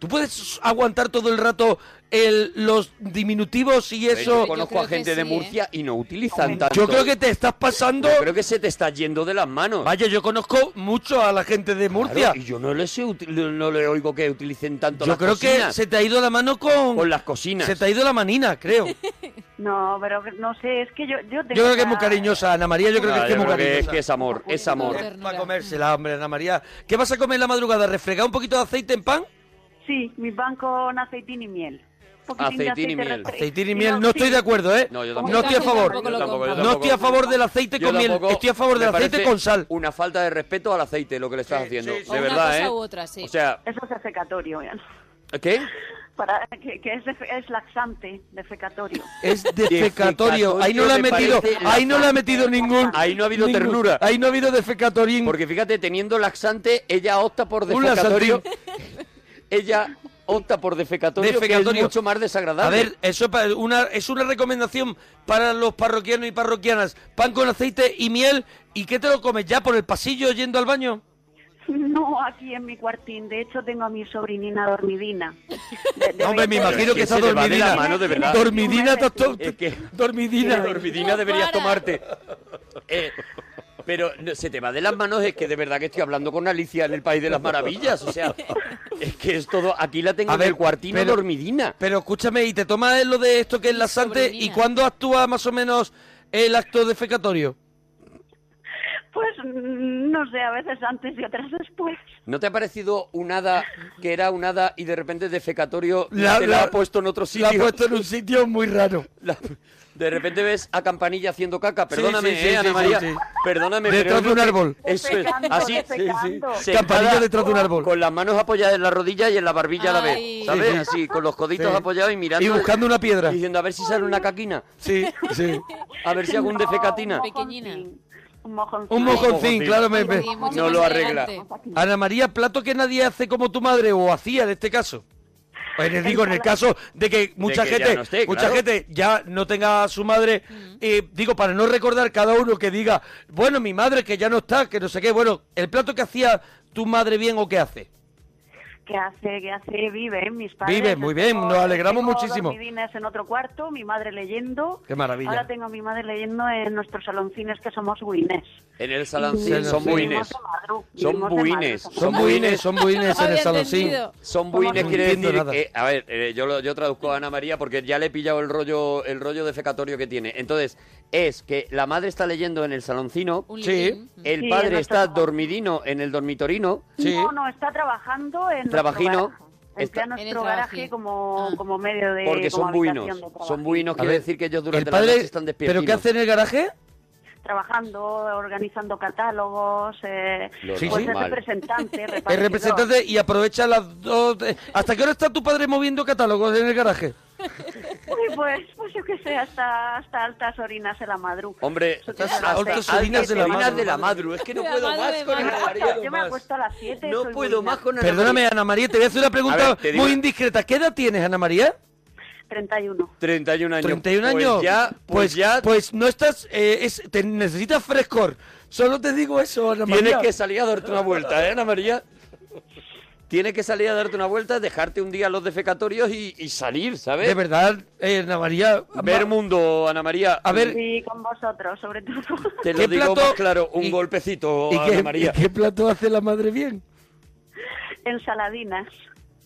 ¿Tú puedes aguantar todo el rato el, los diminutivos y
Hombre,
eso?
yo conozco a gente de Murcia y no utilizan tanto.
Yo creo que te estás pasando.
Yo creo que se te está yendo de las manos.
Vaya, yo conozco mucho a la gente de Murcia.
Claro, y yo no les he uti- no le oigo que utilicen tanto
Yo
las
creo que
cocinas.
se te ha ido la mano con.
Con las cocinas.
Se te ha ido la manina, creo.
No, pero que- no sé, es que yo... Yo, tengo
Yo creo que es muy
la-
cariñosa, Ana María. Yo creo
Ah,
que es que es
yo
muy
creo que es
cariñosa.
que es amor, es amor.
Para comérsela, hombre, Ana María. ¿Qué vas a comer en la madrugada? ¿Refregar un poquito de aceite en pan?
Sí, mi pan con aceitín y miel. Un poquitín de aceite restri-
Aceitín y
y
miel, no estoy de acuerdo, ¿eh? No,
yo tampoco.
estoy a
Yo
favor.
tampoco lo compro. Yo
No
tampoco.
estoy a favor del aceite
Yo
con miel,
tampoco-
estoy a favor
me
del aceite
parece
con sal.
Una falta de respeto al aceite, lo que le estás haciendo.
sí, sí.
De
O una
verdad,
cosa
¿eh?
u otra, sí.
O sea,
Eso es defecatorio, ya.
¿qué?
Para, que, que es, defe- es laxante, defecatorio.
Es defecatorio. Ahí no le ha
me
metido,
parece
ahí no le ha
laxante.
metido ningún.
Ahí no ha habido
ningún-
ternura.
Ahí no ha habido defecatorín.
Porque fíjate, teniendo laxante, ella opta por
Un laxantín.
defecatorio. ella opta por defecatorio, que es
Defecatorio.
mucho más desagradable.
A ver, eso es pa- una, es una recomendación para los parroquianos y parroquianas. Pan con aceite y miel. ¿Y qué te lo comes? ¿Ya por el pasillo yendo al baño?
No, aquí en mi cuartín. De hecho, tengo a mi sobrinina dormidina.
No, hombre, me imagino que
Pero es que
está
se le va de
dormidina.
la mano, de verdad.
Dormidina, estás to-
Es que-
dormidina.
dormidina deberías tomarte. Eh, pero no, se te va de las manos, es que de verdad que estoy hablando con Alicia en el País de las Maravillas. O sea, es que es todo. Aquí la tengo
A
en
ver,
el cuartino
pero-
dormidina.
Pero escúchame, ¿y te tomas lo de esto que es laxante? ¿Y cuándo actúa más o menos el acto defecatorio?
Pues mm, no sé, a veces antes y otras después.
¿No te ha parecido un hada que era un hada y de repente defecatorio
La-
te la,
la-
ha puesto en otro
La
sitio?
ha puesto en un sitio muy raro.
De repente ves a Campanilla haciendo caca.
Sí,
Perdóname,
sí, sí,
eh,
sí,
Ana
sí,
María.
sí.
Perdóname.
Detrás
pero es
de
lo
un
que-
árbol.
Eso es.
Defecando,
Así.
defecando.
sentada
Campanilla detrás de un árbol.
Con las manos apoyadas en la rodilla y en la barbilla a la
Ay.
vez. ¿Sabes?
Sí, sí.
Así, con los coditos
Sí.
apoyados y mirando.
Y buscando una piedra.
Diciendo, a ver si sale una caquina.
Sí, sí.
A ver si hago un defecatina.
Pequeñina. Un mojoncín.
Un mojoncín, claro, me, me-
No lo arregla.
Ana María, plato que nadie hace como tu madre o hacía en este caso. Pues les digo, en el caso de que mucha
que ya
gente,
no esté,
mucha
claro.
gente ya no tenga a su madre, eh, digo, para no recordar cada uno que diga, bueno, mi madre que ya no está, que no sé qué, bueno, el plato que hacía tu madre bien o qué hace.
¿Qué hace? ¿Qué hace? Vive, ¿eh? mis padres.
Vive, muy bien, nos alegramos
Tengo
muchísimo.
dormidinas en otro cuarto, mi madre leyendo.
Qué maravilla.
Ahora tengo a mi madre leyendo en nuestros saloncines que somos buinés.
En el salancín
Sí,
son
sí.
buines. Son
Vivimos de
buines.
Madrid,
Son buines, son buines en el saloncín.
Son
buines
buines, quiere decir que- a ver, eh, yo, lo- yo traduzco a Ana María porque ya le he pillado el rollo, el rollo defecatorio que tiene. Entonces, es que la madre está leyendo en el saloncino,
Un Sí.
el
Sí, en
padre
nuestro
está dormidino en el dormitorino,
No, no, está trabajando en nuestro
trabajino,
garaje. Emplea
está-
nuestro garaje como, como medio de...
porque
como
son
habitación
buinos.
de trabajo.
Son buinos,
A
quiere
ver,
decir que ellos
El
durante la
padre,
noche están despiertos.
¿pero qué hace en el garaje?
Trabajando, organizando catálogos, eh,
Lo Sí,
pues
sí.
es
normal.
representante,
El
repartidor.
representante y aprovecha las dos... de- ¿Hasta qué hora está tu padre moviendo catálogos en el garaje?
Uy, pues, pues yo qué sé, hasta, hasta altas orinas de la madru.
Hombre,
Estas
hasta
altas
altas
orinas de la
orinas
madru.
de la madru. Es que no
La
puedo
madre
más
de
con Ana
madru.
María.
Yo me acuesto a las 7.
No puedo más con Ana
Perdóname,
María.
Ana María, te voy a hacer una
A
pregunta
ver, te digo-
muy indiscreta. ¿Qué edad tienes, Ana María?
31.
31 años.
31
Pues
años.
ya, pues, ya
Pues no estás... eh, es- te necesitas frescor. Solo te digo eso, Ana María.
Tienes que salir a darte una vuelta, ¿eh, Ana María? Tienes que salir a darte una vuelta, dejarte un día los defecatorios y, y salir, ¿sabes?
De verdad, eh, Ana María...
Ver
ma-
mundo, Ana María.
A ver-
Sí, con vosotros, sobre todo.
Te lo
¿Qué
digo
plato-
más claro, un golpecito,
¿Y
Ana
qué,
María.
y qué plato hace la madre bien?
Ensaladinas.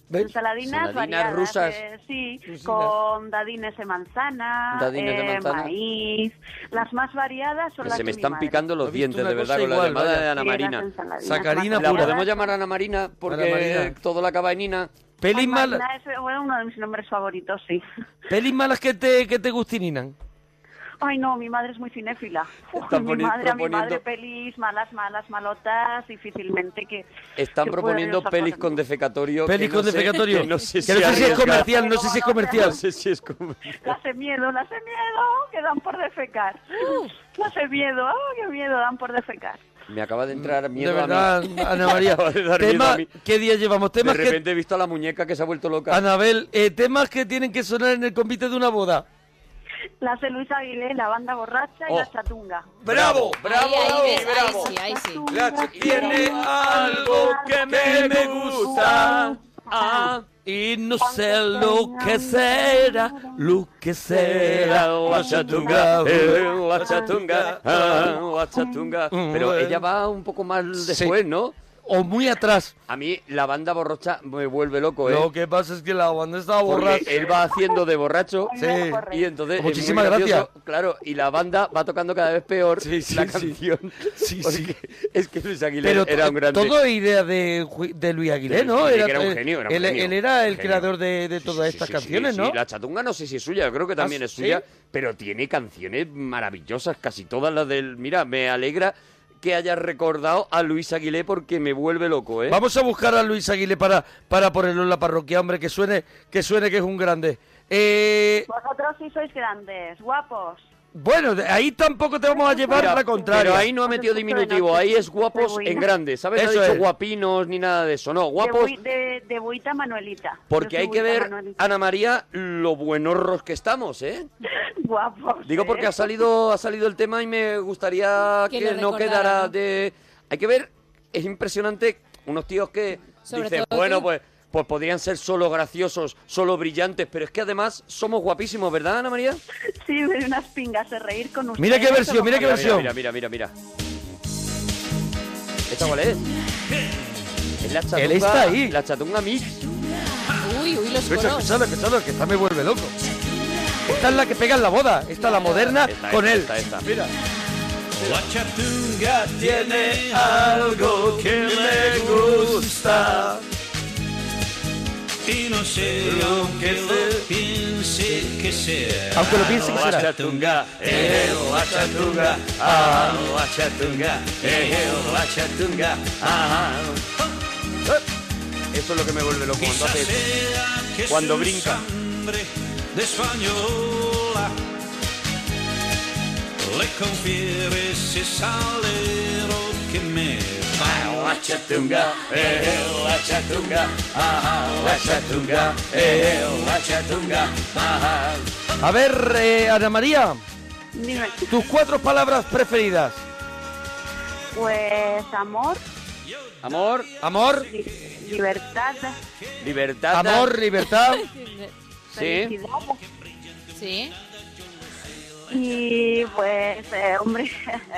¿Ves?
Ensaladinas,
Ensaladinas
variadas,
rusas.
eh, sí,
Rusinas.
con dadines de manzana,
Dadines de
eh,
manzana.
maíz. Las más variadas son las
Se me
de mi
están
madre.
picando los dientes,
una
de verdad,
cosa
con la
igual,
llamada
vaya.
de Ana
Sí, las
Marina.
ensaladinas.
Sacarina
La
pura.
podemos llamar a Ana Marina porque
Marina.
todo la acaba en Ina.
Ay,
Pelis,
Marina,
malas-
ese fue uno de mis nombres favoritos, sí.
pelis malas que te, que te gustininan.
Ay, no, mi madre es muy cinéfila. Uf,
Están
mi
poni-
madre, a mi
proponiendo-
madre pelis, malas, malas, malotas, difícilmente que...
Están
que pueda
proponiendo
Dios
pelis con defecatorio. que
Pelis
no
con
sé-
defecatorio.
que no sé
Que
si,
no sé si es
arriesga.
comercial, no sé si es comercial.
No sé si es comercial.
Las de miedo, las de miedo, que dan por defecar. Las de miedo, ah, qué miedo, dan por defecar.
Me acaba de entrar miedo
Mm, de verdad,
a mí.
Ana María.
Acaba de dar miedo
Tema-
a mí.
¿Qué día llevamos?
De
Temas que,
repente he visto a la muñeca que se ha vuelto loca.
Anabel, eh, temas que tienen que sonar en el convite de una boda.
Las de Luis Aguilé, la banda borracha y
Oh.
la chatunga.
¡Bravo!
¡Bravo!
ahí
¡Bravo! ¡Bravo!
Tiene algo que me, gusta. Ah, y no sé lo que será, lo que será.
Eh, La chatunga, eh, la chatunga, ah, la chatunga.
mm,
Pero ella va un poco más después, ¿no?
O muy atrás.
A mí la banda borracha me vuelve loco, ¿eh?
Lo que pasa es que la banda estaba
Porque
borracha.
él va haciendo de borracho
Sí.
y entonces es muy
Muchísimas
gracioso,
gracias.
claro y la banda va tocando cada vez peor la canción Porque es que Luis Aguilera
Pero
era un grande
todo idea de, Ju- de Luis Aguilé,
De Luis
¿no?
Aguilé, que Eh, era un genio, era un
él,
genio,
él era el
genio.
creador de, de todas estas canciones,
Sí,
¿no?
sí, la chatunga no sé si es suya, creo que también
Ah,
es
¿sí?
suya, pero tiene canciones maravillosas, casi todas las del... Mira, me alegra que hayas recordado a Luis Aguilé porque me vuelve loco, ¿eh?
Vamos a buscar a Luis Aguilé para, para ponerlo en la parroquia, hombre, que suene, que suene que es un grande. Eh,
Vosotros sí sois grandes, guapos.
bueno, de ahí tampoco te vamos a llevar
Mira,
la contraria.
Pero ahí no ha metido diminutivo, ahí es guapos
Qué
en
bueno.
grande, ¿sabes? No ha
Eso
dicho
es.
guapinos ni nada de eso, no,
De,
guapos...
bui- de, de buita Manuelita.
Porque
Yo soy
hay que
buita
ver,
Manuelita.
Ana María, lo buenorros que estamos, ¿eh?
Guapos.
Digo porque
¿eh?
ha salido, ha salido el tema y me gustaría
Que
que,
lo
no
recordara,
quedara
¿no?
de... Hay que ver, es impresionante unos tíos que
Sobre
dicen,
todo
bueno,
tú".
pues, pues podrían ser solo graciosos, solo brillantes, pero es que además somos guapísimos, ¿verdad, Ana María?
Sí, de unas pingas de reír con ustedes.
Mira qué versión, mira qué
Mira,
versión.
Mira, mira, mira, mira. ¿Esta cuál es? Es la chatunga,
Él está ahí.
La chatunga mix.
Uy, uy, los
Escucha,
coros.
escuchadlo, escuchadlo, que esta me vuelve loco. Esta es la que pega en la boda, esta la moderna
Esta,
con
esta,
él.
esta, esta.
Mira.
La chatunga tiene algo que me gusta. Y no sé, aunque lo piense que sea.
Aunque lo piense que será.
La chatunga, eh, la chatunga, ah, la chatunga, eh, la chatunga, ah.
Eso es lo que me vuelve loco cuando hace
que
Cuando
su
brinca.
sangre de española le confiere ese salero que me da. La chatunga, Ah, oh, eh, la chatunga, ah, la chatunga, eh, la chatunga, ah.
A ver, eh, Ana María,
Dime,
tus cuatro palabras preferidas.
pues amor,
Amor,
amor,
li- libertad,
libertad.
amor, libertad.
Sí.
felicidad. Sí. Y pues, eh, hombre,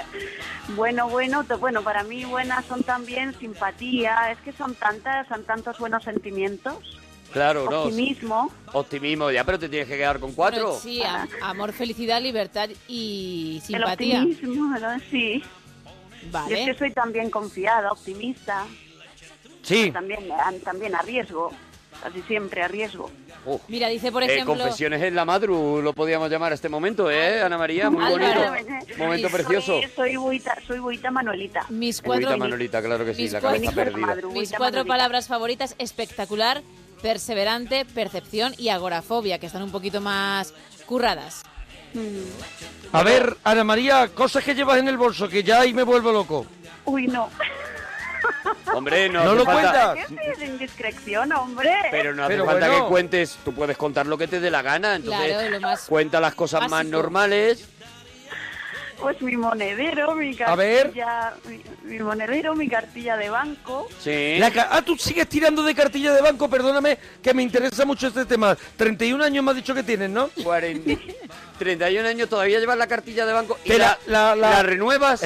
bueno, bueno, te- bueno, para mí buenas son también simpatía, es que son tantas, son tantos buenos sentimientos,
Claro, no.
optimismo.
Optimismo, ya, pero te tienes que quedar con cuatro.
Bueno, sí, am- amor, felicidad, libertad y simpatía.
El optimismo, ¿no? Sí.
Vale.
Yo es que soy también confiada, optimista,
Sí.
también, eh, también a riesgo, casi siempre a riesgo.
Oh.
Mira, dice por
Eh,
ejemplo.
confesiones en la madru, lo podíamos llamar a este momento, ¿eh, Ana María? Muy bonito.
Álvaro.
Momento
Soy-
precioso.
Soy buita, soy buita Manuelita.
Mis
Buita
cuatro,
Manolita, claro que sí,
mis
la cabeza
cuatro-
perdida.
mis cuatro palabras favoritas: espectacular, perseverante, percepción y agorafobia, que están un poquito más curradas.
Mm.
A ver, Ana María, cosas que llevas en el bolso, que ya ahí me vuelvo loco.
Uy, no.
Hombre, Eh, no,
No
hace
lo
falta-
cuentas.
¿Qué es indiscreción, hombre?
Pero no hace
Pero
falta
bueno.
que cuentes, tú puedes contar lo que te dé la gana, entonces
Claro, lo más
cuenta las cosas más
básico.
normales.
Pues mi monedero, mi cartilla,
A ver.
Mi, mi monedero, mi cartilla de banco.
Sí.
La ca- ah, tú sigues tirando de cartilla de banco, perdóname, que me interesa mucho este tema. 31 años me has dicho que tienes, ¿no?
31 años todavía llevas la cartilla de banco y
Que
la,
la- la- la-
la renuevas.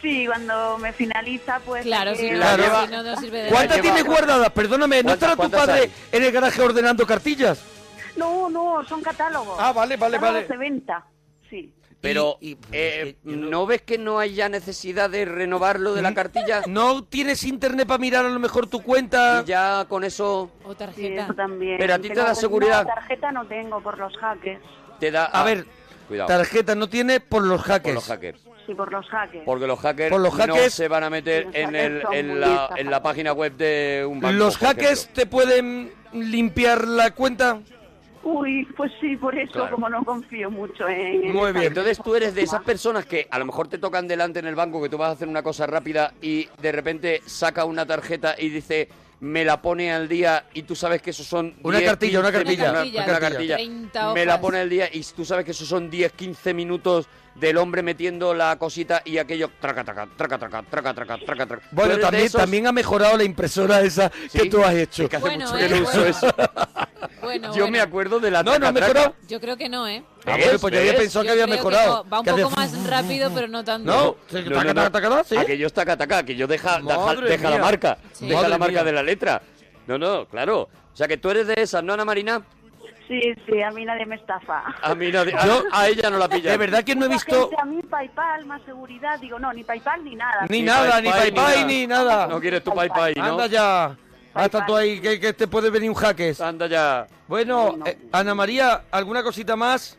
Sí, cuando me finaliza, pues...
Claro,
eh,
si no,
Claro.
si no, no sirve de
¿Cuántas
nada.
tienes guardadas? Perdóname, ¿no estará tu
cuántas
padre
hay?
en el garaje ordenando cartillas?
No, no, son catálogos.
Ah, vale, vale,
Catálogos
vale.
de venta, sí.
Pero,
pues,
eh, ¿no ves que no hay ya necesidad de renovarlo de la cartilla?
Mm, ¿No tienes internet para mirar a lo mejor tu cuenta?
ya con eso...
O
Sí,
tarjeta.
eso también.
Pero a ti te
Tengo
da
que-
seguridad.
no, tarjeta no tengo por los hackers.
Te da...
A ver,
cuidado.
tarjeta no tiene por los hackers.
Por los hackers.
Sí, por los hackers.
Porque los hackers,
Por los
no
hackers-
se van a meter
Los
en,
hackers
el,
son muy
en, la, en la página web de un banco.
¿Los
por
hackers
ejemplo.
te pueden limpiar la cuenta?
Uy, pues sí, por eso,
Claro.
como no confío mucho en...
Muy bien. Entonces tú eres de esas personas que a lo mejor te tocan delante en el banco que tú vas a hacer una cosa rápida y de repente saca una tarjeta y dice me la pone al día y tú sabes que eso son
Una
10,
cartilla, una
15,
cartilla, una
una
cartilla.
cartilla.
30
Me la
hojas.
pone al día y tú sabes que eso son 10 15 minutos del hombre metiendo la cosita y aquello traca traca traca traca traca traca traca traca. Tú eres
Bueno,
de
también,
esos-
también ha mejorado la impresora esa que tú has hecho.
que hace Bueno, mucho que eh, no uso bueno. eso.
Bueno,
Yo
bueno.
me acuerdo de la
No, no
traca,
ha
traca.
mejorado.
Yo creo que no, ¿eh?
Ah, bueno, pues yo había
¿Ves?
pensado que
Yo
había
creo que
mejorado.
no, va un
Que hace-
poco más rápido, pero no tanto.
No,
Sí,
no,
taca,
no, no.
taca, taca, sí.
Aquello es taca, taca, aquello deja, deja,
Madre
deja la
mía.
marca,
Sí.
deja
Madre
la marca
mía.
de la letra. No, no, claro. O sea que tú eres de esas, ¿no, Ana Marina?
Sí, sí, a mí nadie me estafa.
A mí nadie- a, a ella no la pilla.
De verdad que no he
Mucha
visto
gente a mí PayPal, más seguridad, digo, no, ni PayPal ni nada.
ni nada, ni
pai,
pai
ni
pai,
nada.
ni nada.
No quieres tu pai pai, ¿no?
Anda ya. Hasta tú ahí, que, que te puede venir un hackers.
Anda ya.
Bueno, eh, Ana María, ¿alguna cosita más?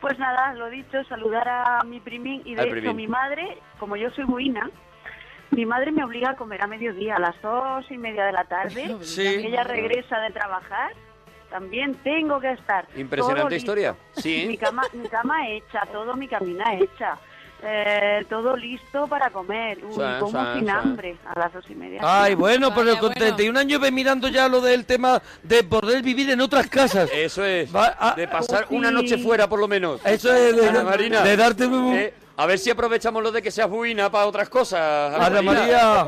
Pues nada, lo dicho, saludar a mi primín y de
Al
hecho
primín.
mi madre, como yo soy buina, mi madre me obliga a comer a mediodía, a las dos y media de la tarde.
Sí.
Ella regresa de trabajar. También tengo que estar. todo
Impresionante
listo.
historia. Sí. ¿eh?
Mi cama, mi cama hecha, todo mi camina hecha. eh, todo listo para comer. Uy,
Sí,
como
sí,
sin
sí.
hambre a las dos y media.
Ay, bueno, pero con
bueno.
31 años ves mirando ya lo del tema de poder vivir en otras casas.
Eso es. de pasar
Uy.
una noche fuera, por lo menos.
Eso es de-
Ana Marina.
de darte un-
Eh, a ver si aprovechamos lo de que seas buina para otras cosas.
Ana
Lo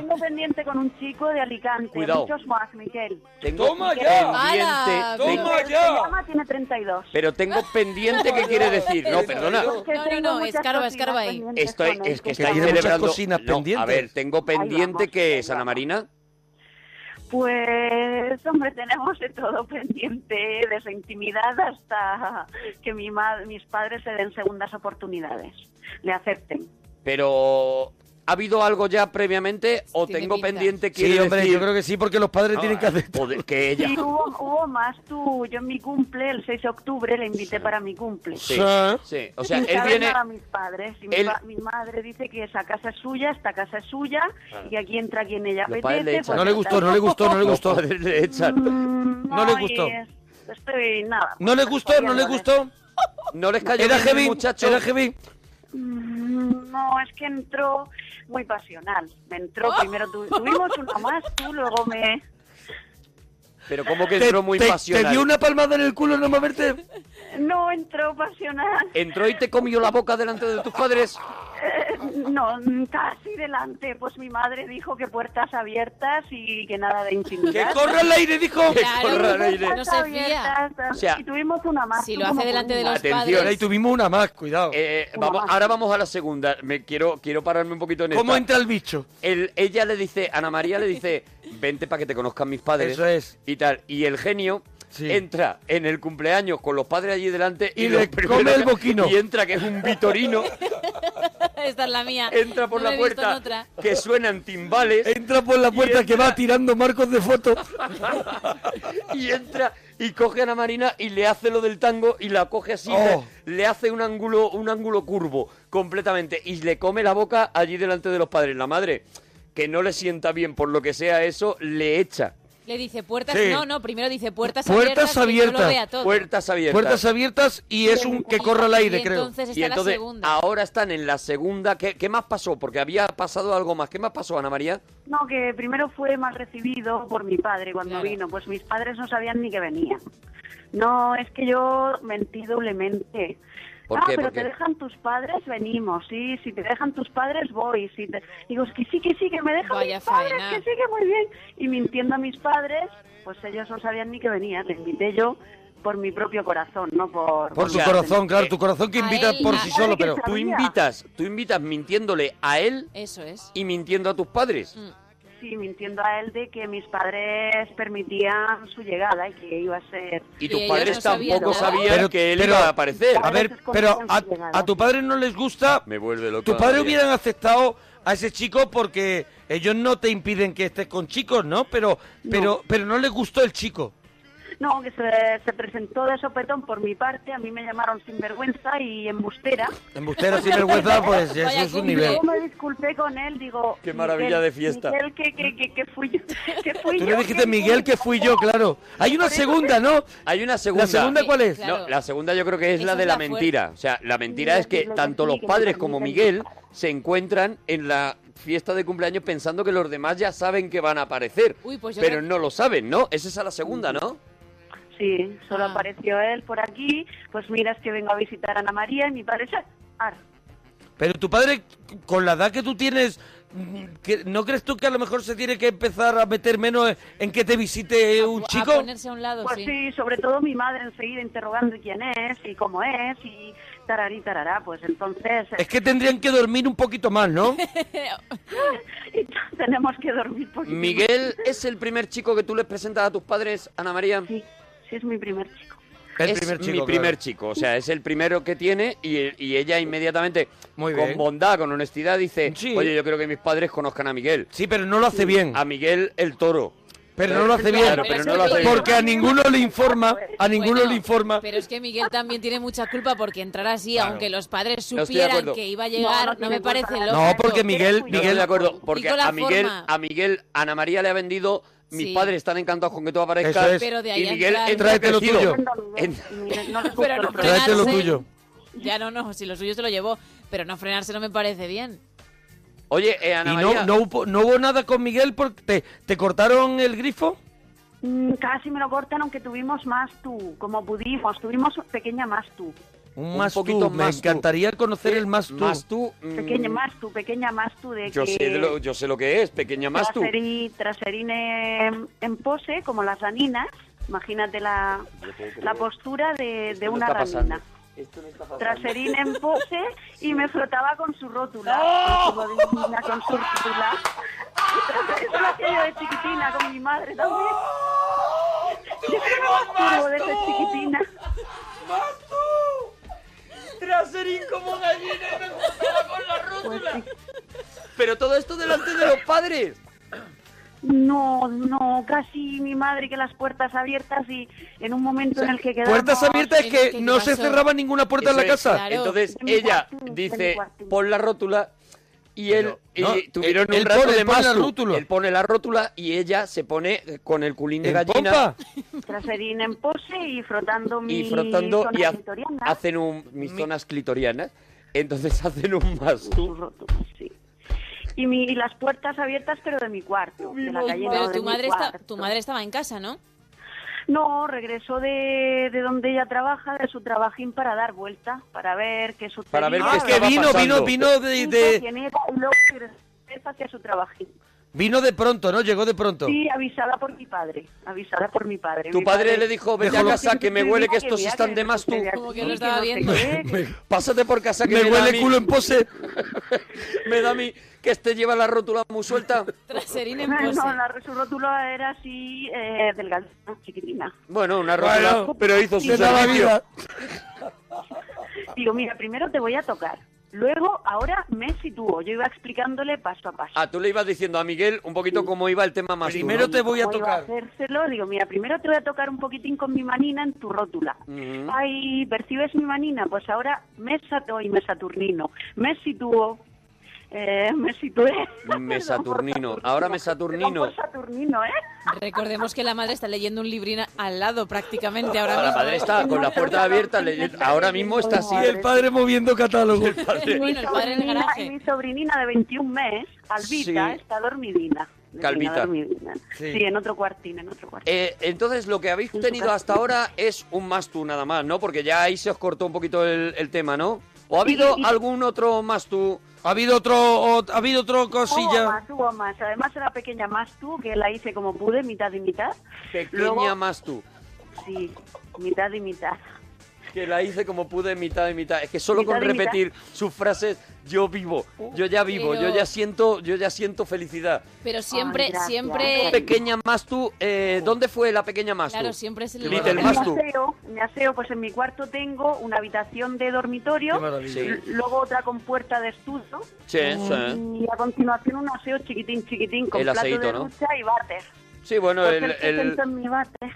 Tengo pendiente con un chico de Alicante.
Ah. Cuidado.
Muchos más, Miguel.
Tengo
¡Toma
pendiente- ya!
Miguel,
¡Toma
se
ya!
llama, tiene 32.
Pero tengo pendiente qué quiere decir. No, perdona.
No, no, no, escarba, escarba ahí.
Estoy, es que
Que
estáis
tiene muchas
celebrando.
cocinas
No, a
pendientes.
ver, tengo pendiente que es Ana Marina.
Pues, hombre, tenemos de todo pendiente, desde intimidad hasta que mi ma- mis padres le den segundas oportunidades, le acepten.
Pero ¿ha habido algo ya previamente o
Tiene
tengo
pinta.
pendiente que
Sí, hombre, yo creo que sí, porque los padres tienen que hacer.
ah, que ella.
Sí, hubo, hubo más tú. Yo en mi cumple, el 6 de octubre, le invité para mi cumple.
Sí,
Ah.
sí. O sea,
Sin
él
saber
viene.
nada a mis padres. Y mi
él-
pa- mi, madre dice que esa casa es suya, esta casa es suya,
Claro.
y aquí entra quien ella
Los
apetece. Mm,
padres le echan.
pues,
Los padres le echan.
No,
no le
y
gustó.
es- Estoy nada.
¿No les gustó? ¿No les gustó? ¿No les cayó
Era
bien el
heavy,
muchacho?
era heavy.
Mm, No, es que entró muy pasional. Me entró primero, tu- tuvimos una más, tú luego me...
Pero como que entró muy
te,
pasional.
Te dio una palmada en el culo no moverte.
No entró pasional.
Entró y te comió la boca delante de tus padres.
Eh, no, mm, casi delante. Pues mi madre dijo que puertas abiertas y que nada de intimidad.
Que corra el aire, dijo. Que Claro, corra el aire.
Puertas
no se
fía.
abiertas,
O sea,
y tuvimos una más. tú como pudimos.
Atención, ahí
tuvimos una más, cuidado.
vamos, ahora vamos a la segunda. Me quiero, quiero pararme un poquito en
¿Cómo
esta.
entra el bicho?
El- ella le dice, Ana María le dice, vente para que te conozcan mis padres.
Eso es.
Y tal. Y el genio entra en el cumpleaños con los padres allí delante y,
Y
lo
le
primero
come el
que-
boquino.
Y entra que es un vitorino
Esta es la mía.
Entra por
No
la
he visto en
puerta.
otra.
que suenan timbales.
Entra por la puerta que va tirando marcos de foto.
y entra y coge a Ana Marina y le hace lo del tango y la coge así,
Oh.
le, le hace un ángulo, un ángulo curvo completamente y le come la boca allí delante de los padres. La madre, que no le sienta bien por lo que sea eso, le echa.
Le dice puertas.
Sí.
No, no, primero dice puertas,
Puertas
abiertas. que yo lo vea
abiertas.
todo.
Puertas abiertas.
Puertas abiertas y es un que corra el aire, creo.
entonces está
y
la
entonces
segunda.
ahora están en la segunda. ¿Qué, qué más pasó? Porque había pasado algo más. ¿Qué más pasó, Ana María?
No, que primero fue mal recibido por mi padre cuando vino. Pues mis padres no sabían ni que venía. No, es que yo mentí doblemente.
¿Por
ah,
qué?
pero
¿Por qué?
te dejan tus padres, venimos. Sí, si te dejan tus padres, voy. Si te... Digo, es que sí, que sí, que me dejan
Vaya
mis padres,
faena.
que sí, que muy bien. Y mintiendo a mis padres, pues ellos no sabían ni que venía. Le invité yo, por mi propio corazón, no por...
Por tu corazón,
eh,
claro, tu corazón que invita por sí solo, pero...
tú invitas, tú invitas mintiéndole a él
Eso es.
y mintiendo a tus padres.
Sí, mintiendo a él de que mis padres permitían su llegada y que iba a ser...
Y tus padres tampoco sabían que él iba a aparecer.
A ver, pero a, a tu padre no les gusta.
Me vuelve loco.
Tu padre hubieran aceptado a ese chico porque ellos no te impiden que estés con chicos, ¿no? Pero, pero, pero no les gustó el chico.
No, que se, se presentó de sopetón por mi parte, a mí me llamaron sinvergüenza y embustera.
Embustero sin vergüenza, pues eso es un nivel.
Yo me disculpé con él, digo...
Qué maravilla
"Miguel,
de fiesta".
Miguel, que, que, que, que fui yo, que fui
Tú
yo,
le dijiste
que
Miguel que fui yo, claro. Hay una segunda, ¿no?
Hay una segunda.
¿La segunda cuál es?
No, la segunda yo creo que es
Esa
la
es
de la,
la fuerte.
mentira. O sea, la mentira es que
lo que
tanto
sí,
los
que
padres
me
como
permitan.
Miguel se encuentran en la fiesta de cumpleaños pensando que los demás ya saben que van a aparecer.
Uy, pues yo
pero
creo-
no lo saben, ¿no? Esa es a la segunda, ¿no?
Sí, solo apareció él por aquí, pues miras que vengo a visitar a Ana María y mi padre... "Ah, ahora".
Pero tu padre, con la edad que tú tienes, mm, que- ¿no crees tú que a lo mejor se tiene que empezar a meter menos en- en que te visite un chico?
a un lado,
pues
sí.
sí. sobre todo mi madre enseguida interrogando quién es y cómo es y tararí tarará, pues entonces eh,
Es que tendrían que dormir un poquito más, ¿no?
tenemos que dormir porque
Miguel es el primer chico que tú les presentas a tus padres, Ana María.
Sí, sí es mi primer chico.
El
es
primer chico,
mi
claro.
primer chico, o sea, es el primero que tiene y, y ella inmediatamente,
bien.
con bondad, con honestidad, dice, oye, yo creo que mis padres conozcan a Miguel.
Sí, pero no lo hace bien.
A Miguel el toro.
Pero no lo hace bien.
Claro, pero no lo hace bien.
Porque a ninguno le informa, a ninguno
Bueno,
le informa.
Pero es que Miguel también tiene mucha culpa porque entrar así,
Claro.
aunque los padres
No estoy de
supieran
acuerdo.
que iba a llegar,
No,
no,
no
me parece lógico.
No, porque
Miguel-
Miguel, de acuerdo, porque
con la
a Miguel,
forma.
a Miguel, Ana María le ha vendido. Mis
Sí.
padres están encantados con que tú aparezcas
Eso es. Pero
de ahí
y
a
Miguel
entrar-
entra
Tráete lo
crecido.
tuyo.
En-
Pero no
Tráete lo
frenarse-
tuyo.
Ya no, no, si lo suyo se lo llevó, pero no frenarse no me parece bien.
Oye, eh, Ana
¿Y no,
María,
no, hubo, no hubo nada con Miguel porque te, te cortaron el grifo?
Mm, Casi me lo cortan, aunque tuvimos más tú, como pudimos, tuvimos pequeña más tú.
Un
Un
más
poquito
tú.
más
Me
tú.
encantaría conocer el más tú.
más tú,
Pequeña más tú, pequeña más tú de
Mm. yo
que
sé, de lo, yo sé lo que es, pequeña más tú.
traseri- traserín en, en pose, como las raninas. Imagínate la, la postura de, de una ranina. Traserín en pose y me frotaba con su rótula. Con su rodilla, con su rótula. Eso lo hacía yo de chiquitina con mi madre también.
¡Tuvimos más
Turbo desde
tú!
chiquitina.
¡Más tú! Traserín como gallina y me juntaba con la
Pues
rótula.
Pero todo esto delante de los padres.
No, no, casi mi madre que las puertas abiertas y en un momento en el que quedamos...
Puertas abiertas es que no se cerraba ninguna puerta en
Eso
la
es.
casa.
Entonces
En mi
ella
cuartín, en mi
dice,
cuartín.
pon la rótula y él y
no,
tuvieron
él-
un
él
rato
pone-
de
él pone
más
la
tú.
rótula.
Él pone la rótula y ella se pone eh, con el culín de
¿En
gallina.
pompa?
Traserín en pose y frotando mi
y frotando
zona
y ha-
clitoriana.
hacen un mis zonas clitorianas entonces hacen un más tú.
y, mi- y las puertas abiertas pero de mi cuarto de la calle no,
Pero
de
tu
mi
madre, está,
cuarto.
tu madre estaba en casa, ¿no?
no regresó de, de donde ella trabaja de su trabajín para dar vuelta para ver qué sucede
Para ver qué
Ah, que
estaba
vino,
pasando.
vino, vino de, de-
y luego regresó hacia su trabajín
vino de pronto, ¿no? Llegó de pronto.
sí avisada por mi padre avisada por mi padre
Tu
Mi
padre le dijo, vete a
Déjalo.
casa que me huele que estos
mira,
están
que
de más tú.
sucede aquí, que no sé qué.
Pásate por casa que
Me
da
huele
a mí-
culo en pose.
me da a mí que este lleva la rótula muy suelta.
Traserín en
No,
pose.
no, la, su rótula era así, eh, delgada, chiquitina.
Bueno, una rótula,
Bueno,
pero hizo su
se daba
servicio.
vida.
Digo, mira, primero te voy a tocar. Luego, ahora me sitúo. Yo iba explicándole paso a paso.
Ah, tú le ibas diciendo a Miguel un poquito cómo iba el tema más tú, ¿no?
¿Cómo iba hacérselo? Digo, mira, primero te voy a tocar un poquitín con mi manina en tu rótula.
Ujú.
Ay, ¿percibes mi manina? Pues ahora me sato y me saturnino. Me sitúo. Eh, me situé.
Me Saturnino, ahora me Saturnino.
Saturnino, ¿eh?
Recordemos que la madre está leyendo un librín al lado prácticamente ahora
Ahora
mismo.
la padre está con la puerta abierta, leyendo- ahora mismo está así.
Y el padre moviendo catálogo.
mi, sobrinina, y mi sobrinina de 21 meses, Albita,
Sí.
está dormidina.
Calvita.
Sí.
Sí.
en otro cuartín, en otro cuartín.
Eh, entonces, lo que habéis tenido hasta ahora es un más tú nada más, ¿no? Porque ya ahí se os cortó un poquito el, el tema, ¿no? ¿O ha habido
Sí.
algún otro más tú?
Ha habido otro, o- ha habido otro
Eh,
Hubo
cosilla.
más, hubo más. Además era pequeña más tú, que la hice como pude, mitad y mitad.
Pequeña
Luego-
más tú.
Sí, mitad y mitad.
Que la hice como pude, mitad y mitad. Es que solo
Mitad
con
y mitad. Uh,
repetir sus frases, yo vivo, yo ya vivo,
Pero-
yo ya siento, yo ya siento felicidad.
Pero siempre, siempre...
Pequeña Mastu, eh, ¿dónde fue la pequeña Mastu?
Claro, siempre es el-
Little
me
Mastu.
aseo, me aseo, pues en mi cuarto tengo una habitación de
Qué
dormitorio,
maravilla.
l- luego otra con puerta de estudio
Sí, sí.
y a continuación un aseo chiquitín, chiquitín con
El
plato
aseíto,
de
¿no?
ducha y váter.
Sí, bueno,
Porque
el,
se
el,
sentó en mi váter,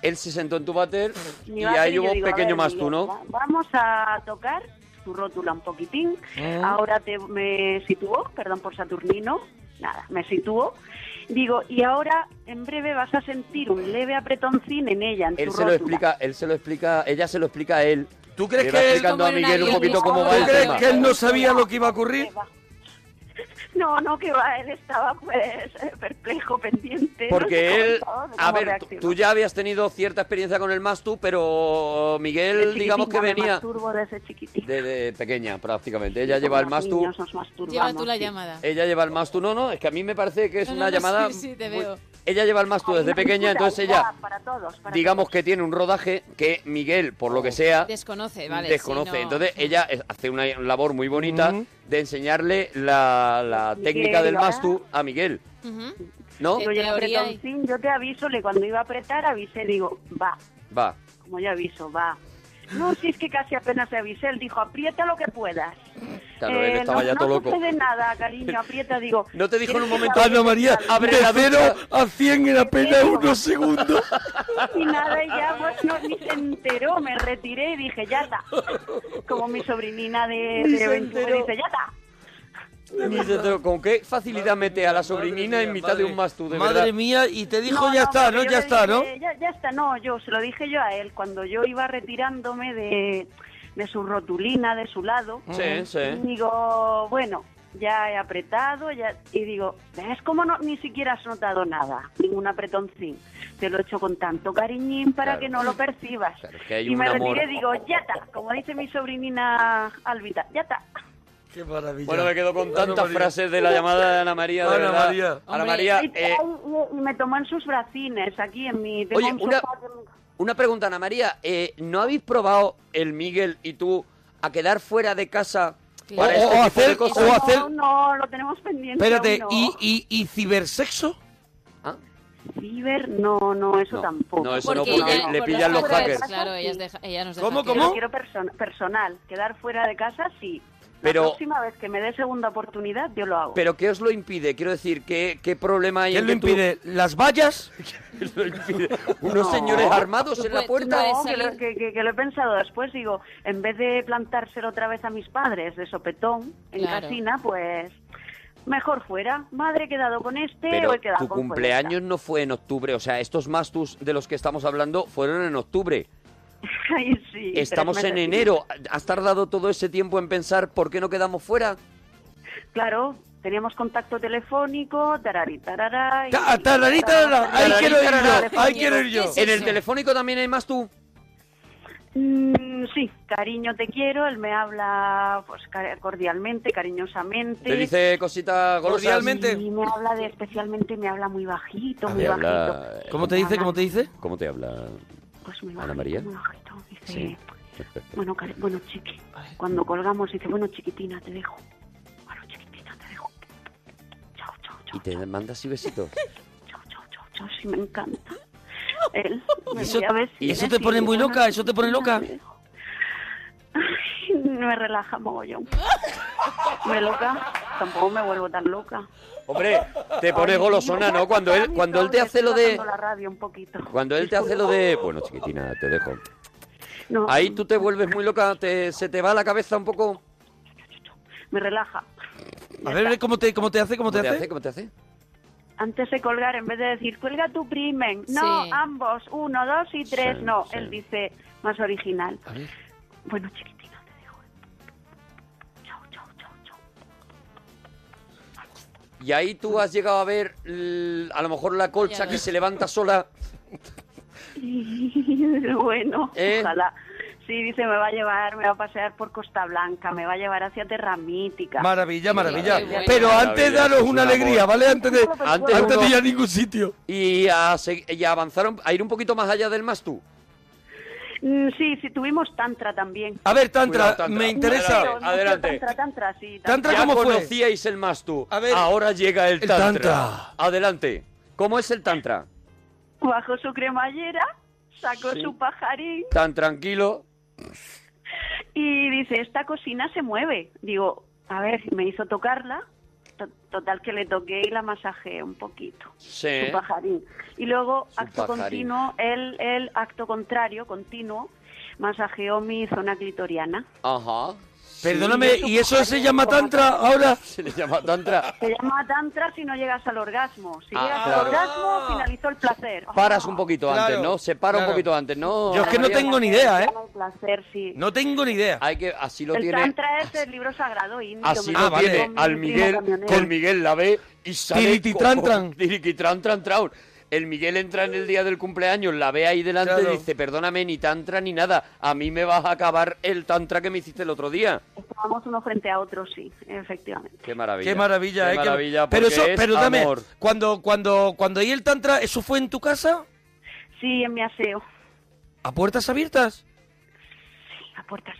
él se sentó en tu váter
mi
y
váter,
ahí
yo
hubo
digo, a
pequeño
ver,
Mastu,
Miguel,
¿no?
va- Vamos a tocar tu rótula un poquitín.
Mm.
Ahora te, me sitúo, perdón por Saturnino, nada, me sitúo. Digo, y ahora en breve vas a sentir un leve apretoncín en ella, en tu
Él se
rótula.
lo explica, él se lo explica, ella se lo explica a él. ¿Tú
crees
Le va
que él-
explicando a
Como en
Miguel un
una
poquito cómo va
¿Tú
el
crees
tema?
que él no sabía lo que iba a ocurrir?
No, no, que va, él estaba pues perplejo, pendiente. no sé
Porque él,
cómo estaba, de
a
cómo
ver, tú-
reaccionó.
tú ya habías tenido cierta experiencia con el Mastu, pero
De
Miguel,
chiquitín,
digamos que
no me
venía
masturbo desde chiquitín.
desde pequeña prácticamente. Ella lleva el
Los
Mastu,
niños nos masturbamos,
Lleva tú la
sí.
llamada.
ella lleva el Mastu. No, no, es que a mí me parece que es
No, no,
una
no,
llamada.
Sí, sí, te
muy-
veo.
Ella lleva el Mastu desde pequeña, entonces ella,
Para todos, para
digamos que tiene un rodaje que Miguel, por lo que sea,
Desconoce, Oh, vale.
desconoce.
sí, no.
Entonces ella es- hace una labor muy bonita de enseñarle la, la
Miguel,
técnica del
¿lo hará?
Mastu a Miguel, ¿no?
Digo, ya apretoncín, yo te aviso, le cuando iba a apretar, avisé, digo, va,
Va.
como yo aviso, va. No, si es que casi apenas le avisé, él dijo, aprieta lo que puedas.
Claro, él
Eh,
estaba
no,
ya
no
todo loco.
sucede nada, cariño, aprieta, digo.
No te dijo en un
¿quieres
momento,
que te
Ana María,
apriete
abre
algo?
la ducha.
a 100 en apenas unos segundos.
Y nada, y ya pues no, ni se enteró, me retiré y dije, ya está. Como mi sobrinina de,
Ni
de
se
21
enteró.
dice, ya está.
Ni se te- ¿Con qué facilidad mete a la sobrinina en mitad de un Mastu, de
Madre
verdad?
mía, y te dijo
No,
ya
no,
está,
porque
¿no?
yo
Ya
le
está, ¿no?
dije, Ya, ya está, no, yo se lo dije yo a él cuando yo iba retirándome de, de su rotulina, de su lado.
Sí, sí.
Digo, bueno, ya he apretado, ya y digo, ¿ves cómo no, ni siquiera has notado nada? Ningún apretoncín. Te lo he hecho con tanto cariñín para
Claro.
que no lo percibas.
Claro, es que hay
y
un
me
amor.
retiré y digo, ya está, como dice mi sobrinina Albita, ya está.
Qué maravilla.
Bueno, me quedo con
Ana
tantas
María.
frases de la llamada de Ana María, de
Ana
verdad.
María.
Ana
Hombre,
María,
y,
eh,
y- y me tomó en sus bracines aquí en mi... tengo
Oye,
un
una-
sofá que me-
una pregunta, Ana María. eh, ¿No habéis probado el Miguel y tú a quedar fuera de casa para
O-
este
o
tipo de
hacer-
cosas?
o hacer-
No, no, lo tenemos pendiente.
Espérate,
aún
¿y, y, y cibersexo?
no. Ciber, no, no, eso tampoco.
no, eso no, Porque porque ella- le por pillan los las hackers. hackers,
claro, ellas deja- ella nos deja
¿Cómo,
hacer.
cómo?
Pero quiero perso- personal, quedar fuera de casa, sí. La
Pero-
próxima vez que me dé segunda oportunidad, yo lo hago.
¿Pero qué os lo impide? Quiero decir, ¿qué, qué problema hay
¿Qué
en
lo
que tú-
impide? ¿Las vallas?
¿Qué lo impide? ¿Unos
No.
señores armados en la puerta?
No, que lo, que- que- que lo he pensado después, digo, en vez de plantárselo otra vez a mis padres de sopetón en
Claro.
casina, pues mejor fuera. Madre, he quedado con este o
Pero
he quedado
tu
con
cumpleaños no fue en octubre, o sea, estos mastus de los que estamos hablando fueron en octubre.
fulanita. Ay, sí, tres
Estamos en
meses.
enero. ¿Has tardado todo ese tiempo en pensar por qué no quedamos fuera?
Claro, teníamos contacto telefónico, tarari, tarara, y-
Ta- tarari, tarara, Ah, ahí
Tarari,
quiero ir
tarara,
yo, ahí quiero ir yo. ¿Qué es
en el
eso?
telefónico también hay más tú.
Mm, sí, cariño, te quiero, él me habla pues, ca- cordialmente, cariñosamente.
Te dice cositas golosas.
Y me habla de, especialmente, me habla muy bajito, muy
Te
bajito.
habla-
¿Cómo te dice? ¿Cómo te dice?
¿Cómo te habla
Pues muy
Ana
bajito,
María?
muy bajito. Dice,
Sí.
bueno, cari- bueno, chiqui, cuando colgamos dice, bueno, chiquitina, te dejo.
Y te manda así besitos.
Yo sí me encanta. Él, me
Eso-
envía besitos
eso te pone
y
muy
bueno,
loca, eso te pone loca.
Me relaja mogollón. Me loca, tampoco me vuelvo tan loca.
Hombre, te pones
Ay,
golosona,
mira,
¿no? Cuando él,
mi
cuando él te
sobre,
hace lo
estoy
de...
bajando la radio un poquito.
Cuando él te hace lo de... Bueno, chiquitina, te dejo.
No,
Ahí tú te vuelves muy loca, te- se te va la cabeza un poco.
Me relaja.
A ver, ¿cómo te, cómo te hace? ¿Cómo,
¿Cómo te
te
hace? ¿Cómo te hace?
Antes de colgar, en vez de decir, cuelga tu primen. No,
Sí.
ambos, uno, dos y tres.
Sí,
no,
sí.
él dice más original.
A ver.
Bueno, chiquitina,
Y ahí tú has llegado a ver l- a lo mejor la colcha que se levanta sola.
bueno,
¿Eh?
ojalá. Sí, dice, me va a llevar, me va a pasear por Costa Blanca, me va a llevar hacia Terra Mítica.
Maravilla, maravilla.
Qué bueno.
Pero antes
Maravilla,
daros
es un
una alegría,
amor.
¿vale? Antes de, antes
Antes
de
uno-
ir a ningún sitio.
Y a, se- y a avanzaron, a ir un poquito más allá del más tú.
Mm, Sí, sí, tuvimos Tantra también.
A ver, Tantra,
Cuidado, Tantra.
me interesa.
Adelante, adelante.
Tantra, Tantra, sí.
Tantra,
ya
¿cómo fue?
conocíais el más tú. Ahora llega el,
el
tantra.
tantra.
Adelante. ¿Cómo es el tantra?
Bajó su cremallera, sacó
Sí.
su pajarín
Tan tranquilo.
y dice, esta cocina se mueve. Digo, a ver, me hizo tocarla. To- Total que le toqué y la masajeé un poquito.
Sí.
Su pajarín. Y luego, acto
pajarín.
continuo, él, él, acto contrario, continuo, masajeó mi zona clitoriana.
Ajá.
Perdóname,
Sí.
¿y eso se llama Tantra ahora?
Se le llama Tantra.
Se llama tantra si no llegas al orgasmo. Si
Ah,
llegas
claro.
al orgasmo, finalizó el placer.
Paras un poquito
Claro,
antes, ¿no? Se para
claro.
un poquito antes, ¿no?
Yo es que no
María?
tengo ni idea, ¿eh?
El placer, sí.
No tengo ni idea.
Hay que, así lo
el
tiene,
tantra es el libro sagrado indio.
así
me
Ah,
lo
compró
tiene
mi
al
primo
Miguel,
camionero.
que el Miguel la ve y sale
Tirititran-tran.
como- Tiriquitran-tran-tran. El Miguel entra en el día del cumpleaños, la ve ahí delante
Claro.
y dice, perdóname, ni tantra ni nada, a mí me vas a acabar el tantra que me hiciste el otro día.
Estábamos uno frente a otro, sí, efectivamente.
Qué maravilla.
Qué maravilla,
Qué
¿eh? Qué-
maravilla,
pero
porque
eso,
es
pero dame,
amor.
cuando, cuando, cuando hay el Tantra, ¿eso fue en tu casa?
Sí, en mi aseo,
¿A puertas abiertas?
a puertas.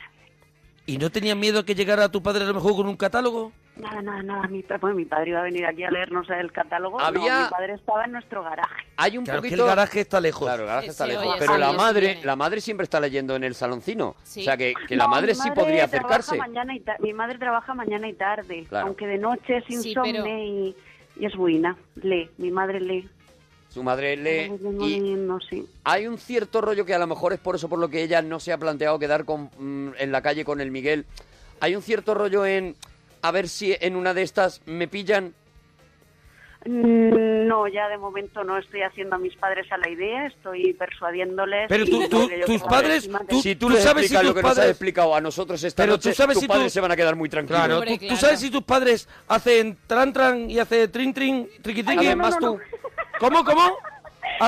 ¿Y no tenías miedo que llegara tu padre a lo mejor con un catálogo?
Nada, nada, nada. Mi, pa- pues mi padre iba a venir aquí a leernos el catálogo. No,
Había-
mi padre estaba en nuestro garaje.
Hay un
Claro, que
poquito...
el garaje está lejos.
Claro, el garaje está
Sí,
lejos.
oye,
Pero
sí,
la
sí
madre, la madre siempre está leyendo en el saloncino.
Sí.
O sea, que, que la
No, mi
madre sí podría
trabaja
acercarse.
mañana y ta- mi madre trabaja mañana y tarde,
Claro.
aunque de noche es
Sí,
insomne
pero-
y, y es buena. Lee, mi madre lee.
Su madre lee y
No, sí.
hay un cierto rollo que a lo mejor es por eso por lo que ella no se ha planteado quedar con, mm, en la calle con el Miguel. Hay un cierto rollo en a ver si en una de estas me pillan.
Mm, No, ya de momento no estoy haciendo a mis padres a la idea, estoy persuadiéndoles.
Pero
y
tú- tú-
porque yo
tus
como
padres,
encima de-
tú- Si tú les explicas lo que nos has explicado a nosotros esta
Pero
noche,
tú sabes
tus
si tú-
padres se van a quedar muy tranquilos.
Claro, ¿tú, tú sabes si tus padres hacen tran tran y hace trin trin, triqui triqui,
Ay, no, no,
más
no,
tú. ¿Cómo, cómo?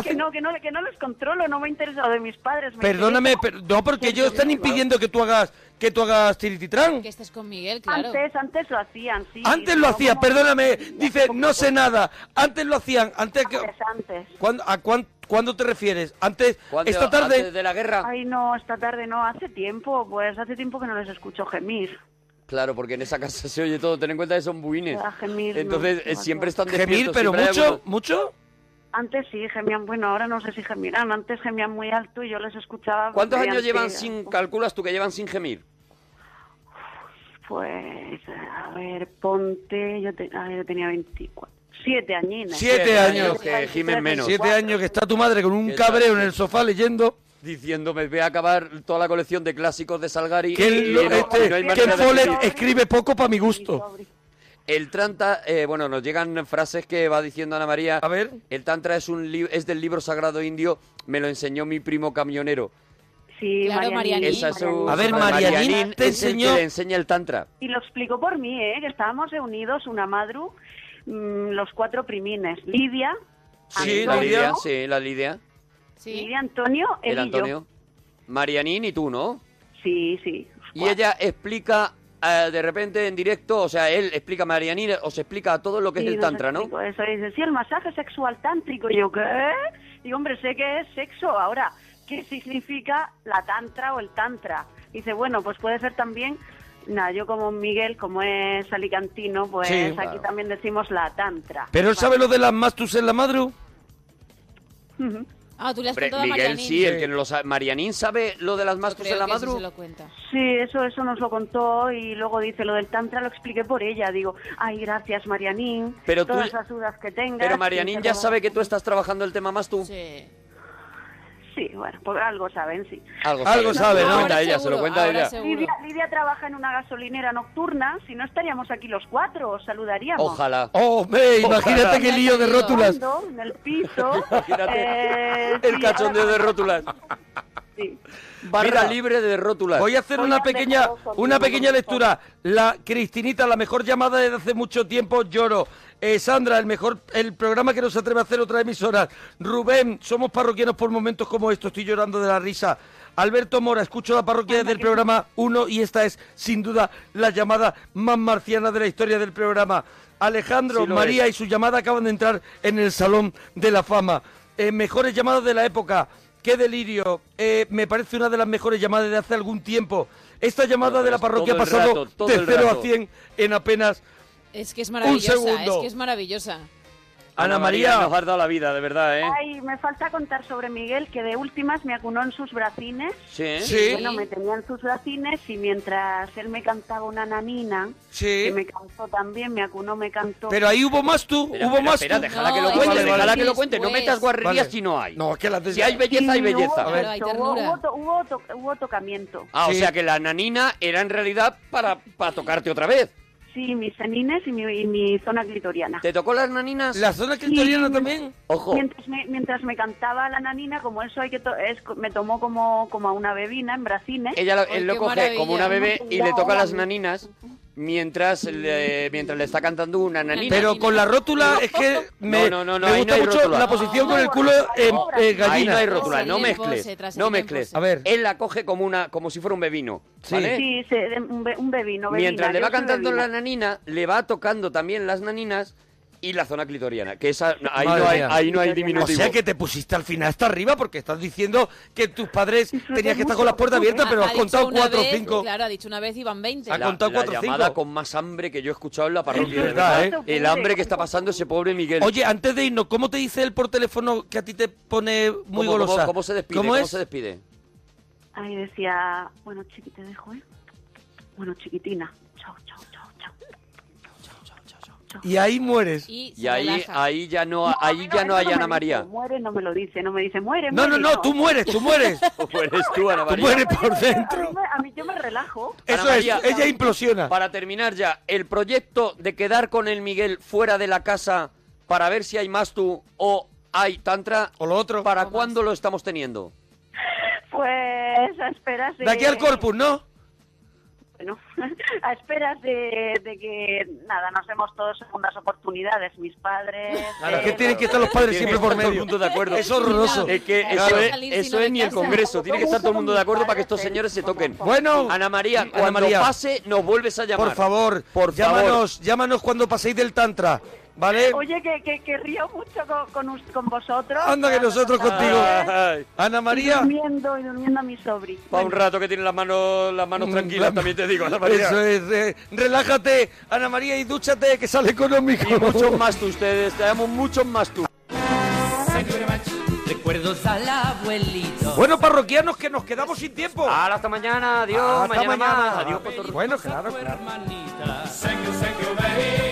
Que no, que no, que no les controlo, no me interesa lo de mis padres. me
Perdóname,
interesa-
pero, no, porque ellos están impidiendo que tú hagas, que tú hagas tirititran.
Que estés con Miguel, claro.
Antes, antes lo hacían, sí.
Antes lo
no
hacías,
como-
perdóname, dice, no sé nada. Antes lo hacían, antes que...
Antes, antes.
¿Cuándo, ¿A cuán- cuándo te refieres? Antes, esta tarde...
Ay, no, esta tarde no, hace tiempo, pues hace tiempo que no les escucho gemir.
Claro, porque en esa casa se oye todo. Ten en cuenta que son buines.
Ah, gemir, no,
Entonces eh,
no,
siempre
no.
están
Gemir,
despiertos.
pero
siempre hay
mucho,
algunos-
mucho.
Antes sí, gemían, bueno, ahora no sé si gemían, antes gemían muy alto y yo les escuchaba.
¿Cuántos años
mediante-
llevan sin, calculas tú que llevan sin gemir?
Pues, a ver, ponte, yo, te- a ver, yo tenía 24. Siete añines.
Siete años.
que gimen menos.
Siete años que está tu madre con un
Que está-
cabreo en el sofá leyendo.
Diciéndome, voy a acabar toda la colección de clásicos de Salgari.
Que
y
el,
no-
este-
no hay
que
manera de
Follett
seguir.
escribe poco para mi gusto.
El Tantra, eh, bueno, nos llegan frases que va diciendo Ana María. A
ver.
El Tantra es, un li- es del libro sagrado indio, me lo enseñó mi primo camionero.
Sí,
Claro,
Marianín.
Esa es su-
A ver, Marianín te
es el que
enseñó-
le enseña el Tantra.
Y lo explicó por mí, ¿eh? que estábamos reunidos una madru, mm, los cuatro primines, Lidia,
Sí, la Lidia. Sí, la Lidia.
Lidia, Antonio,
El
él y yo.
Antonio. Marianín y tú, ¿no?
Sí, sí.
Y ella explica eh, de repente en directo, o sea, él explica a Marianín, os explica a todo lo que
Sí,
es el
nos
Tantra, ¿no?
explicó Eso dice, sí, el masaje sexual tántrico. Y yo, ¿qué? Digo, hombre, sé que es sexo. Ahora, ¿qué significa la tantra o el tantra? Dice, bueno, pues puede ser también... Nada, yo como Miguel, como es alicantino, pues
Sí,
aquí
claro.
también decimos la tantra.
Pero él sabe lo de las mastus en la madru.
Ujú.
Ah, tú le has
Hombre,
contado a
Miguel
Marianín.
sí, el que no lo sabe. Marianín sabe lo de las mastus
Creo
en la
que eso se
madru.
lo cuenta.
Sí, eso, eso nos lo contó y luego dice lo del tantra, lo expliqué por ella. Digo, ay, gracias Marianín,
Pero tú-
todas las dudas que tengas.
Pero Marianín ya sabe que tú estás trabajando el tema mastu.
Sí, bueno, pues algo saben, sí.
Algo,
Algo sabe, ¿no?
Se lo cuenta
Ahora
ella, se lo
seguro,
cuenta
ahora
ella.
Lidia, Lidia trabaja en una gasolinera nocturna, si no estaríamos aquí los cuatro, os saludaríamos.
Ojalá.
Oh, hombre,
Ojalá.
imagínate qué lío de rótulas.
Ando En el piso.
Imagínate
eh,
el
sí,
cachondeo
ahora-
de rótulas.
sí.
Barra libre de rótulas.
Voy a hacer una pequeña, una pequeña lectura. La Cristinita, la mejor llamada desde hace mucho tiempo, lloro. Eh, Sandra, el mejor, el programa que nos atreve a hacer otra emisora. Rubén, somos parroquianos por momentos como estos, estoy llorando de la risa. Alberto Mora, escucho la parroquia desde el programa 1 y esta es, sin duda, la llamada más marciana de la historia del programa. Alejandro,
Sí lo
María
es.
y su llamada acaban de entrar en el Salón de la Fama. Eh, mejores llamadas de la época. ¡Qué delirio! Eh, me parece una de las mejores llamadas de hace algún tiempo. Esta llamada de la parroquia ha
todo el
pasado
rato, todo
de
el
0
rato.
a 100 en apenas
Es que es maravillosa, es
segundo.
que es maravillosa.
Ana María.
Nos has dado la vida, de verdad, ¿eh?
Ay, me falta contar sobre Miguel, que de últimas me acunó en sus bracines.
Sí.
Sí.
Bueno, me tenía en sus bracines y mientras él me cantaba una nanina,
Sí.
que me cantó también, me acunó, me cantó.
Pero ahí hubo más tú, hubo
espera,
más
espera,
tú.
déjala que lo No, cuente, eso déjala es que lo cuente, no después. metas guarrerías si no hay.
No, es que las de-
Si hay belleza, hay belleza.
A
Hubo,
ver.
esto, hubo,
ternura.
hubo to- hubo to- hubo tocamiento.
Ah, o sea que la nanina era en realidad para, para tocarte otra vez.
Sí, mis senines y mi, y mi zona clitoriana.
¿Te tocó las naninas?
¿La zona clitoriana también?
Ojo.
Mientras me, mientras me cantaba la nanina, como eso hay que to- es, me tomó como, como a una bebina en bracines.
Ella lo- él lo coge como una bebé y le toca las naninas mientras le, mientras le está cantando una nanina.
Pero con la rótula es que me,
No, no, no, no,
me
ahí no
gusta
hay
mucho
rótula.
la posición con el culo en eh, gallina.
Ahí no hay rótula, no mezcles.
pose, tras
no
el
mezcles.
pose.
A ver. Él la coge como una como si fuera un bebino. ¿vale?
Sí, se- de- un, be- un bebino. bebina,
Mientras le
yo
va
soy
cantando
bebina.
la nanina, le va tocando también las naninas y la zona clitoriana, que esa ahí
Madre
no hay,
mía.
ahí no hay diminutivo.
O sea que te pusiste al final hasta arriba porque estás diciendo que tus padres tenías que estar con
mucho.
las puertas abiertas, pero
Ha-
has
ha dicho
contado
una
4 o
vez,
5.
Claro, ha dicho una vez y van 20.
la, la llamada con más hambre que yo he escuchado en la parroquia.
Es
de
verdad,
verdad.
¿eh?
El hambre que está pasando ese pobre Miguel.
Oye, antes de irnos, ¿cómo te dice él por teléfono que a ti te pone muy
¿Cómo- cómo-
golosa?
cómo se despide?
¿Cómo
¿Cómo
es?
se despide?
Ahí decía, bueno, chiqui, te dejo, ¿eh? Bueno, chiquitina. Chao, chao, chao, chao.
Y ahí mueres.
Y,
ahí, ahí ya no, ahí
No,
ya
él
no hay
me
Ana
dice,
María.
Muere, no me lo dice, no me dice, muere.
No, no,
muere,
no, tú mueres, tú mueres.
Tú mueres Pues tú, Ana
Tú
María.
mueres por dentro.
A mí, me- a mí yo me relajo.
Eso es, ella implosiona.
Para terminar ya, el proyecto de quedar con el Miguel fuera de la casa para ver si hay más tú o hay tantra
o lo otro.
¿Para cuándo lo estamos teniendo?
Pues a esperas de...
De aquí al corpus, ¿no?
Bueno, a esperas de, de que, nada, nos demos todos segundas oportunidades, mis padres...
Claro,
eh,
que tienen que estar los padres
Tiene
siempre
que estar
por
todo el
medio.
mundo de acuerdo.
Es horroroso.
Es que
Claro.
eso es,
Salir
eso
sin
es ni el
casa.
Congreso. Tiene que estar todo el mundo de acuerdo para que estos señores se toquen.
Bueno,
Ana María,
Ana
cuando
María.
pase, nos vuelves a llamar.
Por favor,
Por favor.
llámanos, llámanos cuando paséis del Tantra, ¿vale?
Oye, que, que, que río mucho con, con, us- con vosotros.
Anda que nosotros contigo.
Ay.
Ana María.
Y durmiendo, y durmiendo a mi sobri.
Para un rato que tiene las manos, las manos tranquilas, también te digo, Ana María.
Mm, Eso es, eh, relájate, Ana María, y dúchate, que sale económico.
Y muchos más tú, ustedes, te damos muchos más tú.
Recuerdos al abuelito.
Bueno, parroquianos, que nos quedamos sin tiempo.
hasta mañana, adiós,
Hasta
mañana más,
mañana.
adiós,
Bueno, claro, claro.
Thank you, thank you, baby.